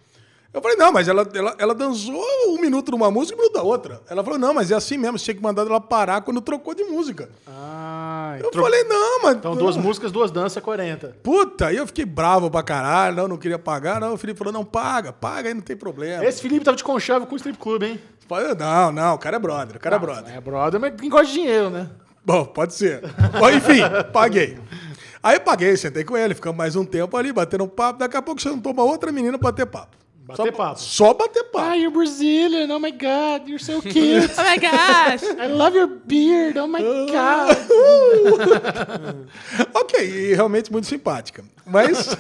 [SPEAKER 3] Eu falei, não, mas ela, ela, ela dançou um minuto numa música e um minuto da outra. Ela falou, não, mas é assim mesmo, você tinha que mandar ela parar quando trocou de música.
[SPEAKER 2] Ah,
[SPEAKER 3] Eu falei, não, mas.
[SPEAKER 2] Então, duas músicas, duas danças, 40.
[SPEAKER 3] Puta, aí eu fiquei bravo pra caralho, não, não queria pagar. Não, o Felipe falou, não, paga, paga, aí não tem problema.
[SPEAKER 2] Esse Felipe tava de conchavo com o strip club, hein?
[SPEAKER 3] Falei, não, não, o cara é brother, o cara é brother.
[SPEAKER 2] É brother, mas quem gosta de dinheiro, né?
[SPEAKER 3] Bom, pode ser. Bom, enfim, paguei. Aí eu paguei, sentei com ele, ficamos mais um tempo ali, batendo um papo. Daqui a pouco você não toma outra menina pra ter papo.
[SPEAKER 2] Bater
[SPEAKER 3] só,
[SPEAKER 2] papo.
[SPEAKER 3] Só bater papo.
[SPEAKER 2] you're Brazilian, oh my god, you're so cute.
[SPEAKER 4] Oh my gosh!
[SPEAKER 2] I love your beard, oh my
[SPEAKER 3] Ah.
[SPEAKER 2] god.
[SPEAKER 3] ok, e realmente muito simpática. Mas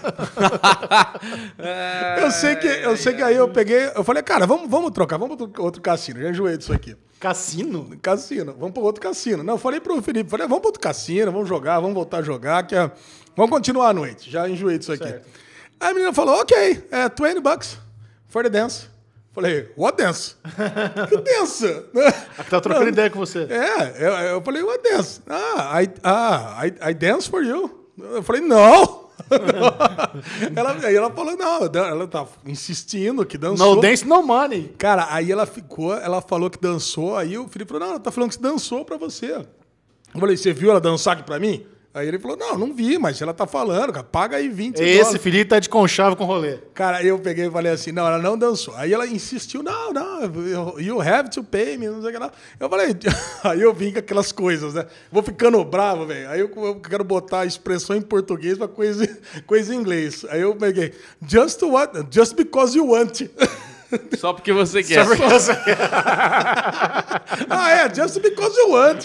[SPEAKER 3] eu sei que eu sei que aí eu peguei, eu falei, cara, vamos, vamos trocar, vamos pro outro cassino. Já enjoei disso aqui.
[SPEAKER 2] Cassino?
[SPEAKER 3] Cassino, vamos para outro cassino. Não, eu falei pro Felipe, falei, "Ah, vamos para outro cassino, vamos jogar, vamos voltar a jogar, que é- vamos continuar a noite. Já enjoei disso aqui. Aí a menina falou, ok, é 20 bucks for the dance. Falei, what dance? que dança?
[SPEAKER 2] Tá trocando ideia com você.
[SPEAKER 3] É, eu, eu falei, what dance? Ah, I, ah I, I dance for you. Eu falei, não! ela, aí ela falou, não, ela tá insistindo que dançou.
[SPEAKER 2] No dance, no money.
[SPEAKER 3] Cara, aí ela ficou, ela falou que dançou, aí o Felipe falou, não, ela tá falando que dançou pra você. Eu falei, você viu ela dançar aqui pra mim? Aí ele falou, não, não vi, mas ela tá falando, cara, paga aí 20
[SPEAKER 2] Esse
[SPEAKER 3] dólares.
[SPEAKER 2] Felipe tá de conchavo com rolê.
[SPEAKER 3] Cara, eu peguei e falei assim, não, ela não dançou. Aí ela insistiu, não, não, you- you have to pay me, não sei o que lá. Eu falei, aí eu vim com aquelas coisas, né? Vou ficando bravo, velho. Aí eu, eu quero botar a expressão em português pra coisa, coisa em inglês. Aí eu peguei, just, what, just because you want.
[SPEAKER 1] Só porque você
[SPEAKER 3] É
[SPEAKER 1] quer.
[SPEAKER 3] ah, é, just because you want.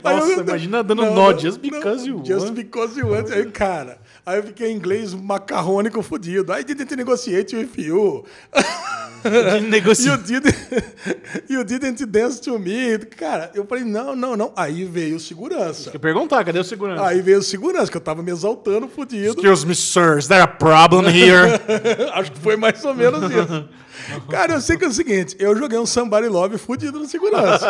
[SPEAKER 2] Nossa,
[SPEAKER 3] eu-
[SPEAKER 2] imagina dando
[SPEAKER 3] não,
[SPEAKER 2] nó
[SPEAKER 3] não,
[SPEAKER 2] just because
[SPEAKER 3] não,
[SPEAKER 2] you
[SPEAKER 3] Just
[SPEAKER 2] want.
[SPEAKER 3] because you want. Aí, cara, aí eu fiquei em inglês macarrônico fudido. I didn't negotiate with you. You
[SPEAKER 2] Negociando.
[SPEAKER 3] didn't, you didn't dance to me. Cara, eu falei, não, não, não. Aí veio o segurança.
[SPEAKER 2] Quer perguntar, cadê o segurança?
[SPEAKER 3] Aí veio o segurança, que eu tava me exaltando, fudido.
[SPEAKER 2] Excuse me, sir, is there a problem here?
[SPEAKER 3] Acho que foi mais ou menos isso. Cara, eu sei que é o seguinte, eu joguei um somebody love fudido no segurança.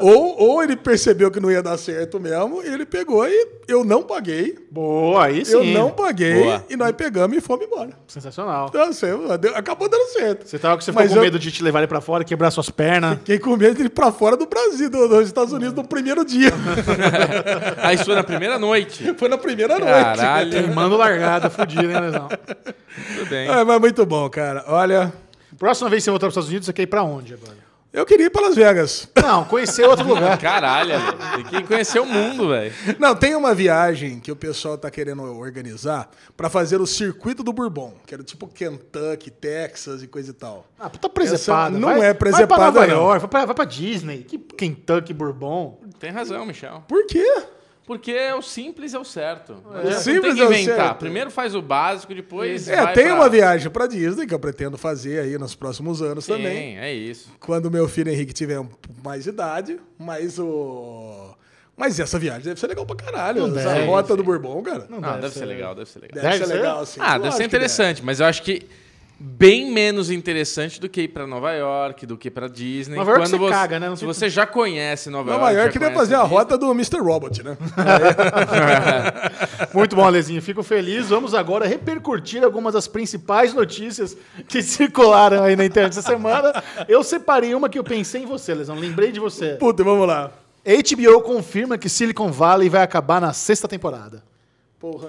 [SPEAKER 3] ou, ou ele percebeu que não ia dar certo mesmo, e ele pegou e eu não paguei.
[SPEAKER 2] Boa, aí sim.
[SPEAKER 3] Eu não paguei
[SPEAKER 1] Boa.
[SPEAKER 3] e nós pegamos e fomos embora.
[SPEAKER 2] Sensacional.
[SPEAKER 3] Então, assim, deu- acabou dando certo.
[SPEAKER 2] Você, tava, você ficou
[SPEAKER 3] Mas
[SPEAKER 2] com
[SPEAKER 3] eu
[SPEAKER 2] medo de te levar ele pra fora, quebrar suas pernas.
[SPEAKER 3] Fiquei com medo de ir pra fora do Brasil, do- dos Estados Unidos, no primeiro dia.
[SPEAKER 1] Aí isso foi na primeira noite.
[SPEAKER 3] Foi na primeira noite.
[SPEAKER 1] Caralho,
[SPEAKER 2] Mando largada, fudido, hein, Lesão?
[SPEAKER 1] tudo bem.
[SPEAKER 3] É, mas muito bom, cara. Olha,
[SPEAKER 2] Próxima vez que você voltar pros Estados Unidos, você quer ir pra onde agora?
[SPEAKER 3] eu queria ir para Las Vegas.
[SPEAKER 2] Não, conhecer outro lugar.
[SPEAKER 1] Caralho, velho. tem que conhecer o mundo, velho.
[SPEAKER 3] Não, tem uma viagem que o pessoal tá querendo organizar pra fazer o circuito do Bourbon, que era tipo Kentucky, Texas e coisa e tal.
[SPEAKER 2] Ah, puta presepada.
[SPEAKER 3] Essa não
[SPEAKER 2] vai,
[SPEAKER 3] é presepada,
[SPEAKER 2] Vai pra Nova
[SPEAKER 3] não.
[SPEAKER 2] York, vai pra, vai pra Disney. Que Kentucky Bourbon.
[SPEAKER 1] Tem razão, Michel.
[SPEAKER 3] Por quê?
[SPEAKER 1] Porque o simples é o certo.
[SPEAKER 3] O
[SPEAKER 1] Não
[SPEAKER 3] simples é
[SPEAKER 1] tem
[SPEAKER 3] o
[SPEAKER 1] que inventar.
[SPEAKER 3] certo.
[SPEAKER 1] Primeiro faz o básico, depois.
[SPEAKER 3] É,
[SPEAKER 1] vai
[SPEAKER 3] tem
[SPEAKER 1] pra-
[SPEAKER 3] uma viagem pra Disney que eu pretendo fazer aí nos próximos anos
[SPEAKER 1] Sim,
[SPEAKER 3] também.
[SPEAKER 1] é isso.
[SPEAKER 3] Quando meu filho Henrique tiver um pouco mais de idade, mas o. Mas essa viagem deve ser legal pra caralho.
[SPEAKER 2] Não
[SPEAKER 3] essa
[SPEAKER 2] deve,
[SPEAKER 3] rota do Bourbon, cara.
[SPEAKER 1] Ah, deve, ser legal, deve ser legal.
[SPEAKER 3] Deve,
[SPEAKER 2] Deve
[SPEAKER 3] ser
[SPEAKER 2] ser?
[SPEAKER 3] legal, sim.
[SPEAKER 1] Ah,
[SPEAKER 3] Lógico
[SPEAKER 1] deve ser
[SPEAKER 3] que
[SPEAKER 1] interessante, mas eu acho que bem menos interessante do que ir pra Nova York, do que ir pra Disney.
[SPEAKER 2] Nova York você
[SPEAKER 1] você
[SPEAKER 2] caga, né? Não
[SPEAKER 1] se
[SPEAKER 2] fica-
[SPEAKER 1] você já conhece Nova,
[SPEAKER 3] Nova
[SPEAKER 1] York, já
[SPEAKER 3] York queria
[SPEAKER 1] conhece
[SPEAKER 3] fazer a
[SPEAKER 1] Disney.
[SPEAKER 3] rota do Mr. Robot, né?
[SPEAKER 2] Muito bom, Alezinho. Fico feliz. Vamos agora repercutir algumas das principais notícias que circularam aí na internet essa semana. Eu separei uma que eu pensei em você, Lesão. Lembrei de você.
[SPEAKER 3] Puta, vamos lá.
[SPEAKER 2] HBO confirma que Silicon Valley vai acabar na sexta temporada.
[SPEAKER 3] Porra.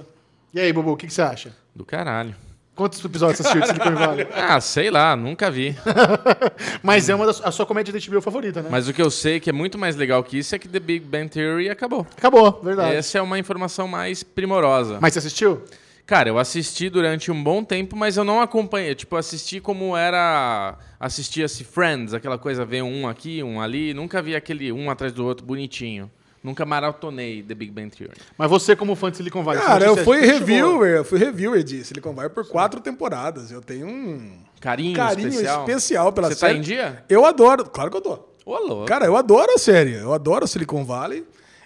[SPEAKER 2] E aí, Bubu, o que, que você acha?
[SPEAKER 1] Do caralho.
[SPEAKER 2] Quantos episódios você assistiu de Silicon Valley?
[SPEAKER 1] Ah, sei lá, nunca vi.
[SPEAKER 2] Mas é uma da a sua comédia da HBO favorita, né?
[SPEAKER 1] Mas o que eu sei que é muito mais legal que isso é que The Big Bang Theory acabou.
[SPEAKER 2] Acabou, verdade.
[SPEAKER 1] Essa é uma informação mais primorosa.
[SPEAKER 2] Mas você assistiu?
[SPEAKER 1] Cara, eu assisti durante um bom tempo, mas eu não acompanhei. Tipo, assisti como era. Assistia-se Friends, aquela coisa, ver um aqui, um ali. Nunca vi aquele um atrás do outro bonitinho. Nunca maratonei The Big Bang Theory.
[SPEAKER 2] Mas você, como fã de Silicon Valley...
[SPEAKER 3] Cara,
[SPEAKER 2] essa
[SPEAKER 3] eu
[SPEAKER 2] notícia
[SPEAKER 3] fui
[SPEAKER 2] te chegou.
[SPEAKER 3] reviewer, eu fui reviewer de Silicon Valley por quatro temporadas. Eu tenho um
[SPEAKER 1] Carinho,
[SPEAKER 3] carinho especial,
[SPEAKER 1] especial.
[SPEAKER 3] pela
[SPEAKER 1] Você tá
[SPEAKER 3] série.
[SPEAKER 1] em dia?
[SPEAKER 3] Eu adoro, claro que eu tô.
[SPEAKER 1] Ô, louco.
[SPEAKER 3] Cara, eu adoro a série, eu adoro Silicon Valley,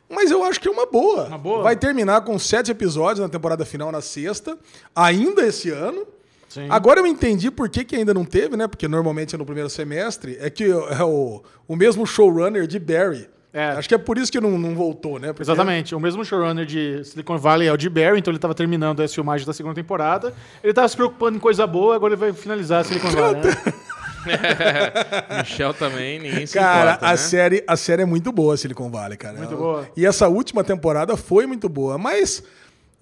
[SPEAKER 3] mas eu acho que é uma boa.
[SPEAKER 2] Uma boa?
[SPEAKER 3] Vai terminar com sete episódios na temporada final, na sexta, ainda esse ano.
[SPEAKER 2] Sim.
[SPEAKER 3] Agora eu entendi por que, que ainda não teve, né? Porque normalmente é no primeiro semestre. É que é o, o mesmo showrunner de Barry,
[SPEAKER 2] É.
[SPEAKER 3] Acho que é por isso que não, não voltou, né? Porque
[SPEAKER 2] Exatamente. O mesmo showrunner de Silicon Valley é o de Barry, então ele estava terminando as filmagens da segunda temporada. Ele estava se preocupando em coisa boa, agora ele vai finalizar Silicon Valley. né?
[SPEAKER 1] Michel também, ninguém se
[SPEAKER 3] Cara,
[SPEAKER 1] importa,
[SPEAKER 3] a,
[SPEAKER 1] né?
[SPEAKER 3] série, a série é muito boa, Silicon Valley, cara.
[SPEAKER 2] Muito
[SPEAKER 3] Ela-
[SPEAKER 2] boa.
[SPEAKER 3] E essa última temporada foi muito boa, mas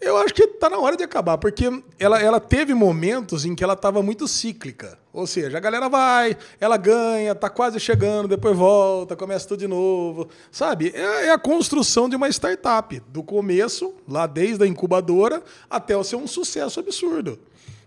[SPEAKER 3] eu acho que tá na hora de acabar, porque ela, ela teve momentos em que ela tava muito cíclica. Ou seja, a galera vai, ela ganha, tá quase chegando, depois volta, começa tudo de novo. Sabe? É, é a construção de uma startup, do começo, lá desde a incubadora, até ela ser um sucesso absurdo.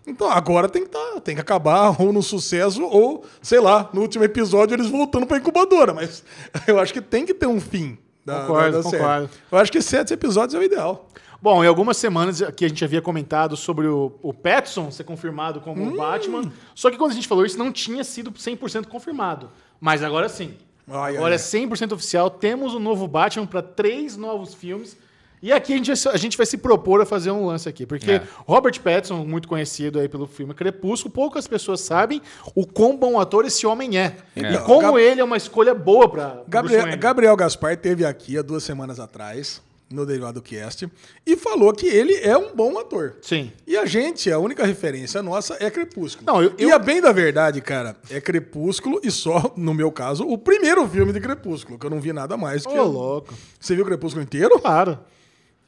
[SPEAKER 3] Então agora tem que, tá, tem que acabar ou no sucesso ou, sei lá, no último episódio eles voltando pra incubadora. Mas eu acho que tem que ter um fim. Da,
[SPEAKER 2] Concordo,
[SPEAKER 3] da- da série.
[SPEAKER 2] concordo.
[SPEAKER 3] Eu acho que sete episódios é o ideal.
[SPEAKER 2] Bom, em algumas semanas aqui a gente havia comentado sobre o, o Pattinson ser confirmado como o Batman. Só que quando a gente falou isso, não tinha sido 100% confirmado. Mas agora sim.
[SPEAKER 3] Ai, ai,
[SPEAKER 2] agora é
[SPEAKER 3] ai.
[SPEAKER 2] 100% oficial. Temos o novo Batman para três novos filmes. E aqui a gente, vai- a gente vai se propor a fazer um lance aqui. Porque
[SPEAKER 1] É.
[SPEAKER 2] Robert Pattinson, muito conhecido aí pelo filme Crepúsculo, poucas pessoas sabem o quão bom ator esse homem é.
[SPEAKER 1] Então,
[SPEAKER 2] e como
[SPEAKER 3] Gab-
[SPEAKER 2] ele é uma escolha boa para
[SPEAKER 3] Gabriel, Gabriel Gaspar teve aqui há duas semanas atrás, no Derivado Cast, e falou que ele é um bom ator.
[SPEAKER 2] Sim.
[SPEAKER 3] E a gente, a única referência nossa é Crepúsculo.
[SPEAKER 2] Não, eu-
[SPEAKER 3] E
[SPEAKER 2] eu-
[SPEAKER 3] a bem da verdade, cara, é Crepúsculo e só, no meu caso, o primeiro filme de Crepúsculo, que eu não vi nada mais.
[SPEAKER 2] Ô,
[SPEAKER 3] que eu-
[SPEAKER 2] louco.
[SPEAKER 3] Você viu Crepúsculo inteiro?
[SPEAKER 2] Claro.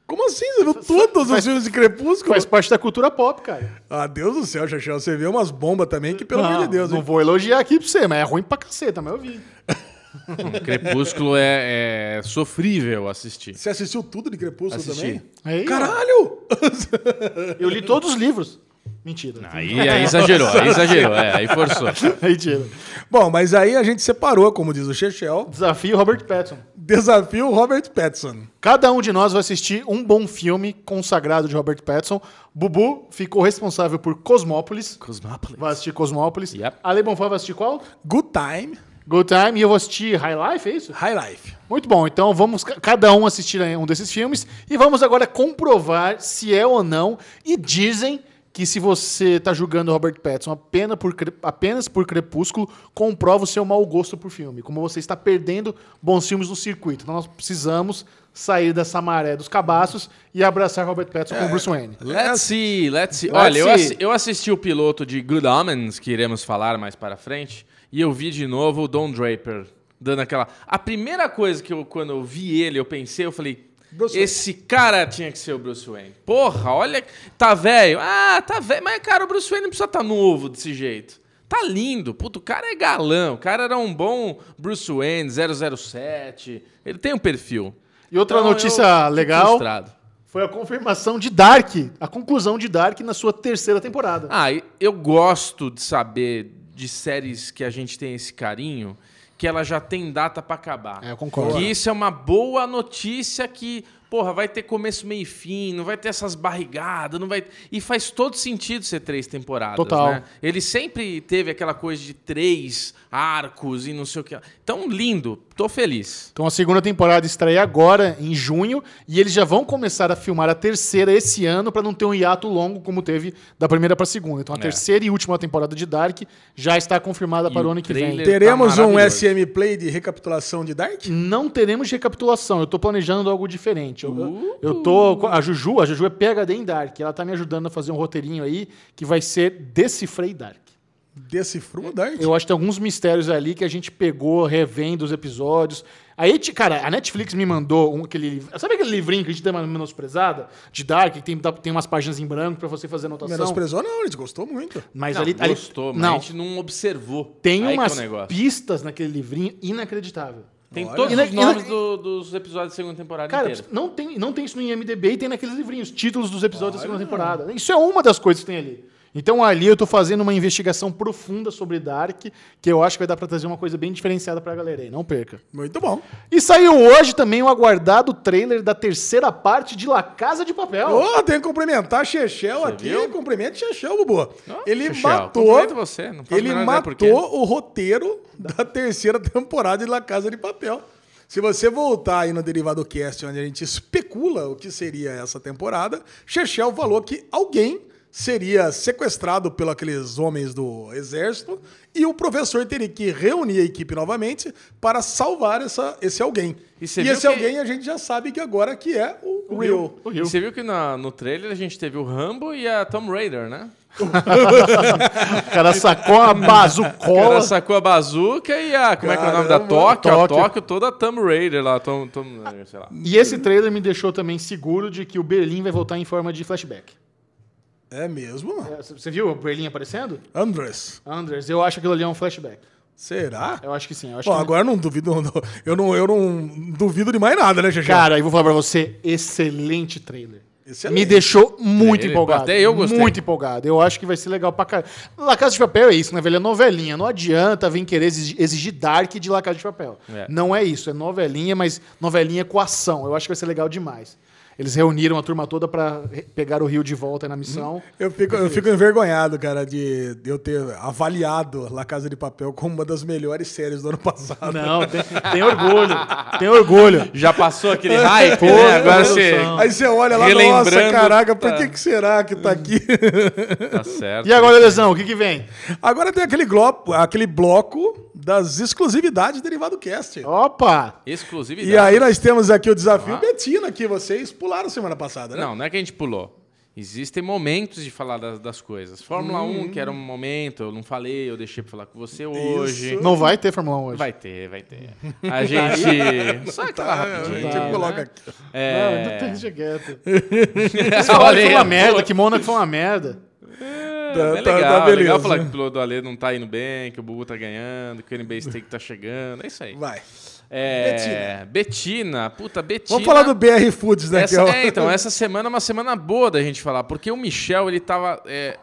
[SPEAKER 3] Como assim? Você viu todos os filmes de Crepúsculo?
[SPEAKER 2] Faz parte da cultura pop, cara.
[SPEAKER 3] Ah, Deus do céu, Xaxão. Você vê umas bombas também que, pelo
[SPEAKER 2] não,
[SPEAKER 3] amor de Deus,
[SPEAKER 2] Não
[SPEAKER 3] hein?
[SPEAKER 2] vou elogiar aqui pra você, mas é ruim pra caceta, mas eu vi.
[SPEAKER 1] Crepúsculo é, é sofrível assistir.
[SPEAKER 3] Você assistiu tudo de Crepúsculo
[SPEAKER 1] Assisti.
[SPEAKER 2] Aí, ó.
[SPEAKER 3] também? Caralho!
[SPEAKER 2] É Eu li todos os livros. Mentira.
[SPEAKER 1] Aí, aí exagerou, aí exagerou, é, aí forçou.
[SPEAKER 2] Mentira.
[SPEAKER 3] Bom, mas aí a gente separou, como diz o Chechel,
[SPEAKER 2] Desafio Robert Pattinson.
[SPEAKER 3] desafio Robert Pattinson.
[SPEAKER 2] Cada um de nós vai assistir um bom filme consagrado de Robert Pattinson. Bubu ficou responsável por Cosmópolis.
[SPEAKER 1] Cosmópolis.
[SPEAKER 2] Vai assistir Cosmópolis.
[SPEAKER 1] Yep.
[SPEAKER 2] Ale Bonfá vai assistir qual?
[SPEAKER 3] Good Time,
[SPEAKER 2] Good Time. E eu vou assistir High Life, é isso?
[SPEAKER 3] High Life.
[SPEAKER 2] Muito bom, então vamos ca- cada um assistir a um desses filmes e vamos agora comprovar se é ou não. E dizem que se você está julgando Robert Pattinson apenas por, cre- apenas por Crepúsculo, comprova o seu mau gosto por filme, como você está perdendo bons filmes no circuito. Então nós precisamos sair dessa maré dos cabaços e abraçar Robert Pattinson
[SPEAKER 1] É.
[SPEAKER 2] com Bruce Wayne.
[SPEAKER 1] Let's see, let's see.
[SPEAKER 2] Let's
[SPEAKER 1] Olha, eu,
[SPEAKER 2] see.
[SPEAKER 1] assi- eu assisti o piloto de Good Omens, que iremos falar mais para frente, e eu vi de novo o Don Draper dando aquela. A primeira coisa que eu, quando eu vi ele, eu pensei, eu falei.
[SPEAKER 3] Bruce Wayne.
[SPEAKER 1] Esse cara tinha que ser o Bruce Wayne. Porra, olha. Tá velho. Ah, tá velho. Mas, cara, o Bruce Wayne não precisa estar novo desse jeito. Tá lindo. Puto, o cara é galã. O cara era um bom Bruce Wayne, 007. Ele tem um perfil.
[SPEAKER 2] E outra
[SPEAKER 1] Então, eu
[SPEAKER 2] notícia
[SPEAKER 1] fico
[SPEAKER 2] legal
[SPEAKER 1] frustrado.
[SPEAKER 2] foi a confirmação de Dark, a conclusão de Dark na sua terceira temporada.
[SPEAKER 1] Ah, e- eu gosto de saber de séries que a gente tem esse carinho, que ela já tem data pra acabar.
[SPEAKER 2] É, eu concordo.
[SPEAKER 1] Que isso é uma boa notícia que, porra, vai ter começo, meio e fim, não vai ter essas barrigadas, não vai... E faz todo sentido ser três temporadas,
[SPEAKER 2] Total.
[SPEAKER 1] né? Ele sempre teve aquela coisa de três arcos e não sei o que. Então, lindo. Tô feliz.
[SPEAKER 2] Então a segunda temporada estreia agora, em junho, e eles já vão começar a filmar a terceira esse ano pra não ter um hiato longo como teve da primeira pra segunda. Então a
[SPEAKER 1] É.
[SPEAKER 2] terceira e última temporada de Dark já está confirmada
[SPEAKER 1] E
[SPEAKER 2] para o
[SPEAKER 1] o
[SPEAKER 2] ano que
[SPEAKER 1] trailer-
[SPEAKER 2] vem.
[SPEAKER 1] Ele tá
[SPEAKER 3] Teremos um
[SPEAKER 1] maravilhoso.
[SPEAKER 3] SM Play de recapitulação de Dark?
[SPEAKER 2] Não teremos recapitulação, eu tô planejando algo diferente. Eu,
[SPEAKER 1] Uh.
[SPEAKER 2] eu tô. com A Juju, a Juju é PHD em Dark, ela tá me ajudando a fazer um roteirinho aí que vai ser Decifrei Dark.
[SPEAKER 3] Decifrou Dark?
[SPEAKER 2] Eu acho que tem alguns mistérios ali que a gente pegou revendo os episódios. Aí, ti- cara, a Netflix me mandou um, aquele. Sabe aquele livrinho que a gente deu uma menosprezada? De Dark, que tem, tem umas páginas em branco pra você fazer anotação.
[SPEAKER 3] Menosprezou? Não, a gente gostou muito.
[SPEAKER 2] Mas
[SPEAKER 1] não,
[SPEAKER 2] ali. ali-
[SPEAKER 1] gostou, mas a
[SPEAKER 2] não,
[SPEAKER 1] gente não observou.
[SPEAKER 2] tem
[SPEAKER 1] Aí que é o
[SPEAKER 2] umas
[SPEAKER 1] negócio.
[SPEAKER 2] pistas naquele livrinho inacreditável.
[SPEAKER 1] Tem
[SPEAKER 3] Olha.
[SPEAKER 1] todos
[SPEAKER 2] E na-
[SPEAKER 1] os
[SPEAKER 2] e na-
[SPEAKER 1] nomes do- dos episódios da segunda temporada
[SPEAKER 2] Cara,
[SPEAKER 1] inteira.
[SPEAKER 2] não tem, não tem isso no IMDB e tem naqueles livrinhos, títulos dos episódios da segunda temporada. Isso é uma das coisas que tem ali. Então ali eu tô fazendo uma investigação profunda sobre Dark, que eu acho que vai dar pra trazer uma coisa bem diferenciada pra galera aí. Não perca.
[SPEAKER 3] Muito bom.
[SPEAKER 2] E saiu hoje também o aguardado trailer da terceira parte de La Casa de Papel.
[SPEAKER 3] Ô, tem que cumprimentar Chechel aqui.
[SPEAKER 1] viu?
[SPEAKER 3] Cumprimente Chechel, Bubu.
[SPEAKER 1] Ah,
[SPEAKER 3] ele
[SPEAKER 1] Chechel,
[SPEAKER 3] matou.
[SPEAKER 1] cumprimento você, não faço a
[SPEAKER 3] ele
[SPEAKER 1] menor ideia por quê.
[SPEAKER 3] matou o roteiro da terceira temporada de La Casa de Papel. Se você voltar aí no Derivado Cast, onde a gente especula o que seria essa temporada, Chechel falou que alguém seria sequestrado pelos aqueles homens do exército e o professor teria que reunir a equipe novamente para salvar essa, esse alguém.
[SPEAKER 1] E
[SPEAKER 3] E,
[SPEAKER 1] você viu
[SPEAKER 3] esse
[SPEAKER 1] que-
[SPEAKER 3] alguém a gente já sabe que agora que é o, Rio.
[SPEAKER 2] O
[SPEAKER 1] E
[SPEAKER 2] Rio.
[SPEAKER 1] Você viu que na- no trailer a gente teve o Rambo e a Tomb Raider, né?
[SPEAKER 2] O cara sacou a
[SPEAKER 1] O cara
[SPEAKER 2] bazucola.
[SPEAKER 1] sacou a bazuca e a. Como é que é o nome da
[SPEAKER 3] Caramba,
[SPEAKER 1] Tóquio? A
[SPEAKER 2] Tóquio.
[SPEAKER 1] Tóquio toda a Tomb Raider lá. Tom, Tom, sei lá.
[SPEAKER 2] E esse trailer me deixou também seguro de que o Berlim vai voltar em forma de flashback.
[SPEAKER 3] É mesmo? mano?
[SPEAKER 2] É, c- Você viu o Berlim aparecendo?
[SPEAKER 3] Andres.
[SPEAKER 2] Anders, eu acho que aquilo ali é um flashback.
[SPEAKER 3] Será?
[SPEAKER 2] Eu acho que sim. Eu acho
[SPEAKER 3] Bom,
[SPEAKER 2] que-
[SPEAKER 3] agora eu não duvido, não- eu não, eu não duvido de mais nada, né, Gegé?
[SPEAKER 2] Cara, eu vou falar pra você, excelente trailer.
[SPEAKER 3] Excelente.
[SPEAKER 2] Me deixou muito
[SPEAKER 1] Trailer,
[SPEAKER 2] empolgado.
[SPEAKER 1] até eu gostei.
[SPEAKER 2] Muito empolgado. Eu acho que vai ser legal pra caralho. La Casa de Papel é isso, né, velho? É novelinha. Não adianta vir querer exigir, exigir Dark de La Casa de Papel.
[SPEAKER 1] É.
[SPEAKER 2] Não é isso. É novelinha, mas novelinha com ação. Eu acho que vai ser legal demais. Eles reuniram a turma toda pra re- pegar o Rio de volta na missão.
[SPEAKER 3] Eu fico, eu fico envergonhado, cara, de, de eu ter avaliado La Casa de Papel como uma das melhores séries do ano passado.
[SPEAKER 2] Hum. Não, tem, tem orgulho. Tem orgulho.
[SPEAKER 1] Já passou aquele hype,
[SPEAKER 2] Pô,
[SPEAKER 1] né? Agora
[SPEAKER 2] meu
[SPEAKER 1] você.
[SPEAKER 2] Deus.
[SPEAKER 3] Aí você olha lá,
[SPEAKER 1] Relembrando,
[SPEAKER 3] nossa, caraca, por
[SPEAKER 1] tá.
[SPEAKER 3] que, que será que tá aqui?
[SPEAKER 1] Tá certo.
[SPEAKER 2] E agora, Lesão, o que, que vem?
[SPEAKER 3] Agora tem aquele, glo- aquele bloco das exclusividades derivado do cast.
[SPEAKER 2] Opa!
[SPEAKER 1] Exclusividade.
[SPEAKER 3] E aí nós temos aqui o desafio
[SPEAKER 1] Ah.
[SPEAKER 3] Betina, que vocês pularam semana passada, né?
[SPEAKER 1] Não, não é que a gente pulou. Existem momentos de falar das, das coisas. Fórmula
[SPEAKER 2] Uhum.
[SPEAKER 1] 1, que era um momento, eu não falei, eu deixei pra falar com você hoje.
[SPEAKER 2] Não vai ter Fórmula 1 hoje.
[SPEAKER 1] Vai ter, vai ter. A gente. Só aquela rapidinho.
[SPEAKER 3] Tá, a gente
[SPEAKER 1] né?
[SPEAKER 3] coloca aqui.
[SPEAKER 2] Não,
[SPEAKER 1] É...
[SPEAKER 2] não tem, deixa quieto.
[SPEAKER 1] Eu
[SPEAKER 2] Olha,
[SPEAKER 1] falei,
[SPEAKER 2] foi
[SPEAKER 1] pô,
[SPEAKER 2] uma merda, que Mônaco foi uma merda.
[SPEAKER 1] É,
[SPEAKER 3] Tá-
[SPEAKER 1] é
[SPEAKER 3] tá-
[SPEAKER 1] legal,
[SPEAKER 3] tá
[SPEAKER 1] é legal
[SPEAKER 3] beleza.
[SPEAKER 1] falar que o piloto do Ale não tá indo bem, que o Bubu tá ganhando, que o NBA Steak tá chegando. É isso aí.
[SPEAKER 3] Vai.
[SPEAKER 1] É, Betina. Puta, Betina.
[SPEAKER 3] Vamos falar do BR Foods, né? que
[SPEAKER 1] Essa,
[SPEAKER 3] é o-
[SPEAKER 1] é, então, essa semana é uma semana boa da gente falar, porque o Michel, ele tava. é,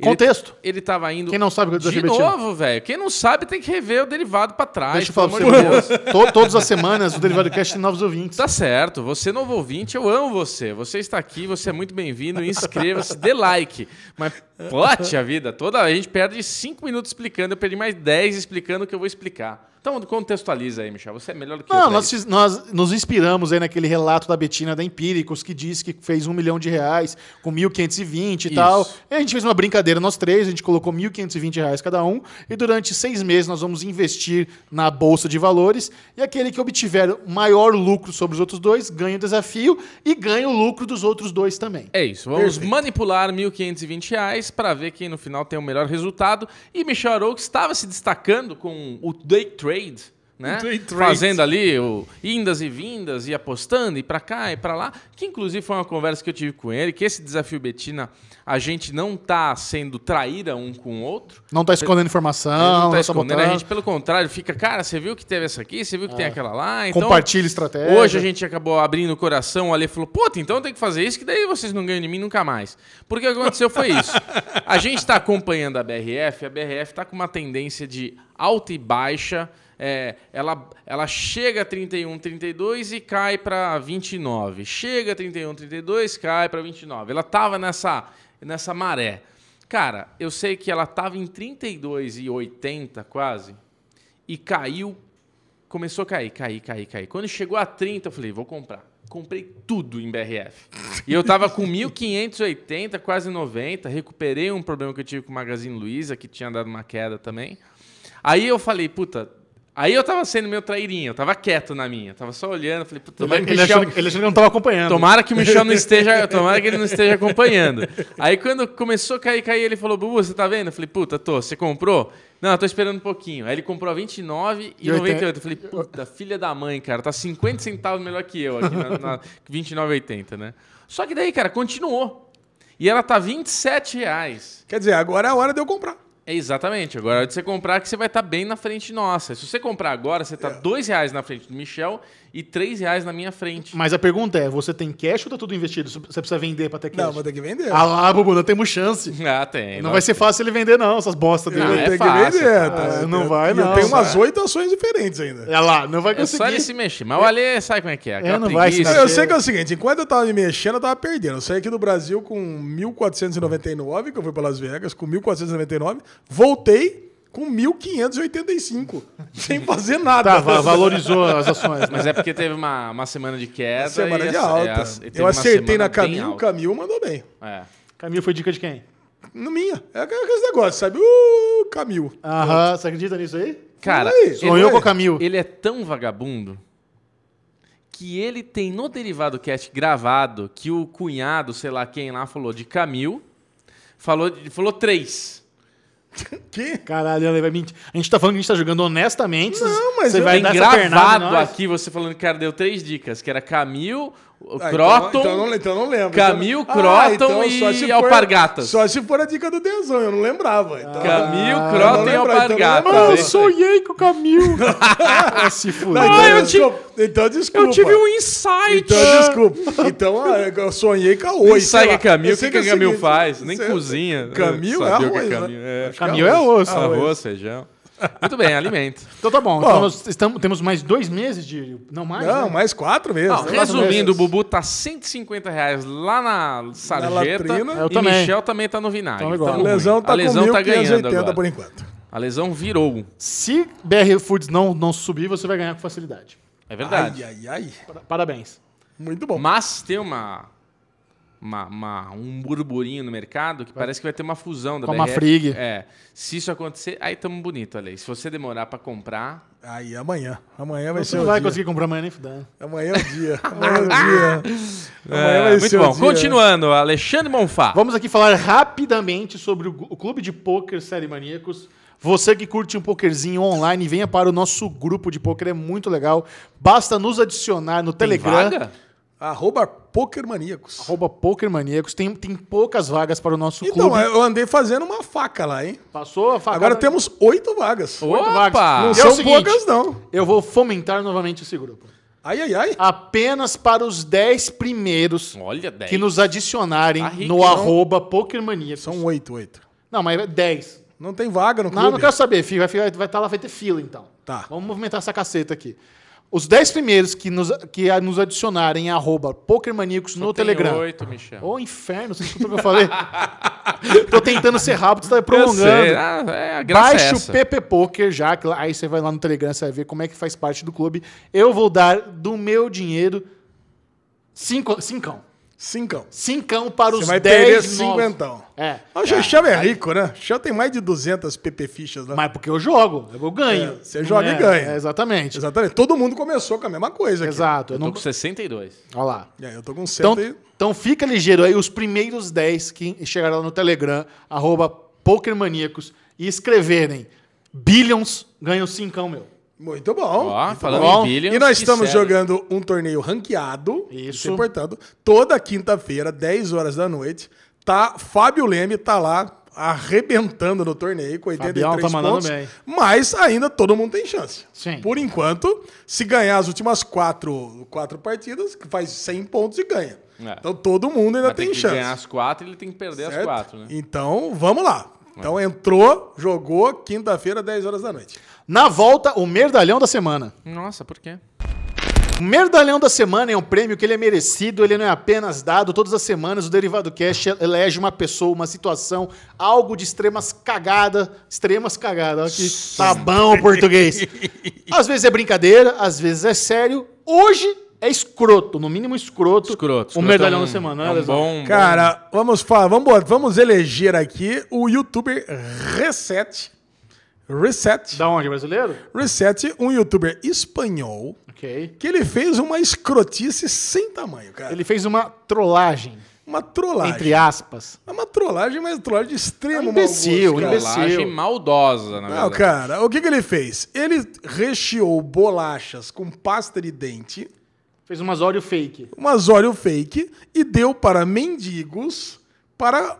[SPEAKER 1] ele-
[SPEAKER 2] Contexto.
[SPEAKER 1] Ele tava indo.
[SPEAKER 2] Quem não sabe o que eu
[SPEAKER 1] De
[SPEAKER 2] desafio Betina?
[SPEAKER 1] novo, velho. Quem não sabe tem que rever o derivado pra trás.
[SPEAKER 2] Deixa eu falar pra
[SPEAKER 1] pelo amor de
[SPEAKER 2] você. to- todas as semanas o Derivado Cast tem novos ouvintes.
[SPEAKER 1] Tá certo, você novo ouvinte, eu amo você. Você está aqui, você é muito bem-vindo, inscreva-se, dê like. Mas, pote a vida, toda a gente perde 5 minutos explicando, eu perdi mais 10 explicando o que eu vou explicar. Então, contextualiza aí, Michel, você é melhor do que eu.
[SPEAKER 2] Não,
[SPEAKER 1] pra
[SPEAKER 2] nós,
[SPEAKER 1] isso.
[SPEAKER 2] fiz- nós nos inspiramos aí naquele relato da Betina da Empíricos, que disse que fez um milhão de reais com 1.520 e
[SPEAKER 1] Isso.
[SPEAKER 2] tal. E a gente fez uma brincadeira, nós três, a gente colocou 1.520 reais cada um, e durante seis meses nós vamos investir na Bolsa de Valores, e aquele que obtiver maior lucro sobre os outros dois ganha o desafio e ganha o lucro dos outros dois também.
[SPEAKER 1] É isso, vamos
[SPEAKER 3] Perfeito.
[SPEAKER 1] manipular R$ 1.520 reais para ver quem no final tem o melhor resultado. E Michel Arouca estava se destacando com o day trade, né?
[SPEAKER 3] Day trade.
[SPEAKER 1] Fazendo ali o indas e vindas e apostando e para cá e para lá, que inclusive foi uma conversa que eu tive com ele, que esse desafio Betina a gente não tá sendo traíra um com o outro.
[SPEAKER 2] Não tá escondendo
[SPEAKER 1] Ele
[SPEAKER 2] informação, não
[SPEAKER 1] tá
[SPEAKER 2] tá
[SPEAKER 1] escondendo, a
[SPEAKER 2] sabotando.
[SPEAKER 1] gente pelo contrário fica, cara, você viu que teve essa aqui, você viu
[SPEAKER 3] É.
[SPEAKER 1] que tem aquela lá, então
[SPEAKER 2] Compartilha estratégia.
[SPEAKER 1] Hoje a gente acabou abrindo o coração, o Ale falou, puta, então tem que fazer isso, que daí vocês não ganham de mim nunca mais. Porque o que aconteceu foi isso. A gente está acompanhando a BRF, a BRF está tá com uma tendência de alta e baixa. é, ela, ela chega a 31, 32 e cai para 29. Chega a 31, 32, cai para 29. Ela tava nessa, nessa maré. Cara, eu sei que ela tava em 32 e 80 quase e caiu Começou a cair, cair, cair, cair. Quando chegou a 30, eu falei, vou comprar. Comprei tudo em BRF. E eu tava com 1.580, quase 90. Recuperei um problema que eu tive com o Magazine Luiza, que tinha dado uma queda também. Aí eu falei, puta. Aí eu tava sendo meu trairinho, eu tava quieto na minha. Tava só olhando, falei, puta, tomara que o
[SPEAKER 2] Ele
[SPEAKER 1] Michel...
[SPEAKER 2] achou que ele achou que não tava acompanhando.
[SPEAKER 1] Tomara que o Michel não esteja. Tomara que ele não esteja acompanhando. Aí quando começou a cair, cair, ele falou: Bubu, você tá vendo? Eu falei, puta, tô, você comprou? Não, eu tô esperando um pouquinho. Aí ele comprou a 29 e
[SPEAKER 2] E
[SPEAKER 1] 98. Eu falei, puta, filha da mãe, cara, tá 50 centavos melhor que eu aqui na, na 29,80, né? Só que daí, cara, continuou. E ela tá 27 reais.
[SPEAKER 3] Quer dizer, agora é a hora de eu comprar.
[SPEAKER 1] É exatamente. Agora, a hora de você comprar, que você vai estar bem na frente nossa. Se você comprar agora, você tá
[SPEAKER 2] É.
[SPEAKER 1] R$ 2 reais na frente do Michel e R$ 3 reais na minha frente.
[SPEAKER 2] Mas a pergunta é, você tem cash ou tá tudo investido? Você precisa vender pra ter cash?
[SPEAKER 3] Não, vou ter que vender.
[SPEAKER 2] Ah lá, Bubu, não temos chance.
[SPEAKER 1] Ah, tem.
[SPEAKER 2] Não vai ser fácil ele vender não, essas bostas
[SPEAKER 3] Eu
[SPEAKER 1] Ah,
[SPEAKER 2] dele.
[SPEAKER 1] é
[SPEAKER 3] tenho que
[SPEAKER 1] fácil,
[SPEAKER 3] vender,
[SPEAKER 1] é
[SPEAKER 3] tá?
[SPEAKER 2] fácil. Não
[SPEAKER 3] Eu-
[SPEAKER 2] vai,
[SPEAKER 3] Eu
[SPEAKER 2] não,
[SPEAKER 3] tenho umas
[SPEAKER 2] vai.
[SPEAKER 3] oito ações diferentes ainda.
[SPEAKER 2] Olha Ah lá, não vai
[SPEAKER 1] É só ele
[SPEAKER 2] conseguir.
[SPEAKER 1] se mexer. Mas o Ale sabe como é que é. aquela
[SPEAKER 2] não vai se
[SPEAKER 1] preguiça.
[SPEAKER 2] mexer.
[SPEAKER 3] Eu sei que é o seguinte, enquanto eu tava me mexendo, eu tava perdendo. Eu saí aqui do Brasil com 1.499, que eu fui para Las Vegas, com 1.499, voltei com 1.585, sem fazer nada.
[SPEAKER 2] Tá, va- valorizou as ações. Né?
[SPEAKER 1] Mas é porque teve uma, uma semana de queda.
[SPEAKER 3] Semana
[SPEAKER 1] e
[SPEAKER 3] de
[SPEAKER 1] essa- é,
[SPEAKER 3] alta.
[SPEAKER 1] essa- e teve
[SPEAKER 3] eu
[SPEAKER 1] uma
[SPEAKER 3] acertei
[SPEAKER 1] semana
[SPEAKER 3] na
[SPEAKER 1] bem
[SPEAKER 3] Camil,
[SPEAKER 1] alta.
[SPEAKER 3] Camil mandou bem.
[SPEAKER 1] É.
[SPEAKER 2] Camil foi dica de quem?
[SPEAKER 3] Na minha. É aqueles negócios, sabe? O Camil.
[SPEAKER 2] Aham, você acredita nisso aí?
[SPEAKER 1] Cara,
[SPEAKER 3] Olha aí.
[SPEAKER 1] ele-
[SPEAKER 2] Sonhou com o Camil.
[SPEAKER 1] Ele é tão vagabundo que ele tem no Derivado Cast gravado que o cunhado, sei lá quem lá, falou de Camil, falou, de- falou três.
[SPEAKER 3] Que?
[SPEAKER 2] Caralho, ele vai mentir. A gente tá falando que a gente tá jogando honestamente.
[SPEAKER 3] Não, mas
[SPEAKER 2] você
[SPEAKER 3] eu-
[SPEAKER 2] vai
[SPEAKER 1] Tem
[SPEAKER 2] dar essa pernada em
[SPEAKER 1] gravado
[SPEAKER 2] nós?
[SPEAKER 1] aqui você falando que cara deu três dicas, que era Camil, o
[SPEAKER 3] Ah,
[SPEAKER 1] Croton...
[SPEAKER 3] Então, então, não, então não lembro.
[SPEAKER 1] Camil,
[SPEAKER 3] Então-
[SPEAKER 1] Croton e Alpargatas.
[SPEAKER 3] Só se for a dica do Dezão, eu não lembrava. Então,
[SPEAKER 1] Camil,
[SPEAKER 2] Ah,
[SPEAKER 1] Croton
[SPEAKER 3] eu
[SPEAKER 1] e
[SPEAKER 3] não lembro, então não
[SPEAKER 1] Alpargatas.
[SPEAKER 3] lembro.
[SPEAKER 1] é
[SPEAKER 2] Ah, eu
[SPEAKER 1] isso aí.
[SPEAKER 2] sonhei com o Camil. ah, se fuder.
[SPEAKER 3] Não, então,
[SPEAKER 1] Ah, eu
[SPEAKER 3] desculpa. então desculpa.
[SPEAKER 1] Eu tive um insight!
[SPEAKER 3] Então, desculpa. Então, ah, eu sonhei com a Oi.
[SPEAKER 1] Nem sabe o que é Camil,
[SPEAKER 3] Eu
[SPEAKER 1] o que,
[SPEAKER 3] sei
[SPEAKER 1] que,
[SPEAKER 3] é o
[SPEAKER 1] Camil
[SPEAKER 3] seguinte,
[SPEAKER 1] faz, nem
[SPEAKER 3] sei-
[SPEAKER 1] cozinha.
[SPEAKER 3] Camil é
[SPEAKER 1] Sabia o que
[SPEAKER 3] arroz, né?
[SPEAKER 1] Camil, é.
[SPEAKER 2] Camil é osso.
[SPEAKER 1] Arroz, feijão. Muito bem, alimento.
[SPEAKER 2] Então tá bom.
[SPEAKER 3] Bom.
[SPEAKER 2] Então nós estamos, temos mais dois meses de. Não mais?
[SPEAKER 3] Não,
[SPEAKER 2] né?
[SPEAKER 3] mais quatro vezes.
[SPEAKER 1] Não,
[SPEAKER 3] né?
[SPEAKER 1] resumindo,
[SPEAKER 2] meses.
[SPEAKER 1] o Bubu tá 150 reais lá na sarjeta
[SPEAKER 3] latrina.
[SPEAKER 2] Eu
[SPEAKER 1] e
[SPEAKER 2] também.
[SPEAKER 1] Michel também tá no vinagre.
[SPEAKER 2] Então, igual.
[SPEAKER 1] Tamo
[SPEAKER 3] A lesão
[SPEAKER 1] ruim.
[SPEAKER 3] tá
[SPEAKER 1] a lesão
[SPEAKER 3] com
[SPEAKER 1] tá ganhando
[SPEAKER 3] 1.580
[SPEAKER 1] agora.
[SPEAKER 3] por enquanto.
[SPEAKER 1] A lesão virou.
[SPEAKER 2] Se BR Foods não, não subir, você vai ganhar com facilidade.
[SPEAKER 1] É verdade.
[SPEAKER 3] Ai, ai, ai.
[SPEAKER 2] Para- Parabéns.
[SPEAKER 3] Muito bom.
[SPEAKER 1] Mas tem uma, uma- uma- um burburinho no mercado que parece que vai ter uma fusão da
[SPEAKER 2] Com a
[SPEAKER 1] BRF.
[SPEAKER 2] Mafrig.
[SPEAKER 1] É. Se isso acontecer, aí tamo bonito, Ale. Se você demorar pra comprar,
[SPEAKER 3] Aí, amanhã. Amanhã vai
[SPEAKER 2] Você
[SPEAKER 3] ser
[SPEAKER 2] não
[SPEAKER 3] o
[SPEAKER 2] vai
[SPEAKER 3] dia.
[SPEAKER 2] conseguir comprar amanhã nem fudendo.
[SPEAKER 3] Amanhã é o dia. Amanhã é o dia. Amanhã
[SPEAKER 1] É,
[SPEAKER 3] vai
[SPEAKER 1] muito
[SPEAKER 3] ser o
[SPEAKER 1] bom.
[SPEAKER 3] dia.
[SPEAKER 1] Continuando, Alexandre Bonfá.
[SPEAKER 2] Vamos aqui falar rapidamente sobre o gu- o Clube de Pôquer Série Maníacos. Você que curte um pokerzinho online, venha para o nosso grupo de pôquer, é muito legal. Basta nos adicionar no
[SPEAKER 1] Tem
[SPEAKER 2] Telegram.
[SPEAKER 1] vaga?
[SPEAKER 3] Arroba Pokermaníacos.
[SPEAKER 2] Arroba Poker Maníacos. Tem, tem poucas vagas para o nosso
[SPEAKER 3] Então,
[SPEAKER 2] clube.
[SPEAKER 3] eu andei fazendo uma faca lá, hein?
[SPEAKER 2] Passou a facada.
[SPEAKER 3] Agora temos oito vagas.
[SPEAKER 2] Oito
[SPEAKER 1] Opa!
[SPEAKER 2] vagas.
[SPEAKER 3] Não
[SPEAKER 2] é
[SPEAKER 3] são
[SPEAKER 2] o seguinte,
[SPEAKER 3] poucas, não.
[SPEAKER 2] Eu vou fomentar novamente esse grupo.
[SPEAKER 3] Ai, ai, ai.
[SPEAKER 2] Apenas para os 10 primeiros
[SPEAKER 1] Olha, 10.
[SPEAKER 2] que nos adicionarem
[SPEAKER 1] Tá rico,
[SPEAKER 2] no
[SPEAKER 1] não?
[SPEAKER 2] arroba pokermaníacos.
[SPEAKER 3] São oito, oito.
[SPEAKER 2] Não, mas é 10.
[SPEAKER 3] Não tem vaga no clube.
[SPEAKER 2] Não, não quero saber, filho. Vai estar vai tá lá, vai ter fila, então.
[SPEAKER 3] Tá.
[SPEAKER 2] Vamos movimentar essa caceta aqui. Os 10 primeiros que nos, que a- nos adicionarem arroba pokermaníacos no
[SPEAKER 1] Tem
[SPEAKER 2] Telegram.
[SPEAKER 1] oito, Michel.
[SPEAKER 2] Ô, inferno, você escutou o que eu falei? Tô tentando ser rápido, você tá
[SPEAKER 1] Eu sei,
[SPEAKER 2] prolongando.
[SPEAKER 1] ah, é, a graça é
[SPEAKER 2] Baixa o
[SPEAKER 1] essa.
[SPEAKER 2] PP Poker já, que lá- aí você vai lá no Telegram, você vai ver como é que faz parte do clube. Eu vou dar do meu dinheiro cinco, cincão.
[SPEAKER 3] Cincão.
[SPEAKER 2] Cincão para
[SPEAKER 3] Você
[SPEAKER 2] os
[SPEAKER 3] vai
[SPEAKER 2] 10
[SPEAKER 3] perder
[SPEAKER 2] novos.
[SPEAKER 3] cinquentão.
[SPEAKER 2] É.
[SPEAKER 3] Ah, O Xexel é rico, né? O Xexel tem mais de 200 PP fichas lá.
[SPEAKER 2] Mas porque eu jogo, eu ganho.
[SPEAKER 3] É, você
[SPEAKER 2] Não
[SPEAKER 3] joga e ganha.
[SPEAKER 2] é, exatamente.
[SPEAKER 3] Exatamente. Todo mundo começou com a mesma coisa aqui.
[SPEAKER 2] Exato. Eu
[SPEAKER 1] Eu tô
[SPEAKER 2] não...
[SPEAKER 1] com 62.
[SPEAKER 2] Olha lá.
[SPEAKER 3] E aí, eu tô com 100
[SPEAKER 2] Então,
[SPEAKER 3] e...
[SPEAKER 2] então fica ligeiro aí, os primeiros 10 que chegaram lá no Telegram, arroba pokermaníacos, e escreverem Billions ganham cincão, meu.
[SPEAKER 3] Muito bom.
[SPEAKER 1] Ó,
[SPEAKER 3] Muito
[SPEAKER 1] falando
[SPEAKER 2] bom.
[SPEAKER 1] em billions.
[SPEAKER 3] E nós
[SPEAKER 1] que
[SPEAKER 3] estamos
[SPEAKER 1] sério.
[SPEAKER 3] jogando um torneio ranqueado.
[SPEAKER 2] Isso.
[SPEAKER 3] é portanto, toda quinta-feira, 10 horas da noite, tá Fábio Leme tá lá arrebentando no torneio com 83
[SPEAKER 2] Fabião tá mandando
[SPEAKER 3] pontos.
[SPEAKER 2] bem.
[SPEAKER 3] Mas ainda todo mundo tem chance.
[SPEAKER 2] Sim.
[SPEAKER 3] Por enquanto, se ganhar as últimas quatro, quatro partidas, faz 100 pontos e ganha.
[SPEAKER 1] É.
[SPEAKER 3] Então todo mundo ainda
[SPEAKER 1] Mas
[SPEAKER 3] tem,
[SPEAKER 1] tem que
[SPEAKER 3] chance.
[SPEAKER 1] ganhar as quatro e ele tem que perder as
[SPEAKER 3] certo?
[SPEAKER 1] quatro, né?
[SPEAKER 3] Então, vamos lá. Então entrou, jogou, quinta-feira, 10 horas da noite.
[SPEAKER 2] Na volta, o merdalhão da semana.
[SPEAKER 1] Nossa, por quê?
[SPEAKER 2] O Merdalhão da Semana é um prêmio que ele é merecido, ele não é apenas dado. Todas as semanas o Derivado Cash elege uma pessoa, uma situação, algo de extremas cagada. Extremas cagada, olha que tá bom o português. Às vezes é brincadeira, às vezes é sério. Hoje é escroto, no mínimo escroto.
[SPEAKER 1] Escroto.
[SPEAKER 2] O
[SPEAKER 1] escroto
[SPEAKER 2] Merdalhão
[SPEAKER 1] é um-
[SPEAKER 2] da Semana,
[SPEAKER 1] é
[SPEAKER 2] né,
[SPEAKER 1] um
[SPEAKER 2] Lesão?
[SPEAKER 1] bom,
[SPEAKER 3] Cara, vamos falar, vamos, bot- vamos eleger aqui o youtuber Reset. Reset.
[SPEAKER 2] Da onde, brasileiro?
[SPEAKER 3] Reset, um youtuber espanhol,
[SPEAKER 2] Ok.
[SPEAKER 3] que ele fez uma escrotice sem tamanho, cara.
[SPEAKER 2] Ele fez uma trollagem,
[SPEAKER 3] Uma trollagem.
[SPEAKER 2] entre aspas.
[SPEAKER 3] É uma trollagem, mas trollagem de extremo
[SPEAKER 2] É um imbecil,
[SPEAKER 3] mau
[SPEAKER 2] um
[SPEAKER 3] gosto, cara.
[SPEAKER 2] imbecil.
[SPEAKER 1] trollagem maldosa, na
[SPEAKER 3] Não,
[SPEAKER 1] verdade.
[SPEAKER 3] cara, o que, que ele fez? Ele recheou bolachas com pasta de dente,
[SPEAKER 2] Fez umas óleo fake.
[SPEAKER 3] umas Oreo fake, e deu para mendigos para,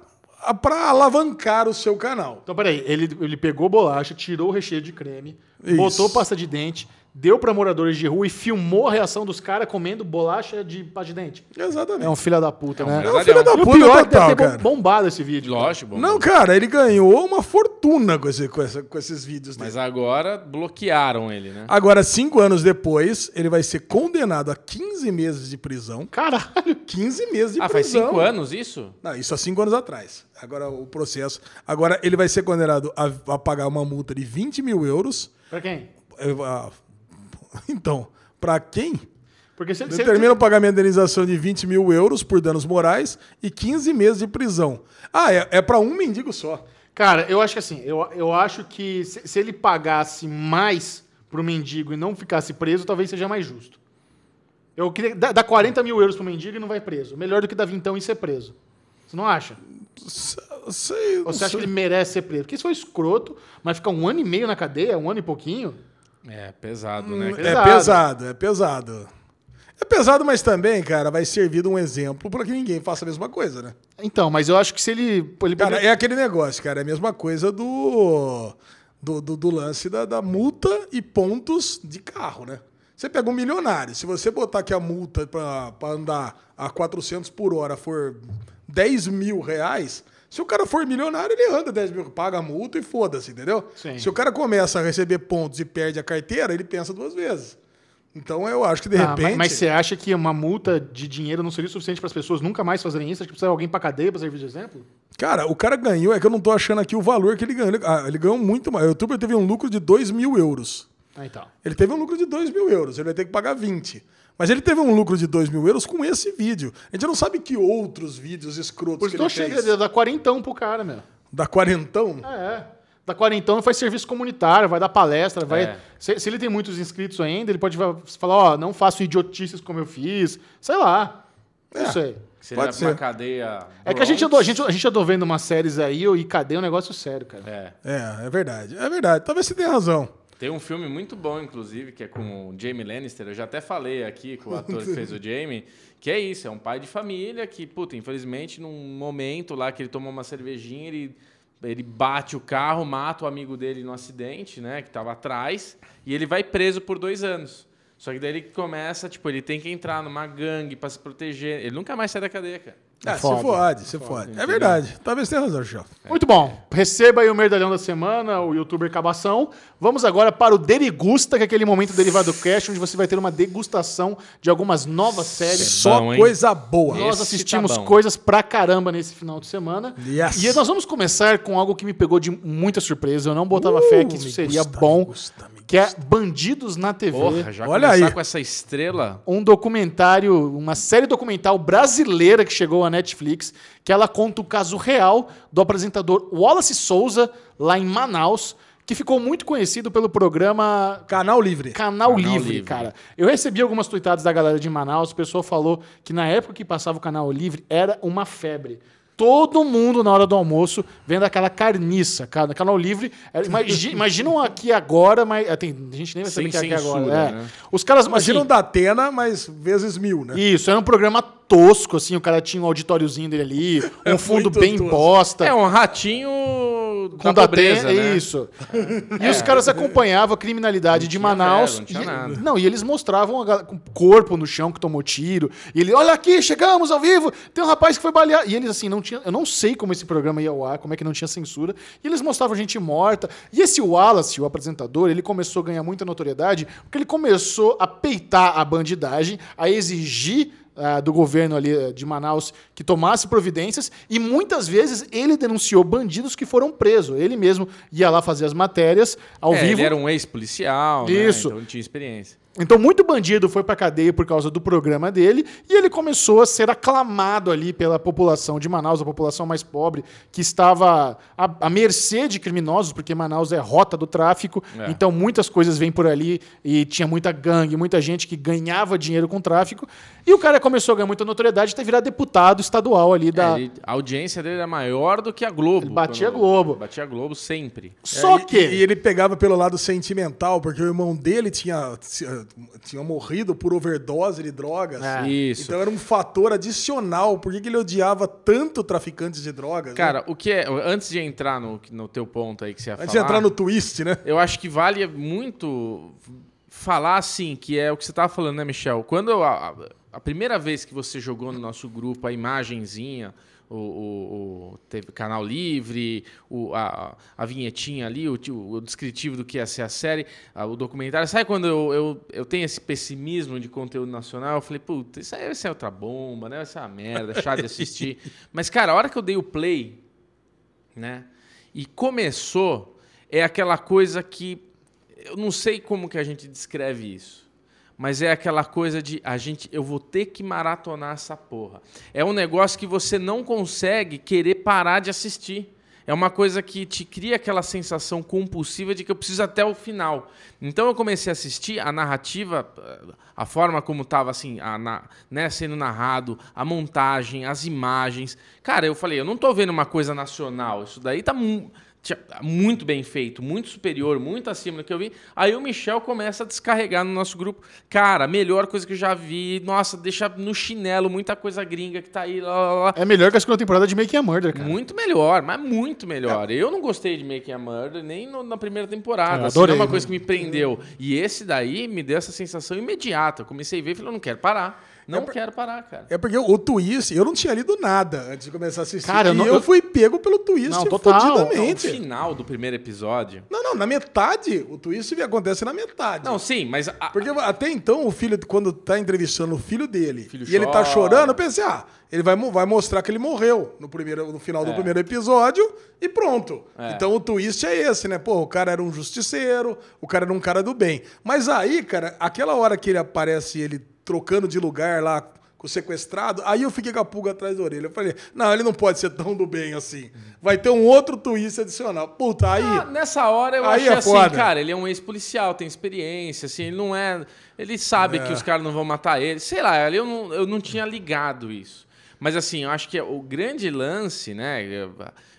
[SPEAKER 3] para alavancar o seu canal.
[SPEAKER 2] Então, peraí, ele, ele pegou bolacha, tirou o recheio de creme,
[SPEAKER 3] Isso.
[SPEAKER 2] botou pasta de dente, deu pra moradores de rua e filmou a reação dos caras comendo bolacha de pasta de dente.
[SPEAKER 3] Exatamente.
[SPEAKER 2] É um filho da puta, né?
[SPEAKER 1] um
[SPEAKER 3] É um filho da
[SPEAKER 2] E o
[SPEAKER 3] puta
[SPEAKER 2] pior é que
[SPEAKER 3] total,
[SPEAKER 2] deve ter
[SPEAKER 3] cara.
[SPEAKER 2] bom- bombado esse vídeo. cara.
[SPEAKER 1] Lógico, bom.
[SPEAKER 3] Não, cara, ele ganhou uma fortuna com, esse- com essa- com esses vídeos dele.
[SPEAKER 1] Mas é. agora bloquearam ele, né?
[SPEAKER 3] Agora, cinco anos depois, ele vai ser condenado a 15 meses de prisão.
[SPEAKER 2] Caralho.
[SPEAKER 3] 15 meses de
[SPEAKER 1] ah, faz
[SPEAKER 3] prisão.
[SPEAKER 1] cinco anos isso?
[SPEAKER 3] Não, isso há cinco anos atrás. Agora o processo. Agora ele vai ser condenado a, a pagar uma multa de 20 mil euros.
[SPEAKER 2] Pra quem?
[SPEAKER 3] Eh, ah, Então, pra quem?
[SPEAKER 2] Porque se, se-
[SPEAKER 3] Determina o pagamento de indenização de 20 mil euros por danos morais e 15 meses de prisão. Ah, é, é para um mendigo só.
[SPEAKER 2] Cara, eu acho que assim, eu, eu acho que se, se ele pagasse mais pro mendigo e não ficasse preso, talvez seja mais justo. Eu queria dar 40 mil euros pro mendigo e não vai preso. Melhor do que dar vintão e ser preso. Você não acha?
[SPEAKER 3] S- Sei,
[SPEAKER 2] Ou
[SPEAKER 3] não
[SPEAKER 2] você acha
[SPEAKER 3] sei.
[SPEAKER 2] que ele merece ser preso? Porque isso foi escroto, mas ficar um ano e meio na cadeia, um ano e pouquinho.
[SPEAKER 1] É, pesado, né?
[SPEAKER 2] é-
[SPEAKER 1] cara?
[SPEAKER 3] É pesado, é pesado. É pesado, mas também, cara, vai servir de um exemplo para que ninguém faça a mesma coisa, né?
[SPEAKER 2] Então, mas eu acho que se ele. ele
[SPEAKER 3] Cara,
[SPEAKER 2] poderia-
[SPEAKER 3] é aquele negócio, cara. É a mesma coisa do do, do- do lance da, da multa e pontos de carro, né? Você pega um milionário, se você botar que a multa pra pra andar a 400 por hora for 10 mil reais, se o cara for milionário, ele anda 10 mil, paga a multa e foda-se, entendeu?
[SPEAKER 2] Sim.
[SPEAKER 3] Se o cara começa a receber pontos e perde a carteira, ele pensa duas vezes. Então eu acho que de
[SPEAKER 2] Ah, mas-
[SPEAKER 3] repente.
[SPEAKER 2] mas você acha que uma multa de dinheiro não seria o suficiente para as pessoas nunca mais fazerem isso? Acho que precisa de alguém pra cadeia pra servir de exemplo?
[SPEAKER 3] Cara, o cara ganhou, é que eu não tô achando aqui o valor que ele ganhou. Ele, ah, ele ganhou muito mais. O youtuber teve um lucro de 2 mil euros.
[SPEAKER 2] Ah, então.
[SPEAKER 3] Ele teve um lucro de 2 mil euros, ele vai ter que pagar 20. Mas ele teve um lucro de 2 mil euros com esse vídeo. A gente não sabe que outros vídeos escrotos
[SPEAKER 2] Por isso
[SPEAKER 3] que
[SPEAKER 2] que eu
[SPEAKER 3] ele
[SPEAKER 2] achei que
[SPEAKER 3] fez.
[SPEAKER 2] ele ia dar quarentão pro cara, meu.
[SPEAKER 3] Da quarentão?
[SPEAKER 2] É. Da quarentão faz serviço comunitário, vai dar palestra, vai.
[SPEAKER 1] É.
[SPEAKER 2] Se, se ele tem muitos inscritos ainda, ele pode va- falar, ó, não faço idiotices como eu fiz. Sei lá. Não
[SPEAKER 3] É.
[SPEAKER 2] sei.
[SPEAKER 1] Você
[SPEAKER 3] Pode
[SPEAKER 1] vai pra uma
[SPEAKER 3] ser.
[SPEAKER 1] cadeia.
[SPEAKER 2] É que a gente, andou, a, gente, a gente andou vendo umas séries aí e cadê um negócio sério, cara.
[SPEAKER 1] É.
[SPEAKER 3] É, é verdade. É verdade. Talvez você tenha razão.
[SPEAKER 1] Tem um filme muito bom, inclusive, que é com o Jamie Lannister. Eu já até falei aqui com o ator que fez o Jamie, que é isso, é um pai de família que, puta, infelizmente, num momento lá que ele tomou uma cervejinha, ele, ele bate o carro, mata o amigo dele no acidente, né, que tava atrás, e ele vai preso por dois anos. Só que daí ele começa, tipo, ele tem que entrar numa gangue pra se proteger. Ele nunca mais sai da cadeia, cara.
[SPEAKER 2] É
[SPEAKER 3] Ah, se
[SPEAKER 2] foda.
[SPEAKER 3] fode, se fode. É verdade. Talvez tenha razão, Chão.
[SPEAKER 2] Muito bom. Receba aí o Merdalhão da Semana, o youtuber Cabação. Vamos agora para o Derigusta, que é aquele momento derivado do cast, onde você vai ter uma degustação de algumas novas séries.
[SPEAKER 3] Só
[SPEAKER 1] hein?
[SPEAKER 3] coisa boa.
[SPEAKER 2] Nós
[SPEAKER 1] Esse
[SPEAKER 2] assistimos
[SPEAKER 1] tá bom.
[SPEAKER 2] coisas pra caramba nesse final de semana.
[SPEAKER 3] Yes.
[SPEAKER 2] E nós vamos começar com algo que me pegou de muita surpresa. Eu não botava fé que isso
[SPEAKER 1] Uh,
[SPEAKER 3] me
[SPEAKER 2] seria
[SPEAKER 3] gusta,
[SPEAKER 2] bom,
[SPEAKER 3] me gusta, me
[SPEAKER 2] que é Bandidos na TV.
[SPEAKER 1] Porra, já
[SPEAKER 3] Olha
[SPEAKER 1] começar
[SPEAKER 3] aí.
[SPEAKER 1] com essa estrela.
[SPEAKER 2] um documentário, uma série documental brasileira que chegou à Netflix, que ela conta o caso real do apresentador Wallace Souza, lá em Manaus, que ficou muito conhecido pelo programa
[SPEAKER 3] Canal livre.
[SPEAKER 2] Canal,
[SPEAKER 1] Canal
[SPEAKER 2] Livre,
[SPEAKER 1] Livre.
[SPEAKER 2] cara. Eu recebi algumas tuitadas da galera de Manaus, o pessoal falou que na época que passava o Canal Livre era uma febre. Todo mundo na hora do almoço vendo aquela carniça, cara. Canal Livre. era- imagi- Imaginam aqui agora, mas. é, Tem, a gente nem vai saber
[SPEAKER 1] Sem
[SPEAKER 2] que é aqui agora.
[SPEAKER 1] censura,
[SPEAKER 2] é.
[SPEAKER 1] né?
[SPEAKER 2] Os caras.
[SPEAKER 3] Imagina
[SPEAKER 2] assim,
[SPEAKER 3] um da Atena, mas vezes mil, né?
[SPEAKER 2] isso, era um programa tosco, assim, o cara tinha um auditóriozinho dele ali, um
[SPEAKER 3] É
[SPEAKER 2] fundo
[SPEAKER 3] muito
[SPEAKER 2] bem
[SPEAKER 3] tosco.
[SPEAKER 2] bosta.
[SPEAKER 1] É um ratinho
[SPEAKER 2] com
[SPEAKER 1] da
[SPEAKER 2] da
[SPEAKER 1] pobreza,
[SPEAKER 2] Atena,
[SPEAKER 1] né?
[SPEAKER 2] Isso. E os caras acompanhavam a criminalidade de
[SPEAKER 1] tinha
[SPEAKER 2] Manaus.
[SPEAKER 1] ferro, não tinha
[SPEAKER 2] e,
[SPEAKER 1] nada.
[SPEAKER 2] não, e eles mostravam a gal- com o corpo no chão que tomou tiro. E ele, olha aqui, chegamos ao vivo, tem um rapaz que foi baleado. E eles assim, não tinha. Eu não sei como esse programa ia ao ar, como é que não tinha censura. E eles mostravam gente morta. E esse Wallace, o apresentador, ele começou a ganhar muita notoriedade porque ele começou a peitar a bandidagem, a exigir ah, do governo ali eh, de Manaus que tomasse providências e muitas vezes ele denunciou bandidos que foram presos. Ele mesmo ia lá fazer as matérias ao
[SPEAKER 1] é,
[SPEAKER 2] vivo.
[SPEAKER 1] Ele era um ex-policial, né?
[SPEAKER 2] Isso.
[SPEAKER 1] Então ele tinha experiência.
[SPEAKER 2] Então muito bandido foi pra cadeia por causa do programa dele e ele começou a ser aclamado ali pela população de Manaus, a população mais pobre que estava à, à mercê de criminosos, porque Manaus é rota do tráfico.
[SPEAKER 1] É.
[SPEAKER 2] Então muitas coisas vêm por ali e tinha muita gangue, muita gente que ganhava dinheiro com tráfico. E o cara começou a ganhar muita notoriedade até virar deputado estadual ali da,
[SPEAKER 1] É, ele- a audiência dele era maior do que a Globo.
[SPEAKER 2] Ele batia
[SPEAKER 1] quando-
[SPEAKER 2] Globo.
[SPEAKER 1] Batia Globo sempre.
[SPEAKER 2] Só
[SPEAKER 3] É, e-
[SPEAKER 2] que.
[SPEAKER 3] E, ele pegava pelo lado sentimental, porque o irmão dele tinha, tinha morrido por overdose de drogas.
[SPEAKER 2] É.
[SPEAKER 1] Isso.
[SPEAKER 3] Então era um fator adicional. Por que, que ele odiava tanto traficantes de drogas? né?
[SPEAKER 1] Cara, o que é. Antes de entrar no, no teu ponto aí que você ia
[SPEAKER 3] Antes de
[SPEAKER 1] falar.
[SPEAKER 3] entrar no twist, né?
[SPEAKER 1] Eu acho que vale muito falar assim, que é o que você tava falando, né, Michel? Quando eu- a, a- a primeira vez que você jogou no nosso grupo a imagenzinha, o, o- o- teve canal livre, o- a, a vinhetinha ali, o, ti- o descritivo do que ia ser a série, a- o documentário. Sabe quando eu, eu, eu tenho esse pessimismo de conteúdo nacional? Eu falei, puta, isso aí vai ser outra bomba, né? Vai ser uma merda, chato de assistir. Mas, cara, a hora que eu dei o play, né? E começou é aquela coisa que eu não sei como que a gente descreve isso, Mas é aquela coisa de a gente, eu vou ter que maratonar essa porra. É um negócio que você não consegue querer parar de assistir. É uma coisa que te cria aquela sensação compulsiva de que eu preciso até o final. Então eu comecei a assistir a narrativa, eh, a forma como estava assim, a, na- né, sendo narrado, a montagem, as imagens. Cara, eu falei, eu não tô vendo uma coisa nacional. Isso daí tá mu- tinha- muito bem feito, muito superior, muito acima do que eu vi. Aí o Michel começa a descarregar no nosso grupo. Cara, melhor coisa que eu já vi. Nossa, deixa no chinelo muita coisa gringa que tá aí. Lá, lá, lá.
[SPEAKER 2] É melhor que a segunda temporada de Making a Murder, cara.
[SPEAKER 1] Muito melhor, mas muito melhor. Eu não gostei de Making a Murder nem no- na primeira temporada.
[SPEAKER 2] Eu
[SPEAKER 1] Assim, não é
[SPEAKER 2] adorei,
[SPEAKER 1] uma
[SPEAKER 2] né?
[SPEAKER 1] coisa que me prendeu. E esse daí me deu essa sensação imediata. Eu comecei a ver e falei, eu não quero parar. Não quero parar, cara.
[SPEAKER 3] É porque o twist, eu não tinha lido nada antes de começar a assistir.
[SPEAKER 2] Cara, eu
[SPEAKER 3] e
[SPEAKER 2] não-
[SPEAKER 3] eu,
[SPEAKER 2] eu-
[SPEAKER 3] fui pego pelo twist
[SPEAKER 2] Não, total,
[SPEAKER 1] No
[SPEAKER 3] fodidamente.
[SPEAKER 1] Então, final do primeiro episódio.
[SPEAKER 3] Não, não, na metade. O twist acontece na metade.
[SPEAKER 1] Não, sim, mas. a-
[SPEAKER 3] Porque até então o filho, quando tá entrevistando o filho dele
[SPEAKER 1] filho
[SPEAKER 3] e ele tá
[SPEAKER 1] chora.
[SPEAKER 3] chorando, eu pensei, ah, ele vai, mo- vai mostrar que ele morreu no, primeiro, no final
[SPEAKER 1] É.
[SPEAKER 3] do primeiro episódio e pronto. Então o twist é esse, né? Pô, o cara era um justiceiro, o cara era um cara do bem. Mas aí, cara, aquela hora que ele aparece, ele trocando de lugar lá com o sequestrado, aí eu fiquei com a pulga atrás da orelha. Eu falei, não, ele não pode ser tão do bem assim. Vai ter um outro twist adicional. Puta, aí...
[SPEAKER 1] Ah, nessa hora eu
[SPEAKER 3] Aí
[SPEAKER 1] achei
[SPEAKER 3] é
[SPEAKER 1] assim,
[SPEAKER 3] foda.
[SPEAKER 1] cara, ele é um ex-policial, tem experiência, assim, ele não é. Ele sabe que os caras não vão matar ele. Sei lá, ali eu não, eu não tinha ligado isso. Mas assim, eu acho que o grande lance, né?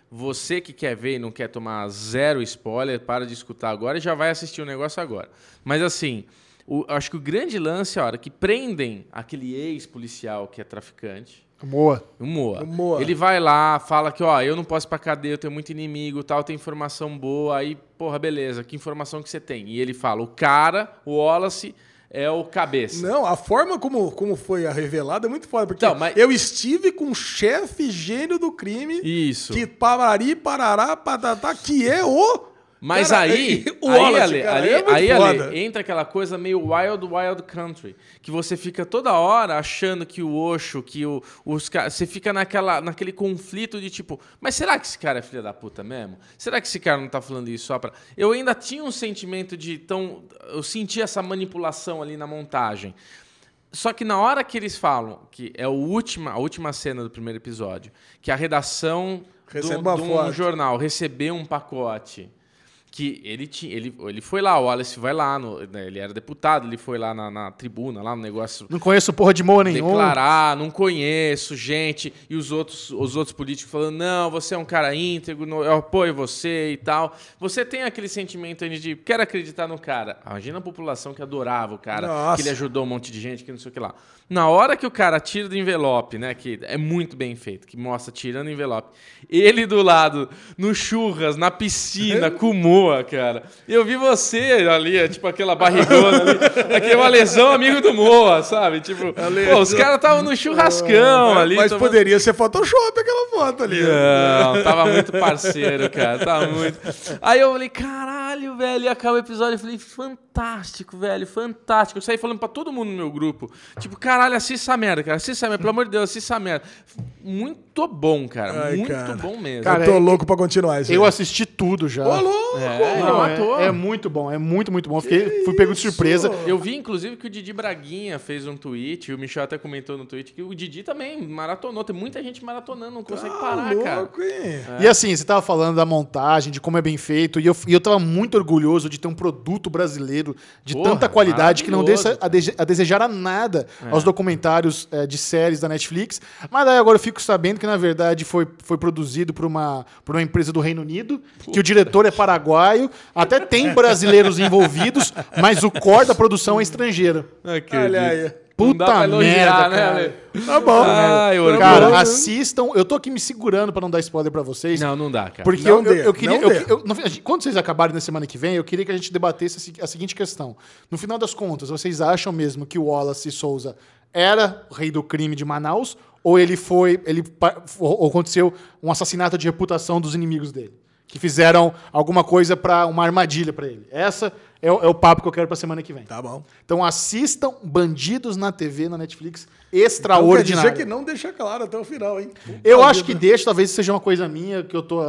[SPEAKER 1] Você que quer ver e não quer tomar zero spoiler, para de escutar agora e já vai assistir o negócio agora. Mas assim, o- acho que o grande lance é a hora que prendem aquele ex-policial que é traficante.
[SPEAKER 2] Boa.
[SPEAKER 1] O Moa.
[SPEAKER 3] O Moa.
[SPEAKER 1] Ele vai lá, fala que, ó, eu não posso ir pra cadeia, eu tenho muito inimigo, tal, tem informação boa, aí, porra, beleza, que informação que você tem? E ele fala, o cara, o Wallace, é o cabeça.
[SPEAKER 3] Não, a forma como, como foi a revelada é muito foda, porque
[SPEAKER 1] Então, mas-
[SPEAKER 3] eu estive com um chefe gênio do crime
[SPEAKER 1] Isso.
[SPEAKER 3] que parari, parará, patatá, que é o...
[SPEAKER 1] Mas
[SPEAKER 3] Cara,
[SPEAKER 1] aí,
[SPEAKER 3] o
[SPEAKER 1] aí,
[SPEAKER 3] Wallace,
[SPEAKER 1] Ale,
[SPEAKER 3] cara,
[SPEAKER 1] ali-
[SPEAKER 3] é muito
[SPEAKER 1] aí, Ale,
[SPEAKER 3] foda.
[SPEAKER 1] entra aquela coisa meio wild, wild country. Que você fica toda hora achando que o Osho, que o, os caras. Você fica naquela, naquele conflito de tipo, mas será que esse cara é filho da puta mesmo? Será que esse cara não tá falando isso só pra. Eu ainda tinha um sentimento de. Tão, eu senti essa manipulação ali na montagem. Só que na hora que eles falam, que é o última, a última cena do primeiro episódio, que a redação
[SPEAKER 3] Recebe
[SPEAKER 1] do,
[SPEAKER 3] uma
[SPEAKER 1] de um
[SPEAKER 3] foto.
[SPEAKER 1] jornal recebeu um pacote que ele tinha. Ele, ele foi lá, o Wallace vai lá, no- né, ele era deputado, ele foi lá na, na tribuna, lá no negócio
[SPEAKER 2] Não conheço porra de Moa nenhum.
[SPEAKER 1] declarar, não conheço, gente. E os outros, os outros políticos falando, não, você é um cara íntegro, não- eu apoio você e tal. Você tem aquele sentimento ainda de quero acreditar no cara. Imagina a população que adorava o cara,
[SPEAKER 3] Nossa.
[SPEAKER 1] que ele ajudou um monte de gente, que não sei o que lá. Na hora que o cara tira do envelope, né, que é muito bem feito, que mostra tirando o envelope, ele do lado, no churras, na piscina, com moa, cara. Eu vi você ali, é, tipo aquela barrigona ali, aquele uma lesão amigo do Moa, sabe? Tipo, pô, os caras estavam no churrascão ali.
[SPEAKER 3] É,
[SPEAKER 1] É.
[SPEAKER 3] Mas
[SPEAKER 1] tomando-
[SPEAKER 3] poderia ser Photoshop aquela foto ali.
[SPEAKER 1] Não, tava muito parceiro, cara. Tava muito. Aí eu falei, caralho, velho. E acaba o episódio. Eu falei, fantástico, velho, fantástico. Eu saí falando pra todo mundo no meu grupo. Tipo, caralho, assista essa merda, cara. Assista essa merda, pelo amor de Deus, assista essa merda. Muito bom, cara.
[SPEAKER 3] Ai,
[SPEAKER 1] muito
[SPEAKER 3] cara.
[SPEAKER 1] bom mesmo.
[SPEAKER 2] Cara, é
[SPEAKER 3] eu tô louco pra continuar isso.
[SPEAKER 2] Eu
[SPEAKER 3] aí.
[SPEAKER 2] assisti tudo já.
[SPEAKER 3] Ô, louco!
[SPEAKER 1] É, não,
[SPEAKER 2] Não,
[SPEAKER 1] à toa.
[SPEAKER 2] é, é muito bom, é muito, muito bom. Fiquei, fui pego de surpresa.
[SPEAKER 1] Eu vi, inclusive, que o Didi Braguinha fez um tweet, e o Michel até comentou no tweet, que o Didi também maratonou. Tem muita gente maratonando, não consegue
[SPEAKER 3] Tá
[SPEAKER 1] parar, cara.
[SPEAKER 3] louco, hein?
[SPEAKER 1] É.
[SPEAKER 2] E assim, você tava falando da montagem, de como é bem feito, e eu, e eu tava muito orgulhoso de ter um produto brasileiro de
[SPEAKER 1] Porra,
[SPEAKER 2] tanta qualidade que não deixa
[SPEAKER 1] maravilhoso, É.
[SPEAKER 2] a, dese- a desejar a nada aos documentários eh, de séries da Netflix. Mas daí agora eu fico sabendo que, na verdade, foi, foi produzido por uma, por uma empresa do Reino Unido, que o diretor é paraguaio, até tem brasileiros envolvidos, mas o core da produção é estrangeira.
[SPEAKER 3] Olha aí.
[SPEAKER 1] Não dá pra
[SPEAKER 2] Puta merda,
[SPEAKER 1] elogiar, né,
[SPEAKER 2] cara.
[SPEAKER 1] Ale?
[SPEAKER 3] Tá bom. Tá
[SPEAKER 1] Ai, orgulho.
[SPEAKER 2] Cara,
[SPEAKER 3] né?
[SPEAKER 2] assistam. Eu tô aqui me segurando pra não dar spoiler pra vocês.
[SPEAKER 1] Não, não dá, cara.
[SPEAKER 2] Porque eu, eu-
[SPEAKER 3] Não dê,
[SPEAKER 2] eu queria.
[SPEAKER 3] não
[SPEAKER 2] eu-
[SPEAKER 3] dê.
[SPEAKER 2] eu- no fim, a gente- quando vocês acabarem na semana que vem, eu queria que a gente debatesse a se- a seguinte questão. No final das contas, vocês acham mesmo que o Wallace Souza era o rei do crime de Manaus? Ou ele foi. Ele, pa- ou ou aconteceu um assassinato de reputação dos inimigos dele? Que fizeram alguma coisa para uma armadilha pra ele. Essa é o, é o papo que eu quero pra semana que vem.
[SPEAKER 3] Tá bom.
[SPEAKER 2] Então assistam Bandidos na TV na Netflix.
[SPEAKER 3] Então quer
[SPEAKER 2] Extraordinário.
[SPEAKER 3] dizer que não deixa claro até o final, hein? Puta
[SPEAKER 2] Eu acho que
[SPEAKER 3] vida.
[SPEAKER 2] deixa, talvez seja uma coisa minha, que eu tô.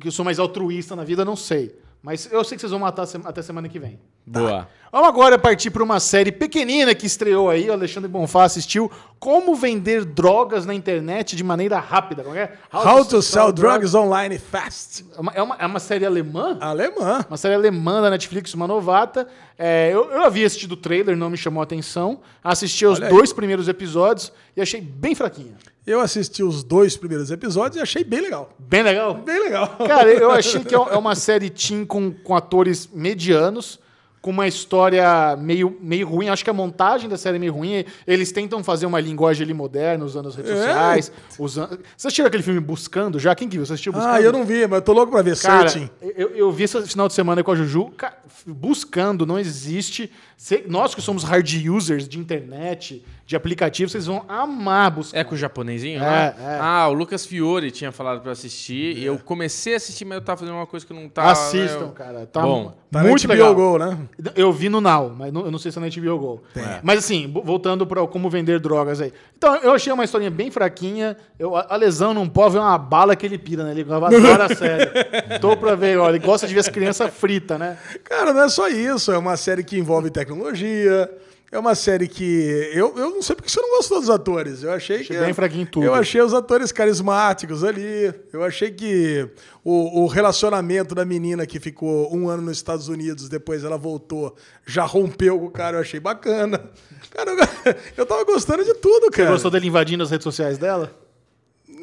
[SPEAKER 2] que eu sou mais altruísta na vida, não sei. Mas eu sei que vocês vão matar se- até semana que vem.
[SPEAKER 1] Boa.
[SPEAKER 2] Vamos agora partir para uma série pequenina que estreou aí, o Alexandre Bonfá assistiu, Como Vender Drogas na Internet de Maneira Rápida. Como é?
[SPEAKER 3] How to sell drugs online fast.
[SPEAKER 2] É uma, é uma- é uma série alemã?
[SPEAKER 3] Alemã.
[SPEAKER 2] Uma série alemã da Netflix, uma novata. É, eu, eu havia assistido o trailer, não me chamou a atenção. Assisti aos
[SPEAKER 3] Olha aí.
[SPEAKER 2] dois primeiros episódios e achei bem fraquinha.
[SPEAKER 3] Eu assisti os dois primeiros episódios e achei bem legal.
[SPEAKER 2] Bem legal.
[SPEAKER 3] Bem legal.
[SPEAKER 2] Cara, eu achei que é é uma série teen com, com atores medianos, com uma história meio, meio ruim. Acho que a montagem da série é meio ruim. Eles tentam fazer uma linguagem ali moderna, usando as redes
[SPEAKER 3] É.
[SPEAKER 2] sociais. Usando... Você assistiu aquele filme Buscando já? Quem que viu? Você assistiu Buscando?
[SPEAKER 3] Ah, eu não vi, mas eu tô louco pra ver.
[SPEAKER 2] Cara,
[SPEAKER 3] Certinho.
[SPEAKER 2] eu, eu vi esse final de semana com a Juju. ca- Buscando, não existe. Cê- nós que somos hard users de internet, de aplicativo, vocês vão amar buscando.
[SPEAKER 1] É com o japonesinho?
[SPEAKER 2] É,
[SPEAKER 1] lá?
[SPEAKER 2] é.
[SPEAKER 1] Ah, o Lucas Fiore tinha falado pra assistir. E eu comecei a assistir, mas eu tava fazendo uma coisa que eu não tava. né?
[SPEAKER 2] Assistam,
[SPEAKER 1] eu-
[SPEAKER 2] cara. Tá
[SPEAKER 1] Tá, Bom,
[SPEAKER 3] Tá
[SPEAKER 2] muito
[SPEAKER 3] Muito na HBO
[SPEAKER 2] legal.
[SPEAKER 3] Go, né?
[SPEAKER 2] Eu vi no Now, mas não- eu não sei se é na HBO Go. Mas assim, bo- voltando para como vender drogas aí. Então, eu achei uma historinha bem fraquinha. Eu, a a lesão num povo é uma bala que ele pira, né? Ele adora a série. Tô pra ver, olha, ele gosta de ver as crianças fritas, né?
[SPEAKER 3] Cara, não é só isso. É uma série que envolve tecnologia. É uma série que. Eu, eu não sei porque você não gostou dos atores. Eu achei, que.
[SPEAKER 2] bem fraquinho em tudo.
[SPEAKER 3] Eu achei os atores carismáticos ali. Eu achei que o, o relacionamento da menina que ficou um ano nos Estados Unidos, depois ela voltou, já rompeu com o cara, eu achei bacana. Cara, eu, eu tava gostando de tudo, cara.
[SPEAKER 2] Gostou dele invadindo as redes sociais dela?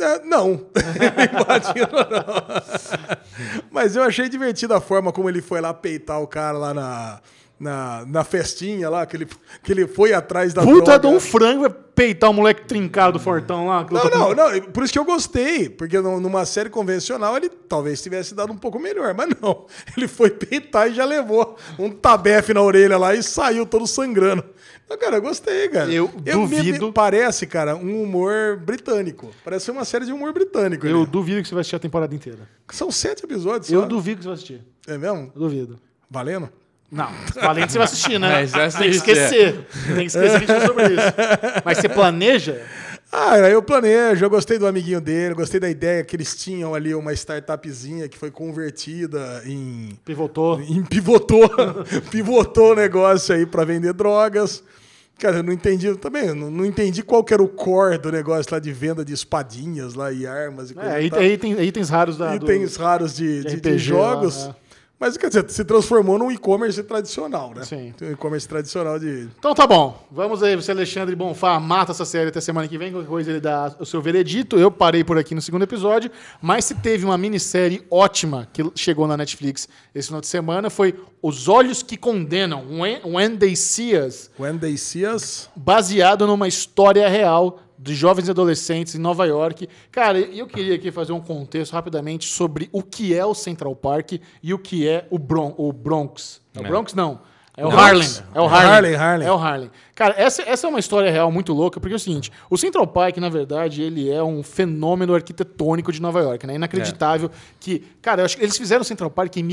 [SPEAKER 3] É, Não. Invadindo, não. Mas eu achei divertida a forma como ele foi lá peitar o cara lá na, na, na festinha lá, que ele, que ele foi atrás da
[SPEAKER 2] Puta
[SPEAKER 3] droga.
[SPEAKER 2] de um tá frango é peitar o moleque trincado do fortão lá. que
[SPEAKER 3] Não,
[SPEAKER 2] luta com-
[SPEAKER 3] não, não. Por isso que eu gostei. Porque nu- numa série convencional ele talvez tivesse dado um pouco melhor. Mas não. Ele foi peitar e já levou um tabefe na orelha lá e saiu todo sangrando. Mas, cara, eu gostei, cara.
[SPEAKER 2] Eu
[SPEAKER 3] me- me
[SPEAKER 2] duvido.
[SPEAKER 3] parece, cara, um humor britânico. Parece ser uma série de humor britânico.
[SPEAKER 2] Eu
[SPEAKER 3] ali.
[SPEAKER 2] duvido que você vai assistir a temporada inteira.
[SPEAKER 3] São sete episódios.
[SPEAKER 2] Eu
[SPEAKER 3] só.
[SPEAKER 2] duvido que você vai assistir.
[SPEAKER 3] É mesmo?
[SPEAKER 2] Eu duvido.
[SPEAKER 3] Valendo?
[SPEAKER 2] Não, valente você vai assistir, né?
[SPEAKER 1] Mas vai
[SPEAKER 2] Tem que
[SPEAKER 1] assistir.
[SPEAKER 2] esquecer. Tem que esquecer que a gente falou sobre isso. Mas você planeja?
[SPEAKER 3] Ah, era, eu planejo, eu gostei do amiguinho dele, gostei da ideia que eles tinham ali uma startupzinha que foi convertida em,
[SPEAKER 2] Pivotou.
[SPEAKER 3] em pivotou, pivotou o negócio aí pra vender drogas. Cara, eu não entendi eu também, eu não, não entendi qual que era o core do negócio lá de venda de espadinhas lá e armas e
[SPEAKER 2] É,
[SPEAKER 3] coisa
[SPEAKER 2] aí,
[SPEAKER 3] e tal.
[SPEAKER 2] aí tem aí itens raros da. do-
[SPEAKER 3] tá itens raros de, de- de
[SPEAKER 2] RPG
[SPEAKER 3] jogos.
[SPEAKER 2] lá, né?
[SPEAKER 3] Mas, quer dizer, se transformou num e-commerce tradicional, né?
[SPEAKER 2] Sim.
[SPEAKER 3] Um e-commerce tradicional de...
[SPEAKER 2] Então tá bom. Vamos aí, você, Alexandre Bonfá, mata essa série até semana que vem. Qualquer coisa ele dá o seu veredito. Eu parei por aqui no segundo episódio. Mas se teve uma minissérie ótima que chegou na Netflix esse final de semana, foi Os Olhos que Condenam, um When, When They See Us.
[SPEAKER 3] When They See Us...
[SPEAKER 2] baseado numa história real de jovens e adolescentes em Nova York. Cara, eu queria aqui fazer um contexto rapidamente sobre o que é o Central Park e o que é o, Bron o Bronx. É o Bronx não. É o
[SPEAKER 1] Não.
[SPEAKER 2] Harlem. É o Harlem.
[SPEAKER 3] Harlem, Harlem.
[SPEAKER 2] É o Harlem. Cara, essa, essa é uma história real muito louca, porque é o seguinte, o Central Park, na verdade, ele é um fenômeno arquitetônico de Nova York, né? Inacreditável que... Cara, eu acho que eles fizeram o Central Park em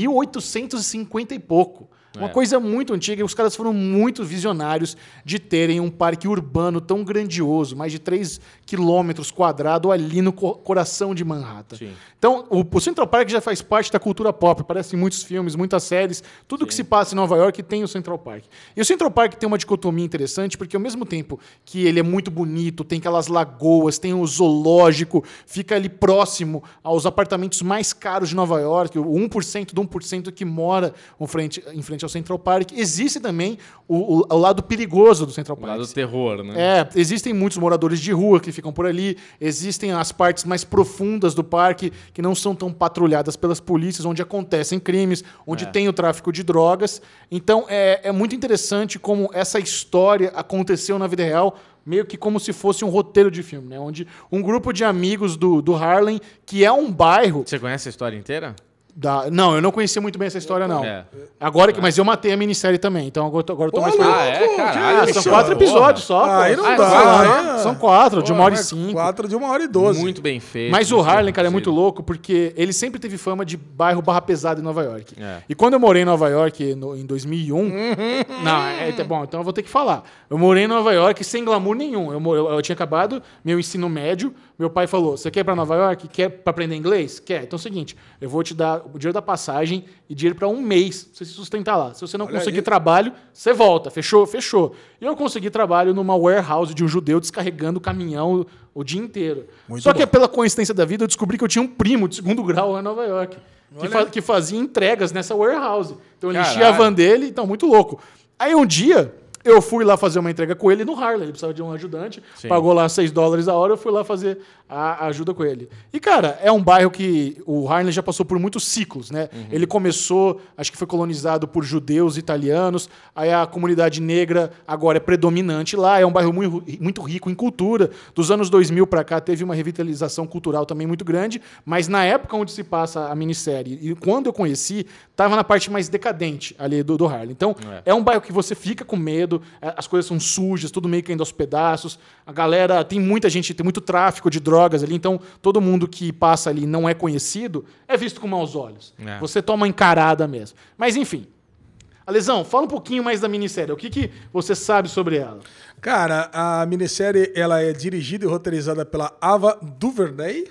[SPEAKER 2] 1850 e pouco. Uma
[SPEAKER 1] É.
[SPEAKER 2] coisa muito antiga, e os caras foram muito visionários de terem um parque urbano tão grandioso, mais de 3 quilômetros quadrados ali no co- coração de Manhattan.
[SPEAKER 1] Sim.
[SPEAKER 2] Então, o, o Central Park já faz parte da cultura pop, aparece em muitos filmes, muitas séries, tudo que se passa em Nova York tem o Central Park. E o Central Park tem uma dicotomia interessante, porque ao mesmo tempo que ele é muito bonito, tem aquelas lagoas, tem o zoológico, fica ali próximo aos apartamentos mais caros de Nova York, o 1% do 1% que mora em frente, em frente ao Central Park, existe também o, o- o lado perigoso do Central
[SPEAKER 1] O
[SPEAKER 2] Park.
[SPEAKER 1] lado do terror, né?
[SPEAKER 2] É, existem muitos moradores de rua que ficam por ali, existem as partes mais profundas do parque que não são tão patrulhadas pelas polícias, onde acontecem crimes,
[SPEAKER 1] É.
[SPEAKER 2] onde tem o tráfico de drogas. Então é, é muito interessante como essa história aconteceu na vida real, meio que como se fosse um roteiro de filme, né? Onde um grupo de amigos do, do Harlem, que é um bairro.
[SPEAKER 1] Você conhece a história inteira?
[SPEAKER 2] Da... Não, eu não conhecia muito bem essa história, não.
[SPEAKER 1] É.
[SPEAKER 2] Agora que. Mas eu matei a minissérie também, então agora eu tô, agora eu tô mais
[SPEAKER 3] Olha,
[SPEAKER 2] feliz.
[SPEAKER 1] Ah, é?
[SPEAKER 3] que
[SPEAKER 1] Caralho,
[SPEAKER 2] Ah,
[SPEAKER 3] isso?
[SPEAKER 2] são quatro
[SPEAKER 1] porra.
[SPEAKER 2] episódios só. pô.
[SPEAKER 3] Aí não
[SPEAKER 1] Ah,
[SPEAKER 3] dá.
[SPEAKER 1] são
[SPEAKER 3] aí é-
[SPEAKER 2] São quatro, de uma hora e
[SPEAKER 3] Pô, mas
[SPEAKER 2] cinco.
[SPEAKER 3] Quatro de uma hora e doze.
[SPEAKER 1] Muito bem feito.
[SPEAKER 2] Mas o
[SPEAKER 1] muito
[SPEAKER 2] Harlem,
[SPEAKER 1] bem
[SPEAKER 2] cara, é muito
[SPEAKER 1] produzido.
[SPEAKER 2] louco porque ele sempre teve fama de bairro barra pesada em Nova York.
[SPEAKER 1] É. Uhum.
[SPEAKER 2] E quando eu morei em Nova York no- em 2001... não, é, tá bom, então eu vou ter que falar. Eu morei em Nova York sem glamour nenhum. Eu, mo- eu- eu tinha acabado meu ensino médio, Meu pai falou: Você quer ir pra Nova York? Quer pra aprender inglês? Quer. Então é o seguinte: eu vou te dar o dinheiro da passagem e dinheiro pra um mês pra você se sustentar lá. Se você não
[SPEAKER 3] Olha
[SPEAKER 2] conseguir
[SPEAKER 3] aí.
[SPEAKER 2] trabalho, você volta. Fechou? Fechou. E eu consegui trabalho numa warehouse de um judeu descarregando caminhão o dia inteiro.
[SPEAKER 3] Muito
[SPEAKER 2] Só que
[SPEAKER 3] bom.
[SPEAKER 2] pela coincidência da vida, eu descobri que eu tinha um primo de segundo grau lá em Nova York. Que, fa- que fazia entregas nessa warehouse. Então ele enchia a
[SPEAKER 1] Caralho.
[SPEAKER 2] van dele, então muito louco. Aí um dia eu fui lá fazer uma entrega com ele no Harley, ele precisava de um ajudante, pagou lá 6 dólares a hora, eu fui lá fazer a a ajuda com ele. E cara, é um bairro que o Harley já passou por muitos ciclos, né?
[SPEAKER 3] Uhum.
[SPEAKER 2] Ele começou, acho que foi colonizado por judeus, italianos, aí a comunidade negra agora é predominante lá, é um bairro muito, ri- muito rico em cultura. Dos anos 2000 pra cá teve uma revitalização cultural também muito grande, mas na época onde se passa a minissérie e quando eu conheci, tava na parte mais decadente ali do, do Harlem. Então, é. um bairro que você fica com medo, a- as coisas são sujas, tudo meio caindo aos pedaços. A galera, tem muita gente, tem muito tráfico de drogas ali, então todo mundo que passa ali e não é conhecido, é visto com maus olhos.
[SPEAKER 1] É.
[SPEAKER 2] Você toma encarada mesmo. Mas enfim, Alesão, fala um pouquinho mais da minissérie. O que, que você sabe sobre ela?
[SPEAKER 3] Cara, a minissérie ela é dirigida e roteirizada pela Ava DuVernay,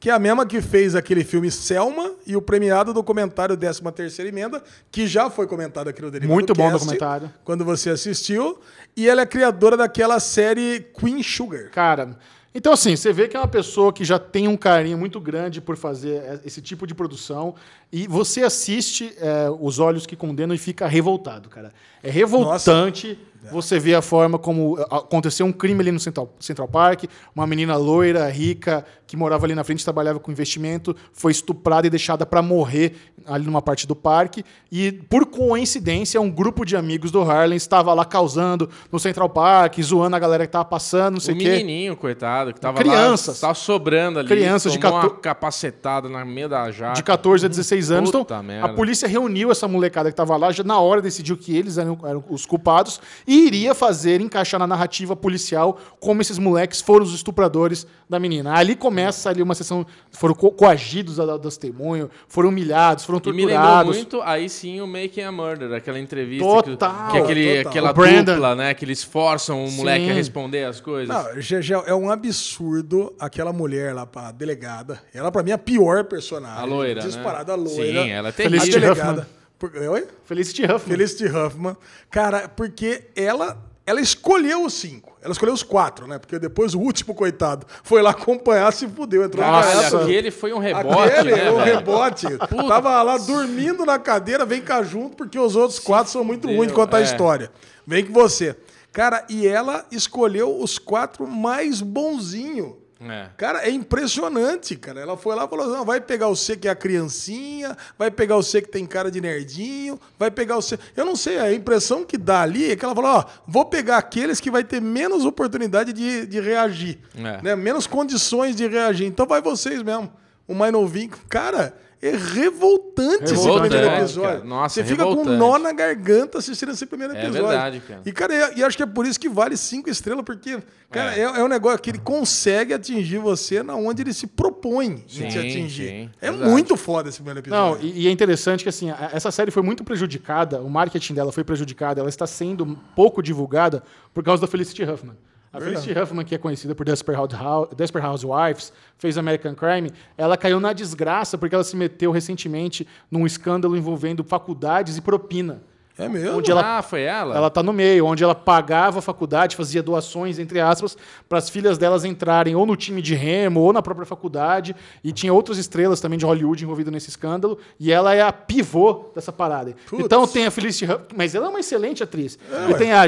[SPEAKER 3] que é a mesma que fez aquele filme Selma e o premiado documentário 13ª Emenda, que já foi comentado aqui no Derivado
[SPEAKER 2] Muito bom
[SPEAKER 3] Cast,
[SPEAKER 2] documentário.
[SPEAKER 3] Quando você assistiu. E ela é criadora daquela série Queen Sugar.
[SPEAKER 2] Cara, então assim, você vê que é uma pessoa que já tem um carinho muito grande por fazer eh, esse tipo de produção e você assiste eh, Os Olhos que Condenam e fica revoltado, cara. É revoltante você ver a forma como eh, aconteceu um crime ali no Central, Central Park, uma menina loira, rica, que morava ali na frente, trabalhava com investimento, foi estuprada e deixada pra morrer ali numa parte do parque e por coincidência um grupo de amigos do Harlem estava lá causando no Central Park, zoando a galera que tava passando, não sei
[SPEAKER 1] o
[SPEAKER 2] o quê.
[SPEAKER 1] menininho, coitado, que tava
[SPEAKER 2] Crianças.
[SPEAKER 1] lá, tava sobrando ali.
[SPEAKER 2] Crianças de
[SPEAKER 1] tomou
[SPEAKER 2] 14
[SPEAKER 1] uma capacetada na meia da jaca.
[SPEAKER 2] de 14 a 16 anos.
[SPEAKER 1] Ah, tá. Puta
[SPEAKER 2] então,
[SPEAKER 1] merda.
[SPEAKER 2] a polícia reuniu essa molecada que estava lá, já na hora decidiu que eles eram, eram os culpados e iria fazer encaixar na narrativa policial como esses moleques foram os estupradores da menina. Ali começa ali uma sessão, foram co- coagidos da- das testemunhas, foram humilhados, foram
[SPEAKER 1] E me lembrou
[SPEAKER 2] torturados.
[SPEAKER 1] muito, aí sim, o Making a Murder, aquela entrevista que-
[SPEAKER 2] Total,
[SPEAKER 1] que, aquele,
[SPEAKER 3] total.
[SPEAKER 1] aquela
[SPEAKER 2] O Brandon.
[SPEAKER 1] dupla, né? Que eles forçam o moleque
[SPEAKER 2] Sim.
[SPEAKER 1] a responder as coisas.
[SPEAKER 3] Não, Gegel, é um absurdo aquela mulher lá, pá, delegada. Ela, pra mim, é a pior personagem.
[SPEAKER 1] A loira, né?
[SPEAKER 3] Disparada loira.
[SPEAKER 1] Sim, ela é
[SPEAKER 3] A
[SPEAKER 2] Felicity
[SPEAKER 1] terrível.
[SPEAKER 3] delegada. Por- Oi?
[SPEAKER 2] Felicity Huffman.
[SPEAKER 3] Felicity Huffman. Cara, porque ela, ela escolheu os cinco. Ela escolheu os quatro, né? Porque depois o último, coitado, foi lá acompanhar, se fudeu, entrou na
[SPEAKER 1] Nossa,
[SPEAKER 3] casa.
[SPEAKER 1] aquele foi um rebote,
[SPEAKER 3] Aquele,
[SPEAKER 1] né,
[SPEAKER 3] o
[SPEAKER 1] velho?
[SPEAKER 3] rebote. Tava lá dormindo na cadeira, vem cá junto, porque os outros quatro são muito ruins de contar a
[SPEAKER 1] é.
[SPEAKER 3] história. Vem com você. Cara, e ela escolheu os quatro mais bonzinhos.
[SPEAKER 1] É.
[SPEAKER 3] Cara, é impressionante, cara. Ela foi lá e falou assim: "Não, vai pegar você que é a criancinha, vai pegar você que tem cara de nerdinho, vai pegar você. Eu não sei, a impressão que dá ali é que ela falou: ó, vou pegar aqueles que vai ter menos oportunidade de, de reagir,
[SPEAKER 1] É.
[SPEAKER 3] né? menos condições de reagir. Então vai vocês mesmo. O mais novinho. Cara, é revoltante, esse
[SPEAKER 2] Revoltante,
[SPEAKER 3] primeiro
[SPEAKER 2] cara.
[SPEAKER 3] episódio.
[SPEAKER 1] Nossa,
[SPEAKER 3] você fica com
[SPEAKER 1] revoltante.
[SPEAKER 3] nó na garganta assistindo esse primeiro
[SPEAKER 1] É
[SPEAKER 3] episódio.
[SPEAKER 1] verdade, cara.
[SPEAKER 3] E, cara, e- e acho que é por isso que vale cinco estrelas, porque, cara, é,
[SPEAKER 1] É.
[SPEAKER 3] é um negócio que ele consegue atingir você na onde ele se propõe em
[SPEAKER 1] Sim,
[SPEAKER 3] te atingir.
[SPEAKER 1] sim,
[SPEAKER 3] é
[SPEAKER 1] verdade.
[SPEAKER 3] muito foda esse primeiro
[SPEAKER 2] Não,
[SPEAKER 3] episódio.
[SPEAKER 2] e, e é interessante que assim, a- essa série foi muito prejudicada, o marketing dela foi prejudicado, ela está sendo pouco divulgada por causa da Felicity Huffman. A
[SPEAKER 3] Verdade.
[SPEAKER 2] Felicity Huffman, que é conhecida por Desperate Hou- Desperate Housewives, fez American Crime, ela caiu na desgraça porque ela se meteu recentemente num escândalo envolvendo faculdades e um propina.
[SPEAKER 3] é mesmo?
[SPEAKER 2] onde ela-
[SPEAKER 1] Ah, foi ela?
[SPEAKER 2] Ela tá no meio, onde ela pagava a faculdade, fazia doações, entre aspas, para as filhas delas entrarem ou no time de remo ou na própria faculdade. E tinha outras estrelas também de Hollywood envolvidas nesse escândalo. E ela é a pivô dessa parada.
[SPEAKER 3] Putz.
[SPEAKER 2] Então tem a Felicity Huff, mas ela é uma excelente atriz. e
[SPEAKER 3] ué.
[SPEAKER 2] tem a,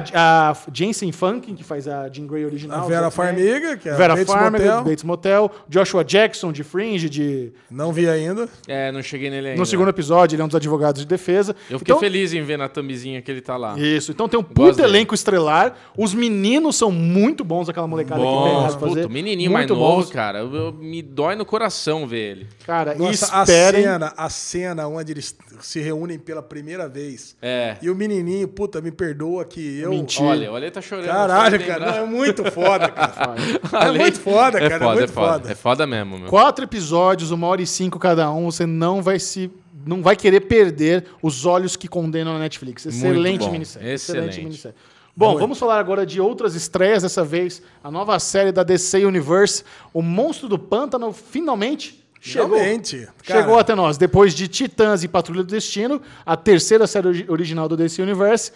[SPEAKER 2] a Jensen Funkin, que faz a Jean Grey
[SPEAKER 3] a
[SPEAKER 2] original. também.
[SPEAKER 3] Vera Farmiga, que é a
[SPEAKER 2] Vera
[SPEAKER 3] Bates
[SPEAKER 2] Farmiga,
[SPEAKER 3] Motel.
[SPEAKER 2] de Bates Motel. Joshua Jackson, de Fringe, de...
[SPEAKER 3] Não vi ainda.
[SPEAKER 1] É, não cheguei nele ainda.
[SPEAKER 2] no segundo episódio, ele é um dos advogados de defesa.
[SPEAKER 1] Eu fiquei
[SPEAKER 2] Então-
[SPEAKER 1] feliz em ver na thumbzinha que ele tá lá.
[SPEAKER 2] Isso, então tem um
[SPEAKER 1] gosto
[SPEAKER 2] puta
[SPEAKER 1] dele.
[SPEAKER 2] elenco estrelar. Os meninos são muito bons, aquela molecada que
[SPEAKER 1] Bom,
[SPEAKER 2] pegaram pra fazer.
[SPEAKER 1] puta, menininho mais
[SPEAKER 2] muito
[SPEAKER 1] novo,
[SPEAKER 2] bons.
[SPEAKER 1] cara. eu- eu- me dói no coração ver ele.
[SPEAKER 2] Cara, e
[SPEAKER 3] Nossa, a
[SPEAKER 2] esperem.
[SPEAKER 3] cena, a cena onde eles se reúnem pela primeira vez.
[SPEAKER 1] É.
[SPEAKER 3] E o menininho, puta, me perdoa que eu...
[SPEAKER 2] Mentira.
[SPEAKER 1] Olha, olha, ele tá chorando.
[SPEAKER 3] Caralho,
[SPEAKER 1] só de
[SPEAKER 3] cara,
[SPEAKER 1] lembrar.
[SPEAKER 3] não, é muito foda, cara. é
[SPEAKER 1] Ali-
[SPEAKER 3] muito foda,
[SPEAKER 1] É
[SPEAKER 3] cara,
[SPEAKER 1] foda,
[SPEAKER 3] é muito
[SPEAKER 1] é foda.
[SPEAKER 3] foda.
[SPEAKER 1] É foda mesmo, meu.
[SPEAKER 2] Quatro episódios, uma hora e cinco cada um. Você não vai se. Não vai querer perder os olhos que condenam a Netflix. Excelente
[SPEAKER 1] bom,
[SPEAKER 2] minissérie.
[SPEAKER 1] excelente.
[SPEAKER 2] minissérie. Bom, vamos falar agora de outras estreias dessa vez. A nova série da DC Universe, O Monstro do Pântano, finalmente chegou.
[SPEAKER 3] Realmente. cara.
[SPEAKER 2] Chegou até nós. Depois de Titãs e Patrulha do Destino, a terceira série ori- original do DC Universe.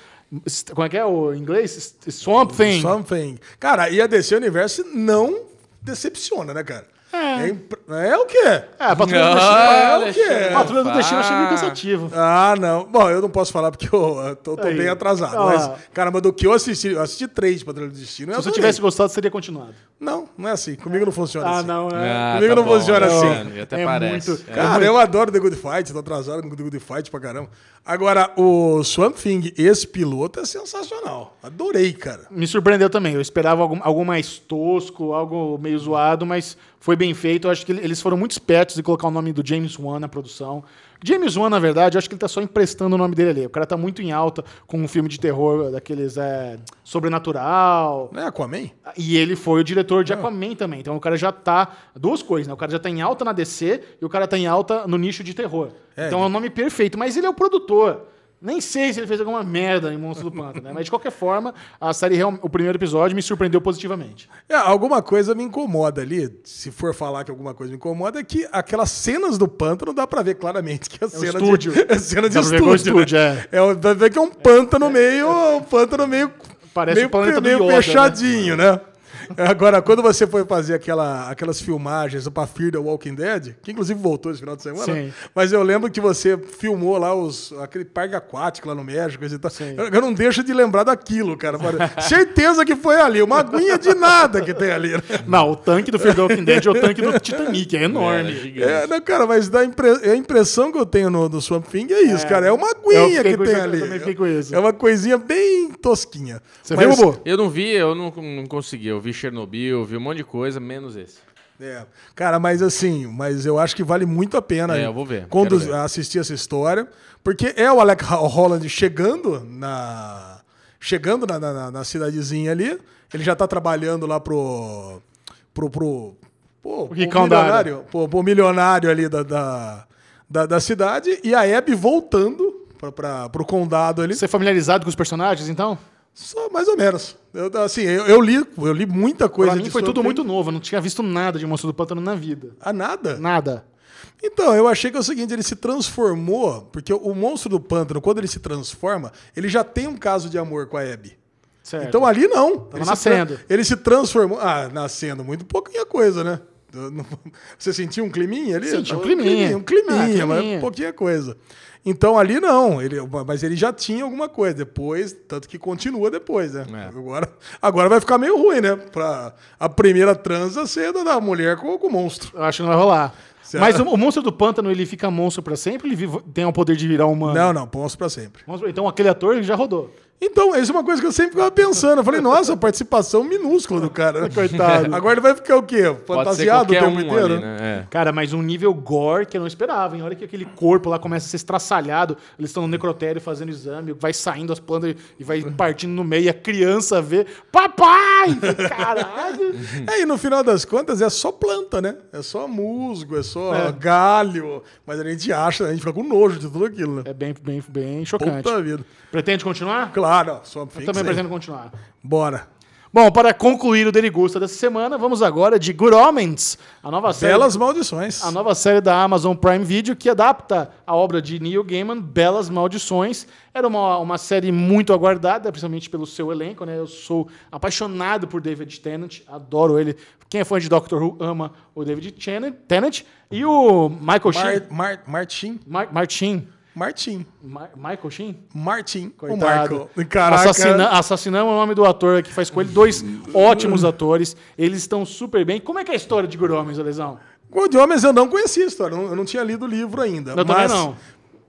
[SPEAKER 2] est- Como é que é o inglês? Est- Swamp Thing.
[SPEAKER 3] Something. um Cara, e a DC Universo não decepciona, né, cara? É, impr- é o quê?
[SPEAKER 2] É, a Patrulha do
[SPEAKER 1] Não,
[SPEAKER 2] Destino.
[SPEAKER 1] Alexandre,
[SPEAKER 2] É, o quê? Patrulha do
[SPEAKER 1] vá.
[SPEAKER 2] Destino eu achei meio cansativo.
[SPEAKER 3] Ah, não. Bom, eu não posso falar porque eu eh, tô, tô
[SPEAKER 2] Aí.
[SPEAKER 3] bem atrasado.
[SPEAKER 2] Ah.
[SPEAKER 3] Mas, caramba, do que eu assisti, eu assisti três de Patrulha do Destino. eu
[SPEAKER 2] Se você
[SPEAKER 3] adorei.
[SPEAKER 2] tivesse gostado, seria continuado.
[SPEAKER 3] Não, não é assim. Comigo não funciona assim.
[SPEAKER 2] né?
[SPEAKER 1] Ah,
[SPEAKER 3] Comigo não
[SPEAKER 1] bom,
[SPEAKER 3] funciona assim.
[SPEAKER 1] Alexandre, Até
[SPEAKER 2] É
[SPEAKER 1] parece.
[SPEAKER 2] muito-
[SPEAKER 1] É.
[SPEAKER 3] Cara, eu adoro The Good Fight, tô atrasado com The Good Fight pra caramba. Agora, o Swamp Thing, esse piloto é sensacional. Adorei, cara.
[SPEAKER 2] Me surpreendeu também. Eu esperava algum- algo, mais tosco, algo meio zoado, mas foi bem feito. Eu acho que ele- eles foram muito espertos de colocar o nome do James Wan na produção. James Wan, na verdade, eu acho que ele tá só emprestando o nome dele ali. O cara tá muito em alta com um filme de terror daqueles é, sobrenatural.
[SPEAKER 3] Não é Aquaman?
[SPEAKER 2] E ele foi o diretor
[SPEAKER 3] Ah.
[SPEAKER 2] de Aquaman também. Então o cara já tá. Duas coisas, né? O cara já tá em alta na DC e o cara tá em alta no nicho de terror.
[SPEAKER 3] É,
[SPEAKER 2] então é um nome perfeito, mas ele é o produtor. Nem sei se ele fez alguma merda em Monstro do Pântano, né? Mas de qualquer forma, a série, real- o primeiro episódio me surpreendeu positivamente.
[SPEAKER 3] É, alguma coisa me incomoda ali. Se for falar que alguma coisa me incomoda, é que aquelas cenas do pântano dá pra ver claramente que é, cena
[SPEAKER 2] um estúdio.
[SPEAKER 3] de é cena de
[SPEAKER 2] Dá pra ver que é o
[SPEAKER 3] estúdio.
[SPEAKER 2] estúdio,
[SPEAKER 3] né? é. o- dá pra ver que é um pântano meio, um pântano meio
[SPEAKER 2] Parece
[SPEAKER 3] meio,
[SPEAKER 2] o planeta do
[SPEAKER 3] meio
[SPEAKER 2] Yoda, né?
[SPEAKER 3] fechadinho, né? Agora, quando você foi fazer aquela, aquelas filmagens do Pafir da Walking Dead, que inclusive voltou esse final de semana,
[SPEAKER 2] Sim.
[SPEAKER 3] mas eu lembro que você filmou lá os, aquele parque aquático lá no México. coisa e tal. Eu, eu não deixo de lembrar daquilo, cara. Pare- Certeza que foi ali. Uma aguinha de nada que tem ali. né?
[SPEAKER 2] Não, o tanque do Fear the Walking Dead é o tanque do Titanic, é
[SPEAKER 1] É,
[SPEAKER 2] enorme.
[SPEAKER 1] gigante.
[SPEAKER 3] É, né, cara, mas dá impre- a impressão que eu tenho no, no Swamp Thing é isso, cara. É uma
[SPEAKER 2] Eu
[SPEAKER 3] aguinha
[SPEAKER 2] fiquei
[SPEAKER 3] que
[SPEAKER 2] com
[SPEAKER 3] tem
[SPEAKER 2] isso, eu
[SPEAKER 3] ali.
[SPEAKER 2] também fiquei com isso.
[SPEAKER 3] É uma coisinha bem tosquinha.
[SPEAKER 2] Você viu, Bubu?
[SPEAKER 1] Eu não vi, eu não, não consegui. Eu vi Chernobyl, eu vi um monte de coisa, menos esse.
[SPEAKER 3] É. Cara, mas assim, mas eu acho que vale muito a pena
[SPEAKER 1] É, eu vou ver,
[SPEAKER 3] conduz-
[SPEAKER 1] quero ver.
[SPEAKER 3] assistir essa história, porque é o Alec Ho- Holland chegando na chegando na, na- na- na cidadezinha ali, ele já tá trabalhando lá pro pro pro, pô, pro
[SPEAKER 2] ricão da área.
[SPEAKER 3] milionário, pro, pro milionário ali da, da, da- da cidade e a Abby voltando pra, pra, pro condado ali.
[SPEAKER 2] Você é familiarizado com os personagens, então?
[SPEAKER 3] Só mais ou menos. Eu, assim, eu, eu li, eu li muita coisa
[SPEAKER 2] Pra mim
[SPEAKER 3] de
[SPEAKER 2] foi tudo
[SPEAKER 3] Swamp
[SPEAKER 2] muito
[SPEAKER 3] Thing.
[SPEAKER 2] novo, eu não tinha visto nada de Monstro do Pântano na vida.
[SPEAKER 3] Ah, nada?
[SPEAKER 2] Nada.
[SPEAKER 3] Então, eu achei que é o seguinte, ele se transformou, porque o monstro do pântano, quando ele se transforma, ele já tem um caso de amor com a Abby.
[SPEAKER 2] Certo.
[SPEAKER 3] Então ali não. Ele se
[SPEAKER 2] nascendo.
[SPEAKER 3] tra- ele se transformou. Ah, nascendo, muito pouquinha coisa, né? Eu não- Você sentiu um climinha ali?
[SPEAKER 2] Senti um
[SPEAKER 3] Tava
[SPEAKER 2] climinha.
[SPEAKER 3] Um climinha,
[SPEAKER 2] Ah, climinha.
[SPEAKER 3] mas pouquinha coisa. Então ali não, ele, mas ele já tinha alguma coisa depois, tanto que continua depois, né?
[SPEAKER 1] É.
[SPEAKER 3] Agora, agora vai ficar meio ruim, né? Pra a primeira transa ser da- da mulher com, com o monstro.
[SPEAKER 2] Eu acho que não vai rolar.
[SPEAKER 3] Será?
[SPEAKER 2] Mas o, o monstro do pântano, ele fica monstro pra sempre? Ele vive- tem o poder de virar humano?
[SPEAKER 3] Não, não, monstro pra sempre.
[SPEAKER 2] Monstro- Então aquele ator já rodou.
[SPEAKER 3] Então, isso é uma coisa que eu sempre ficava pensando. Eu falei, nossa, a participação minúscula do cara. né? Coitado. Agora ele vai ficar o quê?
[SPEAKER 1] Pode ser
[SPEAKER 3] Fantasiado o
[SPEAKER 1] qualquer
[SPEAKER 3] tempo
[SPEAKER 1] um
[SPEAKER 3] inteiro?
[SPEAKER 1] ali, né? É.
[SPEAKER 2] Cara, mas um nível gore que eu não esperava, hein? Olha que aquele corpo lá começa a ser estraçalhado. Eles estão no necrotério fazendo exame, vai saindo as plantas e vai partindo no meio. E a criança vê, papai! Caralho!
[SPEAKER 3] É, e no final das contas é só planta, né? É só musgo, é só galho. Mas a gente acha, a gente fica com nojo de tudo aquilo, né?
[SPEAKER 2] É bem, bem, bem chocante.
[SPEAKER 3] Puta vida.
[SPEAKER 2] Pretende continuar?
[SPEAKER 3] Claro, ó, só
[SPEAKER 2] Eu
[SPEAKER 3] fixa
[SPEAKER 2] também
[SPEAKER 3] aí.
[SPEAKER 2] pretendo continuar.
[SPEAKER 3] Bora.
[SPEAKER 2] Bom, para concluir o Derigusta dessa semana, vamos agora de Good Omens, a nova série...
[SPEAKER 3] Belas maldições.
[SPEAKER 2] A nova série da Amazon Prime Video que adapta a obra de Neil Gaiman, Belas Maldições. Era uma, uma série muito aguardada, principalmente pelo seu elenco, né? Eu sou apaixonado por David Tennant, adoro ele. Quem é fã de Doctor Who ama o David Chan- Tennant. E o Michael Sheen.
[SPEAKER 3] Mar, Mar, Martim.
[SPEAKER 2] Mar Martin.
[SPEAKER 3] Martim.
[SPEAKER 2] Ma- Michael Sheen?
[SPEAKER 3] Martim. O
[SPEAKER 2] Coitado.
[SPEAKER 3] Marco. Caraca.
[SPEAKER 2] Assassina- assassinamos o nome do ator que faz com ele. Dois ótimos atores. Eles estão super bem. Como é que é a história de Good Homens, Alesão?
[SPEAKER 3] Gol de Homens eu não conhecia a história, eu não- eu não tinha lido o livro ainda.
[SPEAKER 2] Eu também
[SPEAKER 3] mas
[SPEAKER 2] não.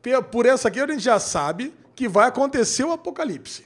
[SPEAKER 3] pe- por essa aqui a gente já sabe que vai acontecer o apocalipse.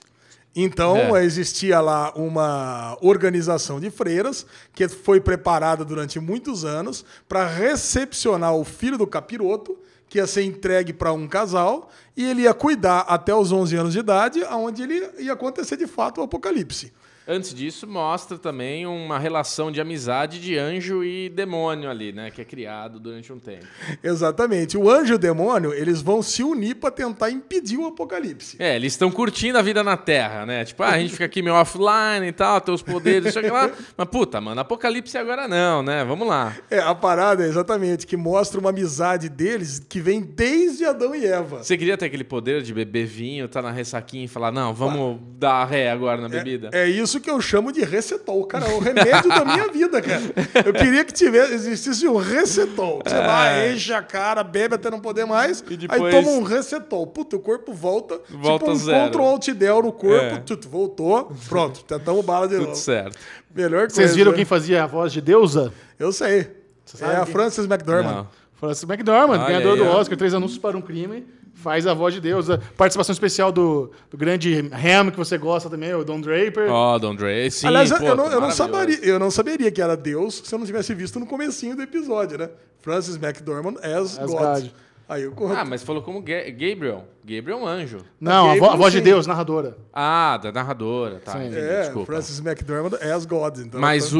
[SPEAKER 3] Então,
[SPEAKER 1] É.
[SPEAKER 3] existia lá uma organização de freiras que foi preparada durante muitos anos para recepcionar o filho do capiroto, que ia ser entregue para um casal, e ele ia cuidar até os 11 anos de idade, onde ele ia acontecer de fato o apocalipse.
[SPEAKER 1] Antes disso, mostra também uma relação de amizade de anjo e demônio ali, né? Que é criado durante um tempo.
[SPEAKER 3] Exatamente. O anjo e o demônio, eles vão se unir para tentar impedir o apocalipse.
[SPEAKER 1] É, eles estão curtindo a vida na Terra, né? Tipo, ah, a gente fica aqui meio offline e tal, tem os poderes, isso aqui lá. Mas puta, mano, apocalipse agora não, né? Vamos lá.
[SPEAKER 3] É, a parada é exatamente que mostra uma amizade deles que vem desde Adão e Eva.
[SPEAKER 1] Você queria ter aquele poder de beber vinho, tá na ressaquinha e falar, não, vamos dar ré agora na bebida?
[SPEAKER 3] É isso que eu chamo de recetol, cara. É o remédio da minha vida, cara. Eu queria que tivesse, existisse um recetol. Você vai, enche a cara, bebe até não poder mais,
[SPEAKER 1] É. E
[SPEAKER 3] aí
[SPEAKER 1] depois-
[SPEAKER 3] toma um recetol. Puta, o corpo volta,
[SPEAKER 1] Volta
[SPEAKER 3] tipo um
[SPEAKER 1] zero.
[SPEAKER 3] Ctrl Alt Del no corpo,
[SPEAKER 1] É.
[SPEAKER 3] tudo, voltou, pronto, tentamos bala de
[SPEAKER 1] Tudo
[SPEAKER 3] novo.
[SPEAKER 1] certo.
[SPEAKER 3] Melhor coisa.
[SPEAKER 2] Vocês viram
[SPEAKER 3] né?
[SPEAKER 2] quem fazia a voz de deusa?
[SPEAKER 3] Eu sei.
[SPEAKER 2] sabe
[SPEAKER 3] É a
[SPEAKER 2] quem?
[SPEAKER 3] Frances McDormand.
[SPEAKER 1] Não.
[SPEAKER 2] Francis assim, McDormand,
[SPEAKER 1] Olha
[SPEAKER 2] ganhador
[SPEAKER 1] aí,
[SPEAKER 2] do
[SPEAKER 1] ó.
[SPEAKER 2] Oscar, três anúncios para um crime, faz a voz de deusa. Participação especial do, do grande Ham, que você gosta também, o Don Draper.
[SPEAKER 1] Ó, Don Dre, sim.
[SPEAKER 3] Aliás, eu-
[SPEAKER 1] pô,
[SPEAKER 3] eu, não, eu, não
[SPEAKER 1] maravilhoso.
[SPEAKER 3] saberia, eu não saberia que era Deus se eu não tivesse visto no comecinho do episódio, né? Francis McDormand as,
[SPEAKER 2] As
[SPEAKER 3] God.
[SPEAKER 2] God.
[SPEAKER 3] Aí eu corro.
[SPEAKER 1] Ah, mas falou como Ga- Gabriel. Gabriel é um anjo.
[SPEAKER 2] Não, a, vo- a voz de
[SPEAKER 3] Sim.
[SPEAKER 2] Deus, narradora.
[SPEAKER 1] Ah, da narradora, tá.
[SPEAKER 2] Sim.
[SPEAKER 1] entendi,
[SPEAKER 3] é,
[SPEAKER 1] desculpa.
[SPEAKER 3] Francis McDormand as God. Então
[SPEAKER 1] Mas
[SPEAKER 3] tá-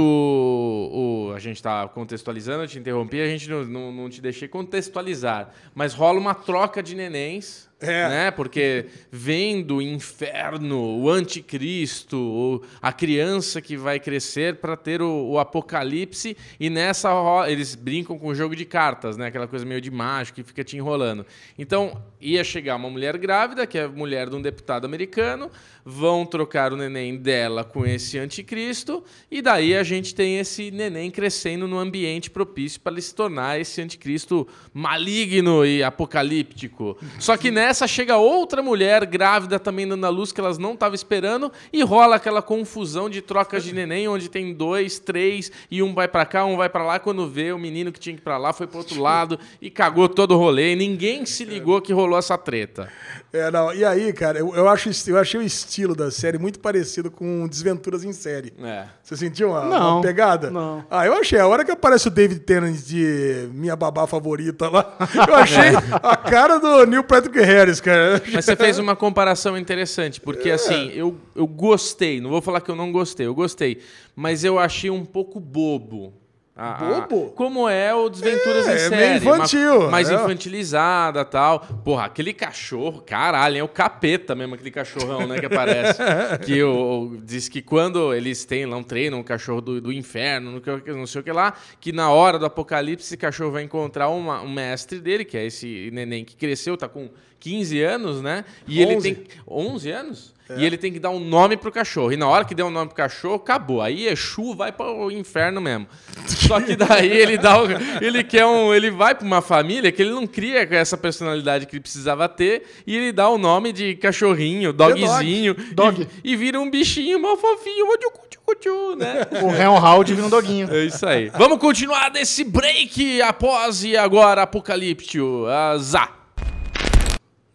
[SPEAKER 1] o, o- A gente tá contextualizando, eu te interrompi, a gente não, não, não te deixei contextualizar. Mas rola uma troca de nenéns.
[SPEAKER 3] É.
[SPEAKER 1] Né? Porque vem do inferno o anticristo, o- a criança que vai crescer para ter o, o apocalipse, e nessa ro- eles brincam com o jogo de cartas, né? Aquela coisa meio de mágico que fica te enrolando. Então, ia chegar uma mulher grávida, que é mulher de um deputado americano, vão trocar o neném dela com esse anticristo, e daí a gente tem esse neném crescendo num ambiente propício para ele se tornar esse anticristo maligno e apocalíptico. Só que nessa chega outra mulher grávida também dando à luz que elas não estavam esperando e rola aquela confusão de trocas de neném, onde tem dois, três e um vai pra cá, um vai pra lá. Quando vê o menino que tinha que ir pra lá foi pro outro lado e cagou todo o rolê. E ninguém se ligou que rolou essa treta.
[SPEAKER 3] É, não. E aí, cara, eu, eu, acho, eu achei o estilo da série muito parecido com Desventuras em Série.
[SPEAKER 1] É.
[SPEAKER 3] Você sentiu uma,
[SPEAKER 2] Não,
[SPEAKER 3] uma pegada?
[SPEAKER 2] não.
[SPEAKER 3] Ah, eu achei. A hora que aparece o David Tennant de minha babá favorita lá, eu
[SPEAKER 1] É.
[SPEAKER 3] achei a cara do Neil Patrick Harris, cara.
[SPEAKER 1] Mas você fez uma comparação interessante, porque
[SPEAKER 3] É.
[SPEAKER 1] assim, eu, eu gostei, não vou falar que eu não gostei, eu gostei, mas eu achei um pouco bobo. A- a-
[SPEAKER 3] Bobo?
[SPEAKER 1] como é o Desventuras
[SPEAKER 3] É,
[SPEAKER 1] em
[SPEAKER 3] é
[SPEAKER 1] Série.
[SPEAKER 3] meio infantil,
[SPEAKER 1] ma- Mais
[SPEAKER 3] é.
[SPEAKER 1] infantilizada tal. Porra, aquele cachorro, caralho, é o capeta mesmo, aquele cachorrão, né, que aparece. que o, o- diz que quando eles têm lá um treino, um cachorro do, do inferno, não, que- não sei o que lá, que na hora do apocalipse esse cachorro vai encontrar uma- um mestre dele, que é esse neném que cresceu, tá com 15 anos, né? E ele
[SPEAKER 3] 11.
[SPEAKER 1] tem 11 anos? E ele tem que dar um nome pro cachorro. E na hora que der um nome pro cachorro, acabou. Aí Exu vai pro inferno mesmo. Só que daí ele dá o- ele quer um, ele vai pra uma família que ele não cria com essa personalidade que ele precisava ter e ele dá o nome de cachorrinho, dogzinho,
[SPEAKER 2] Dog.
[SPEAKER 1] E, e vira um bichinho mal fofinho, ó, tchucu, tchucu, tchu, né?
[SPEAKER 2] O Ham Howard vira um doguinho.
[SPEAKER 1] É isso aí. Vamos continuar desse break após e agora apocalíptico. Azar.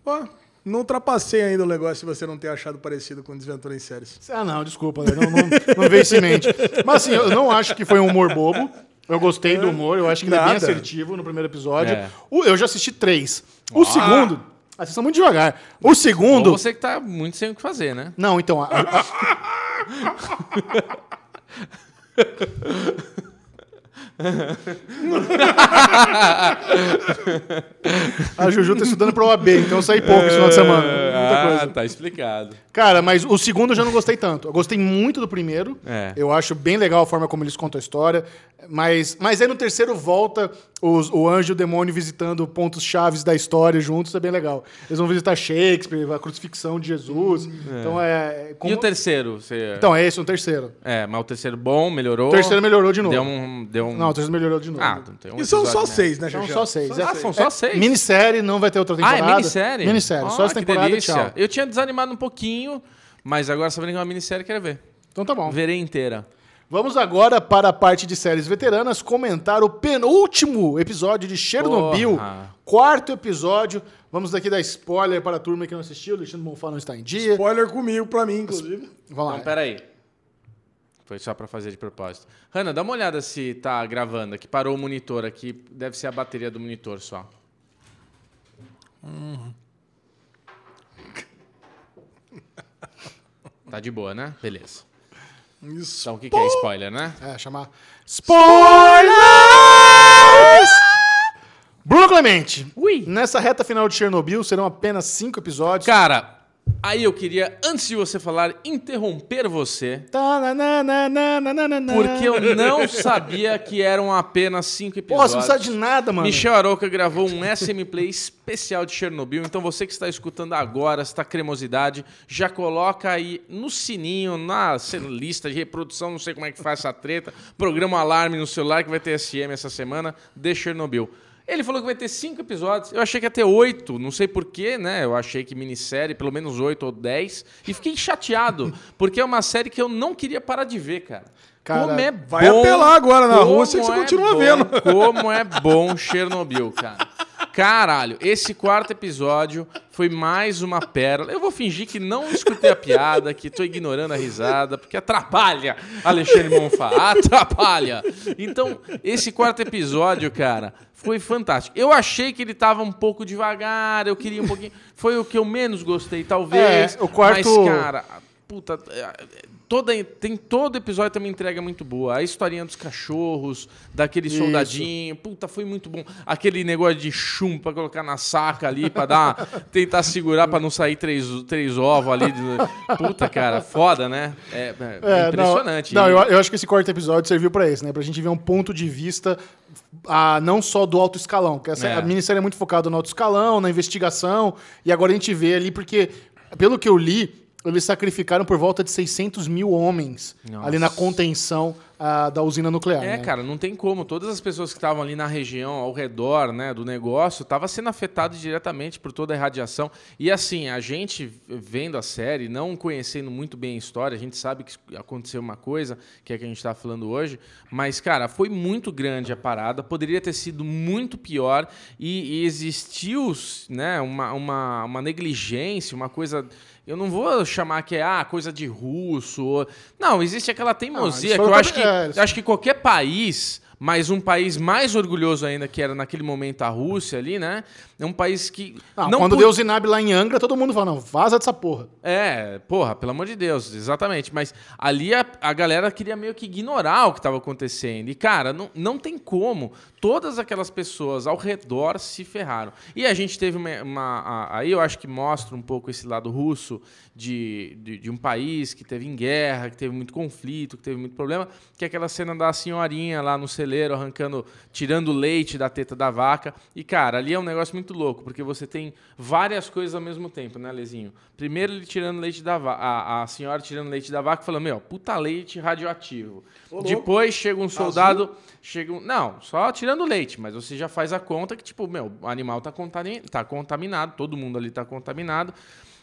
[SPEAKER 3] Ó, não ultrapassei ainda o negócio se você não ter achado parecido com Desventura em Séries.
[SPEAKER 2] Ah, não, desculpa, né? não, não, não veio isso em mente. Mas assim, eu não acho que foi um humor bobo. Eu gostei do humor, eu acho que ele é bem
[SPEAKER 3] Nada.
[SPEAKER 2] assertivo no primeiro episódio.
[SPEAKER 1] É.
[SPEAKER 2] O- eu já assisti três. O segundo. Ah, vocês são muito devagar. O segundo.
[SPEAKER 1] Ou você que tá muito sem o que fazer, né?
[SPEAKER 2] Não, então. a- a- A Juju tá estudando pra OAB, então eu saí pouco esse final de semana.
[SPEAKER 3] É,
[SPEAKER 2] Muita
[SPEAKER 3] ah,
[SPEAKER 2] coisa.
[SPEAKER 1] tá explicado.
[SPEAKER 2] Cara, mas o segundo eu já não gostei tanto. Eu gostei muito do primeiro.
[SPEAKER 1] É.
[SPEAKER 2] Eu acho bem legal a forma como eles contam a história. Mas, mas aí no terceiro volta os- o anjo e o demônio visitando pontos chaves da história juntos. É bem legal. Eles vão visitar Shakespeare, a crucifixão de Jesus. Então é. como-
[SPEAKER 1] E o terceiro? Você...
[SPEAKER 2] Então é esse o terceiro.
[SPEAKER 1] É, mas o terceiro bom, melhorou.
[SPEAKER 2] O terceiro melhorou de novo.
[SPEAKER 1] Deu um... Deu um...
[SPEAKER 2] Não, o terceiro melhorou de novo.
[SPEAKER 1] Ah, não tem um
[SPEAKER 3] E são
[SPEAKER 1] episódio,
[SPEAKER 3] só
[SPEAKER 1] né?
[SPEAKER 3] seis, né,
[SPEAKER 2] São
[SPEAKER 3] Xaxão?
[SPEAKER 2] só seis.
[SPEAKER 1] Ah,
[SPEAKER 2] é.
[SPEAKER 1] são só seis?
[SPEAKER 2] Minissérie, não vai ter outra
[SPEAKER 1] Ah,
[SPEAKER 2] temporada.
[SPEAKER 1] é minissérie?
[SPEAKER 2] Minissérie, só
[SPEAKER 1] Ah,
[SPEAKER 2] essa
[SPEAKER 1] que
[SPEAKER 2] temporada e
[SPEAKER 1] delícia.
[SPEAKER 2] tchau.
[SPEAKER 1] Eu tinha desanimado um pouquinho, mas agora sabendo que é uma minissérie, quero ver.
[SPEAKER 2] Então tá bom.
[SPEAKER 1] Verei inteira.
[SPEAKER 2] Vamos agora para a parte de séries veteranas comentar o penúltimo episódio de Chernobyl,
[SPEAKER 1] Porra.
[SPEAKER 2] quarto episódio. Vamos daqui dar spoiler para a turma que não assistiu, o Alexandre Bonfá não está em dia.
[SPEAKER 3] Spoiler comigo, pra mim, inclusive.
[SPEAKER 2] Vamos lá.
[SPEAKER 1] Então, peraí. Foi só pra fazer de propósito. Hanna, dá uma olhada se tá gravando aqui. Parou o monitor aqui. Deve ser a bateria do monitor só. Uhum. Tá de boa, né? Beleza.
[SPEAKER 3] Isso.
[SPEAKER 1] Então, o que, que é spoiler, né?
[SPEAKER 2] É, chamar. Spoilers! Bruno Clemente,
[SPEAKER 1] Ui.
[SPEAKER 2] nessa reta final de Chernobyl serão apenas cinco episódios.
[SPEAKER 1] Cara, aí eu queria, antes de você falar, interromper você,
[SPEAKER 2] Tananananananana.
[SPEAKER 1] porque eu não sabia que eram apenas cinco
[SPEAKER 2] Porra,
[SPEAKER 1] episódios.
[SPEAKER 2] você não precisa de nada, mano.
[SPEAKER 1] Michel Aroca gravou um SM Play especial de Chernobyl, então você que está escutando agora, está cremosidade, já coloca aí no sininho, na sei lá, lista de reprodução, não sei como é que faz essa treta, programa alarme no celular que vai ter SM essa semana de Chernobyl. Ele falou que vai ter cinco episódios. Eu achei que ia ter oito, não sei porquê, né? Eu achei que minissérie, pelo menos oito ou dez. E fiquei chateado, porque é uma série que eu não queria parar de ver, cara.
[SPEAKER 2] Cara,
[SPEAKER 1] como é
[SPEAKER 3] vai
[SPEAKER 1] bom,
[SPEAKER 3] apelar agora na
[SPEAKER 1] como é
[SPEAKER 3] Rússia que você continua
[SPEAKER 1] bom,
[SPEAKER 3] vendo.
[SPEAKER 1] Como é bom Chernobyl, cara. Caralho, esse quarto episódio foi mais uma pérola. Eu vou fingir que não escutei a piada, que tô ignorando a risada, porque atrapalha, Alexandre Monfá, atrapalha. Então, esse quarto episódio, cara, foi fantástico. Eu achei que ele tava um pouco devagar, eu queria um pouquinho. Foi o que eu menos gostei, talvez.
[SPEAKER 2] É, o quarto-
[SPEAKER 1] Mas, cara, puta. é, Toda, tem todo episódio tem uma entrega muito boa. A historinha dos cachorros, daquele
[SPEAKER 2] Isso.
[SPEAKER 1] soldadinho. Puta, foi muito bom. Aquele negócio de chum pra colocar na saca ali, pra dar. tentar segurar pra não sair três, três ovos ali. Puta, cara, foda, né? É, é
[SPEAKER 2] É, não,
[SPEAKER 1] impressionante.
[SPEAKER 2] Não, eu, eu acho que esse quarto episódio serviu pra isso, né? Pra gente ver um ponto de vista ah, não só do alto escalão, que essa,
[SPEAKER 1] É.
[SPEAKER 2] a minissérie é muito focada no alto escalão, na investigação, e agora a gente vê ali, porque, pelo que eu li, eles sacrificaram por volta de 600 mil homens
[SPEAKER 1] Nossa.
[SPEAKER 2] ali na contenção ah, da usina nuclear.
[SPEAKER 1] É,
[SPEAKER 2] né?
[SPEAKER 1] cara, não tem como. Todas as pessoas que estavam ali na região, ao redor, né, do negócio, estavam sendo afetadas diretamente por toda a radiação. E assim, a gente vendo a série, não conhecendo muito bem a história, a gente sabe que aconteceu uma coisa, que é a que a gente tá falando hoje, mas, cara, foi muito grande a parada, poderia ter sido muito pior e, e existiu, né, uma, uma, uma negligência, uma coisa... Eu não vou chamar que é ah, coisa de russo. ou- Não, existe aquela teimosia
[SPEAKER 2] isso
[SPEAKER 1] que eu
[SPEAKER 2] foi-
[SPEAKER 1] acho que,
[SPEAKER 2] é,
[SPEAKER 1] eu acho que qualquer país, mas um país mais orgulhoso ainda, que era naquele momento a Rússia ali, né? É um país que.
[SPEAKER 2] Não, Ah, quando
[SPEAKER 1] pu-
[SPEAKER 2] deu o Zinab lá em Angra, todo mundo fala, não, vaza dessa porra.
[SPEAKER 1] É, porra, pelo amor de Deus, exatamente. Mas ali a, a galera queria meio que ignorar o que estava acontecendo. E, cara, não, não tem como. Todas aquelas pessoas ao redor se ferraram. E a gente teve uma. uma- a- aí eu acho que mostra um pouco esse lado russo de, de, de um país que teve em guerra, que teve muito conflito, que teve muito problema, que é aquela cena da senhorinha lá no celeiro arrancando, tirando leite da teta da vaca. E, cara, ali é um negócio muito louco, porque você tem várias coisas ao mesmo tempo, né, Lezinho? Primeiro ele tirando leite da vaca, a, a senhora tirando leite da vaca, falando, meu, puta leite radioativo.
[SPEAKER 3] louco.
[SPEAKER 1] Depois chega um soldado, chega um... Não, só tirando leite, mas você já faz a conta que, tipo, meu, o animal tá, contami- tá contaminado, todo mundo ali tá contaminado.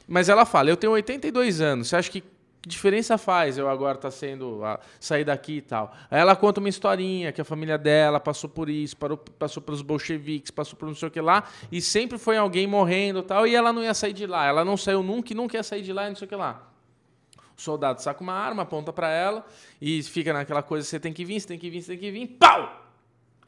[SPEAKER 1] Mas ela fala, eu tenho 82 anos, você acha que que diferença faz eu agora tá sendo a- sair daqui e tal? Aí ela conta uma historinha que a família dela passou por isso, parou- passou pelos bolcheviques, passou por não sei o que lá, e sempre foi alguém morrendo e tal, e ela não ia sair de lá. Ela não saiu nunca e nunca ia sair de lá e não sei o que lá. O soldado saca uma arma, aponta pra ela e fica naquela coisa: você tem que vir, você tem que vir, você tem que vir. Pau!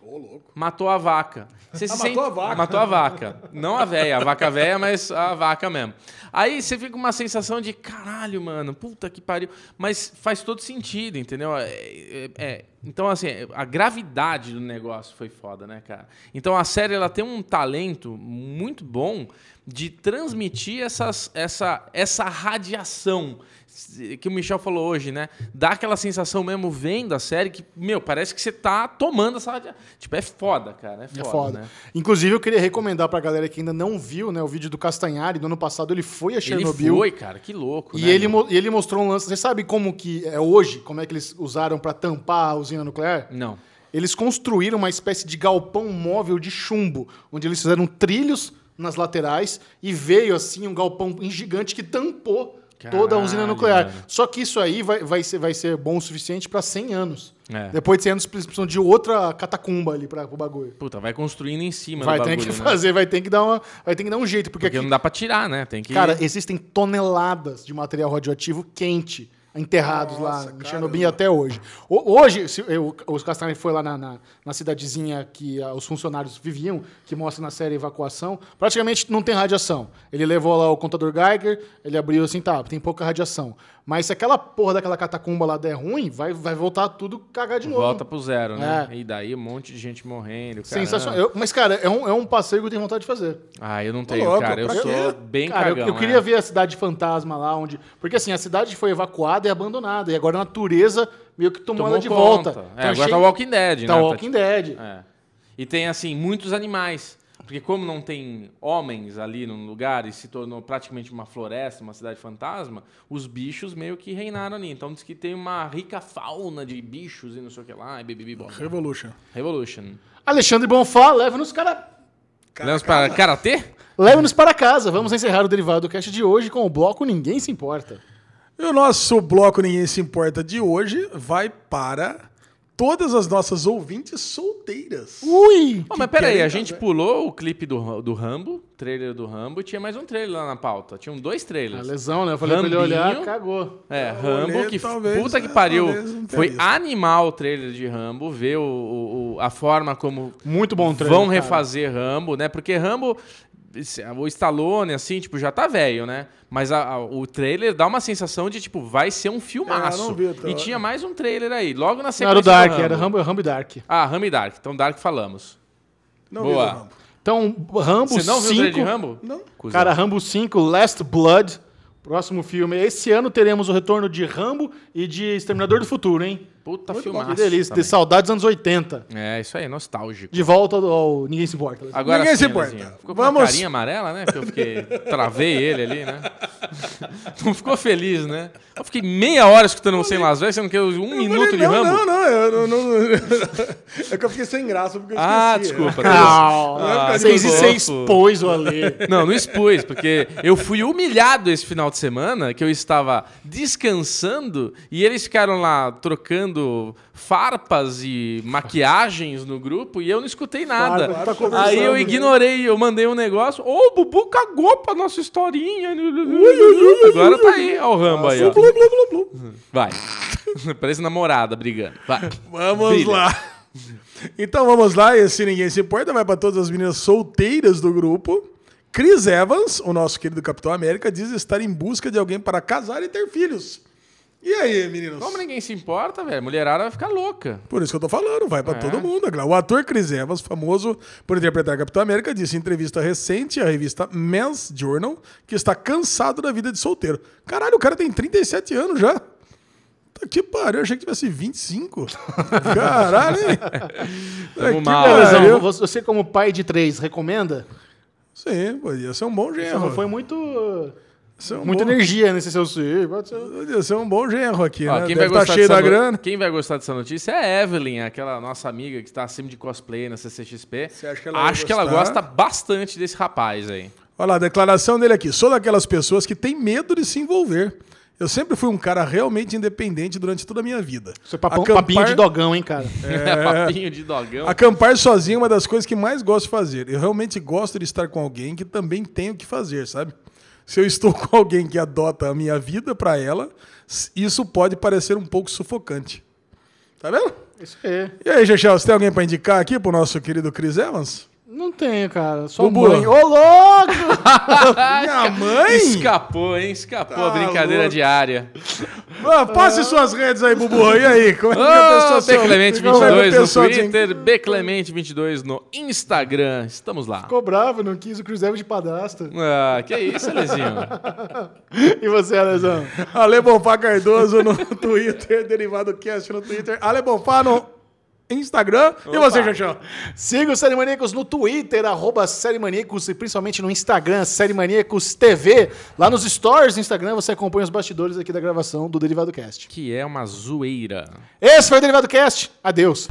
[SPEAKER 3] Ô, louco.
[SPEAKER 1] Matou a vaca. Você
[SPEAKER 3] Ah, matou a vaca.
[SPEAKER 1] Matou a vaca. Não a véia, a vaca véia, mas a vaca mesmo. Aí você fica com uma sensação de caralho, mano, puta que pariu. Mas faz todo sentido, entendeu? É, é, é. Então, assim, a gravidade do negócio foi foda, né, cara? Então a série ela tem um talento muito bom de transmitir essas, essa, essa radiação que o Michel falou hoje, né? Dá aquela sensação mesmo vendo a série que, meu, parece que você tá tomando essa radia- Tipo, é foda, cara. É
[SPEAKER 2] É
[SPEAKER 1] foda,
[SPEAKER 2] foda.
[SPEAKER 1] né?
[SPEAKER 2] Inclusive, eu queria recomendar pra galera que ainda não viu, né? O vídeo do Castanhari, do ano passado, ele foi a Chernobyl.
[SPEAKER 1] Ele foi, cara, que louco,
[SPEAKER 2] E
[SPEAKER 1] né,
[SPEAKER 2] ele,
[SPEAKER 1] meu?
[SPEAKER 2] mo- e ele mostrou um lance. Você sabe como que é hoje? Como é que eles usaram pra tampar a usina nuclear?
[SPEAKER 1] Não.
[SPEAKER 2] Eles construíram uma espécie de galpão móvel de chumbo, onde eles fizeram trilhos nas laterais e veio assim um galpão em gigante que tampou toda a usina
[SPEAKER 1] Caralho,
[SPEAKER 2] nuclear.
[SPEAKER 1] velho.
[SPEAKER 2] Só que isso aí vai, vai ser, vai ser bom o suficiente pra 100 anos.
[SPEAKER 1] É.
[SPEAKER 2] Depois de 100 anos, eles precisam de outra catacumba ali para o bagulho.
[SPEAKER 1] Puta, vai construindo em cima
[SPEAKER 2] Vai
[SPEAKER 1] do
[SPEAKER 2] ter
[SPEAKER 1] bagulho,
[SPEAKER 2] que
[SPEAKER 1] né?
[SPEAKER 2] fazer, vai ter que dar uma, vai ter que dar um jeito, porque,
[SPEAKER 1] Porque
[SPEAKER 2] aqui,
[SPEAKER 1] não dá pra tirar, né? Tem que...
[SPEAKER 2] cara, existem toneladas de material radioativo quente enterrados
[SPEAKER 3] Nossa,
[SPEAKER 2] lá em
[SPEAKER 3] caramba.
[SPEAKER 2] Chernobyl até hoje. O- hoje, se, eu, os Castanhari foi lá na, na, na cidadezinha que ah, os funcionários viviam, que mostra na série Evacuação, praticamente não tem radiação. Ele levou lá o contador Geiger, ele abriu assim, tá, tem pouca radiação. Mas se aquela porra daquela catacumba lá der ruim, vai, vai voltar tudo cagar de novo.
[SPEAKER 1] Volta pro zero, né?
[SPEAKER 2] É.
[SPEAKER 1] E daí um monte de gente morrendo. caramba.
[SPEAKER 2] Sensacional. Eu- mas, cara, é um, é um passeio que eu tenho vontade de fazer.
[SPEAKER 1] Ah, eu não tenho,
[SPEAKER 3] louco,
[SPEAKER 1] cara. Eu
[SPEAKER 3] pra
[SPEAKER 1] sou
[SPEAKER 3] quê?
[SPEAKER 1] bem
[SPEAKER 2] Cara, eu-
[SPEAKER 1] cagão.
[SPEAKER 2] eu, queria
[SPEAKER 1] é.
[SPEAKER 2] ver a cidade fantasma lá onde. Porque assim, a cidade foi evacuada e abandonada. E agora a natureza meio que tomou,
[SPEAKER 1] Tomou
[SPEAKER 2] ela de
[SPEAKER 1] conta.
[SPEAKER 2] volta.
[SPEAKER 1] É, agora tá
[SPEAKER 2] o
[SPEAKER 1] Walking Dead,
[SPEAKER 2] Tá
[SPEAKER 1] né?
[SPEAKER 2] Walking Dead.
[SPEAKER 1] É. E tem, assim, muitos animais. Porque como não tem homens ali no lugar e se tornou praticamente uma floresta, uma cidade fantasma, os bichos meio que reinaram ali. Então diz que tem uma rica fauna de bichos e não sei o que lá. E bibibi, bom.
[SPEAKER 3] Revolution.
[SPEAKER 1] Revolution.
[SPEAKER 2] Alexandre Bonfá, leva-nos cara.
[SPEAKER 1] Lemos para Karatê?
[SPEAKER 2] Leva-nos para casa. Vamos encerrar o derivado do cast de hoje com o bloco Ninguém Se Importa.
[SPEAKER 3] E o nosso bloco Ninguém Se Importa de hoje vai para todas as nossas ouvintes solteiras.
[SPEAKER 1] Uh,
[SPEAKER 2] Ui!
[SPEAKER 1] Ô, mas peraí,
[SPEAKER 3] querem
[SPEAKER 1] a gente pulou o clipe do, do Rambo, trailer do Rambo, e tinha mais um trailer lá na pauta. Tinham dois
[SPEAKER 2] A
[SPEAKER 1] trailers.
[SPEAKER 2] lesão, né? Eu falei
[SPEAKER 1] Rambinho.
[SPEAKER 2] pra ele olhar, cagou.
[SPEAKER 1] É,
[SPEAKER 3] olhei,
[SPEAKER 1] Rambo, que f-
[SPEAKER 3] talvez,
[SPEAKER 1] puta que
[SPEAKER 3] é,
[SPEAKER 1] pariu.
[SPEAKER 3] talvez não tenha
[SPEAKER 1] Foi
[SPEAKER 3] visto.
[SPEAKER 1] animal o trailer de Rambo, ver o, o- o- a forma como
[SPEAKER 2] Muito bom o trailer.
[SPEAKER 1] vão
[SPEAKER 2] cara.
[SPEAKER 1] refazer Rambo, né? Porque Rambo, esse- o Stallone, assim, tipo, já tá velho, né? Mas a- a- o trailer dá uma sensação de, tipo, vai ser um filmaço.
[SPEAKER 3] É, eu não vi até
[SPEAKER 1] e
[SPEAKER 3] lá.
[SPEAKER 1] tinha mais um trailer aí, logo na
[SPEAKER 2] Não, era
[SPEAKER 1] sequência
[SPEAKER 2] o Dark,
[SPEAKER 1] do Rambo.
[SPEAKER 2] era Rambo, Rambo e Dark.
[SPEAKER 1] Ah, Rambo e Dark. Então Dark falamos.
[SPEAKER 3] Não
[SPEAKER 1] Boa.
[SPEAKER 3] viu, Rambo?
[SPEAKER 2] Então, Rambo
[SPEAKER 1] Você não viu o trailer de
[SPEAKER 2] 5.
[SPEAKER 1] Rambo?
[SPEAKER 3] Não.
[SPEAKER 1] Cusão.
[SPEAKER 2] Cara, Rambo 5, Last Blood. Próximo filme. Esse ano teremos o retorno de Rambo e de Exterminador do Futuro, hein?
[SPEAKER 1] Puta
[SPEAKER 2] Muito bom,
[SPEAKER 1] Tá filmaço.
[SPEAKER 2] que delícia.
[SPEAKER 1] também.
[SPEAKER 2] De saudades anos 80.
[SPEAKER 1] É, isso aí, nostálgico.
[SPEAKER 2] De volta ao- ao Ninguém Se Importa.
[SPEAKER 1] Agora
[SPEAKER 3] Ninguém
[SPEAKER 1] sim,
[SPEAKER 3] se importa.
[SPEAKER 1] Lezinha, Ficou com uma
[SPEAKER 3] Vamos-
[SPEAKER 1] carinha amarela, né? Que eu fiquei... Travei ele ali, né? Não ficou feliz, né? Eu fiquei meia hora escutando você em Las Vegas, sendo que eu- um
[SPEAKER 3] Eu falei,
[SPEAKER 1] minuto de
[SPEAKER 3] não,
[SPEAKER 1] Rambo.
[SPEAKER 3] Não, não, eu não, não- É que eu fiquei sem graça porque assim, eu esqueci.
[SPEAKER 1] Ah, desculpa. beleza.
[SPEAKER 2] Não,
[SPEAKER 1] Ah,
[SPEAKER 2] vocês
[SPEAKER 1] que
[SPEAKER 2] vocês
[SPEAKER 1] fofo.
[SPEAKER 2] expôs o Ale.
[SPEAKER 1] Não, não expus, porque eu fui humilhado esse final de semana, que eu estava descansando e eles ficaram lá trocando farpas e maquiagens no grupo e eu não escutei nada.
[SPEAKER 2] Farpas,
[SPEAKER 3] tá conversando,
[SPEAKER 1] Aí eu
[SPEAKER 3] né?
[SPEAKER 1] ignorei, eu mandei um negócio. Ô, o Bubu cagou pra nossa historinha. Agora tá aí, ó o Rambo aí, ó.
[SPEAKER 3] Blu, blu, blu, blu.
[SPEAKER 1] Vai. Parece namorada brigando. Vai.
[SPEAKER 3] Vamos
[SPEAKER 1] Brilha.
[SPEAKER 3] lá. Então vamos lá, esse Ninguém Se Importa vai para todas as meninas solteiras do grupo. Chris Evans, o nosso querido Capitão América, diz estar em busca de alguém para casar e ter filhos. E aí, meninos?
[SPEAKER 1] Como ninguém se importa, velho, mulherada vai ficar louca.
[SPEAKER 3] Por isso que eu tô falando, vai
[SPEAKER 1] É.
[SPEAKER 3] pra todo mundo. O ator Chris Evans, famoso por interpretar Capitão América, disse em entrevista recente à revista Men's Journal que está cansado da vida de solteiro. Caralho, o cara tem 37 anos já. Tá que pariu, eu achei que tivesse 25. Caralho, hein? Tá que
[SPEAKER 1] mal.
[SPEAKER 2] Não,
[SPEAKER 1] Ah,
[SPEAKER 2] Lesão,
[SPEAKER 3] pariu.
[SPEAKER 2] você, você como pai de três, recomenda?
[SPEAKER 3] Sim, podia ser um bom
[SPEAKER 2] Você não
[SPEAKER 3] genro.
[SPEAKER 2] foi muito,
[SPEAKER 3] Ser um
[SPEAKER 2] muita
[SPEAKER 3] bom...
[SPEAKER 2] energia nesse seu filho. Pode ser.
[SPEAKER 3] Podia ser um bom genro aqui,
[SPEAKER 1] Ó,
[SPEAKER 3] né?
[SPEAKER 1] quem,
[SPEAKER 3] Deve
[SPEAKER 1] vai
[SPEAKER 3] tá
[SPEAKER 1] gostar
[SPEAKER 3] cheio da
[SPEAKER 1] dessa no-
[SPEAKER 3] grana.
[SPEAKER 1] quem vai gostar dessa notícia é a Evelyn, aquela nossa amiga que está sempre de cosplay na CCXP.
[SPEAKER 3] Você acha que ela vai
[SPEAKER 1] Acho que ela
[SPEAKER 3] gostar?
[SPEAKER 1] gosta bastante desse rapaz aí.
[SPEAKER 3] Olha lá, a declaração dele aqui. Sou daquelas pessoas que tem medo de se envolver. Eu sempre fui um cara realmente independente durante toda a minha vida.
[SPEAKER 2] Você é papão- papinho de dogão, hein, cara?
[SPEAKER 1] É. Papinho de dogão.
[SPEAKER 3] Acampar sozinho é uma das coisas que mais gosto de fazer. Eu realmente gosto de estar com alguém que também tem o que fazer, sabe? Se eu estou com alguém que adota a minha vida para ela, s- isso pode parecer um pouco sufocante. Tá vendo?
[SPEAKER 2] Isso aí.
[SPEAKER 3] E aí, Chechel, você tem alguém para indicar aqui pro nosso querido Chris Evans?
[SPEAKER 2] Não tenho, cara. Só
[SPEAKER 3] Bubu.
[SPEAKER 2] mãe. Ô, louco!
[SPEAKER 3] Minha mãe!
[SPEAKER 1] Escapou, hein? Escapou a
[SPEAKER 3] Tá
[SPEAKER 1] brincadeira
[SPEAKER 3] louco.
[SPEAKER 1] diária.
[SPEAKER 3] Ah, passe suas redes aí, Bubu. E aí, como é que a pessoa
[SPEAKER 1] Ô,
[SPEAKER 3] se- como é que a
[SPEAKER 1] Bclemente22
[SPEAKER 3] pessoa
[SPEAKER 1] no
[SPEAKER 3] se-
[SPEAKER 1] Twitter, Bclemente22 no Instagram. Estamos lá.
[SPEAKER 2] Ficou bravo, não quis o Cruz Evans de padastro.
[SPEAKER 1] Ah, que isso, Lezinho.
[SPEAKER 2] E você, Lesão?
[SPEAKER 3] Ale Bonfá Cardoso no Twitter, Derivado Cast no Twitter, Ale Bonfá no Instagram. E você, Xaxão?
[SPEAKER 2] Siga o Série Maníacos no Twitter, arroba Série Maníacos, e principalmente no Instagram, Série Maníacos TV. Lá nos stories do Instagram você acompanha os bastidores aqui da gravação do Derivado Cast.
[SPEAKER 1] Que é uma zoeira.
[SPEAKER 2] Esse foi o Derivado Cast. Adeus.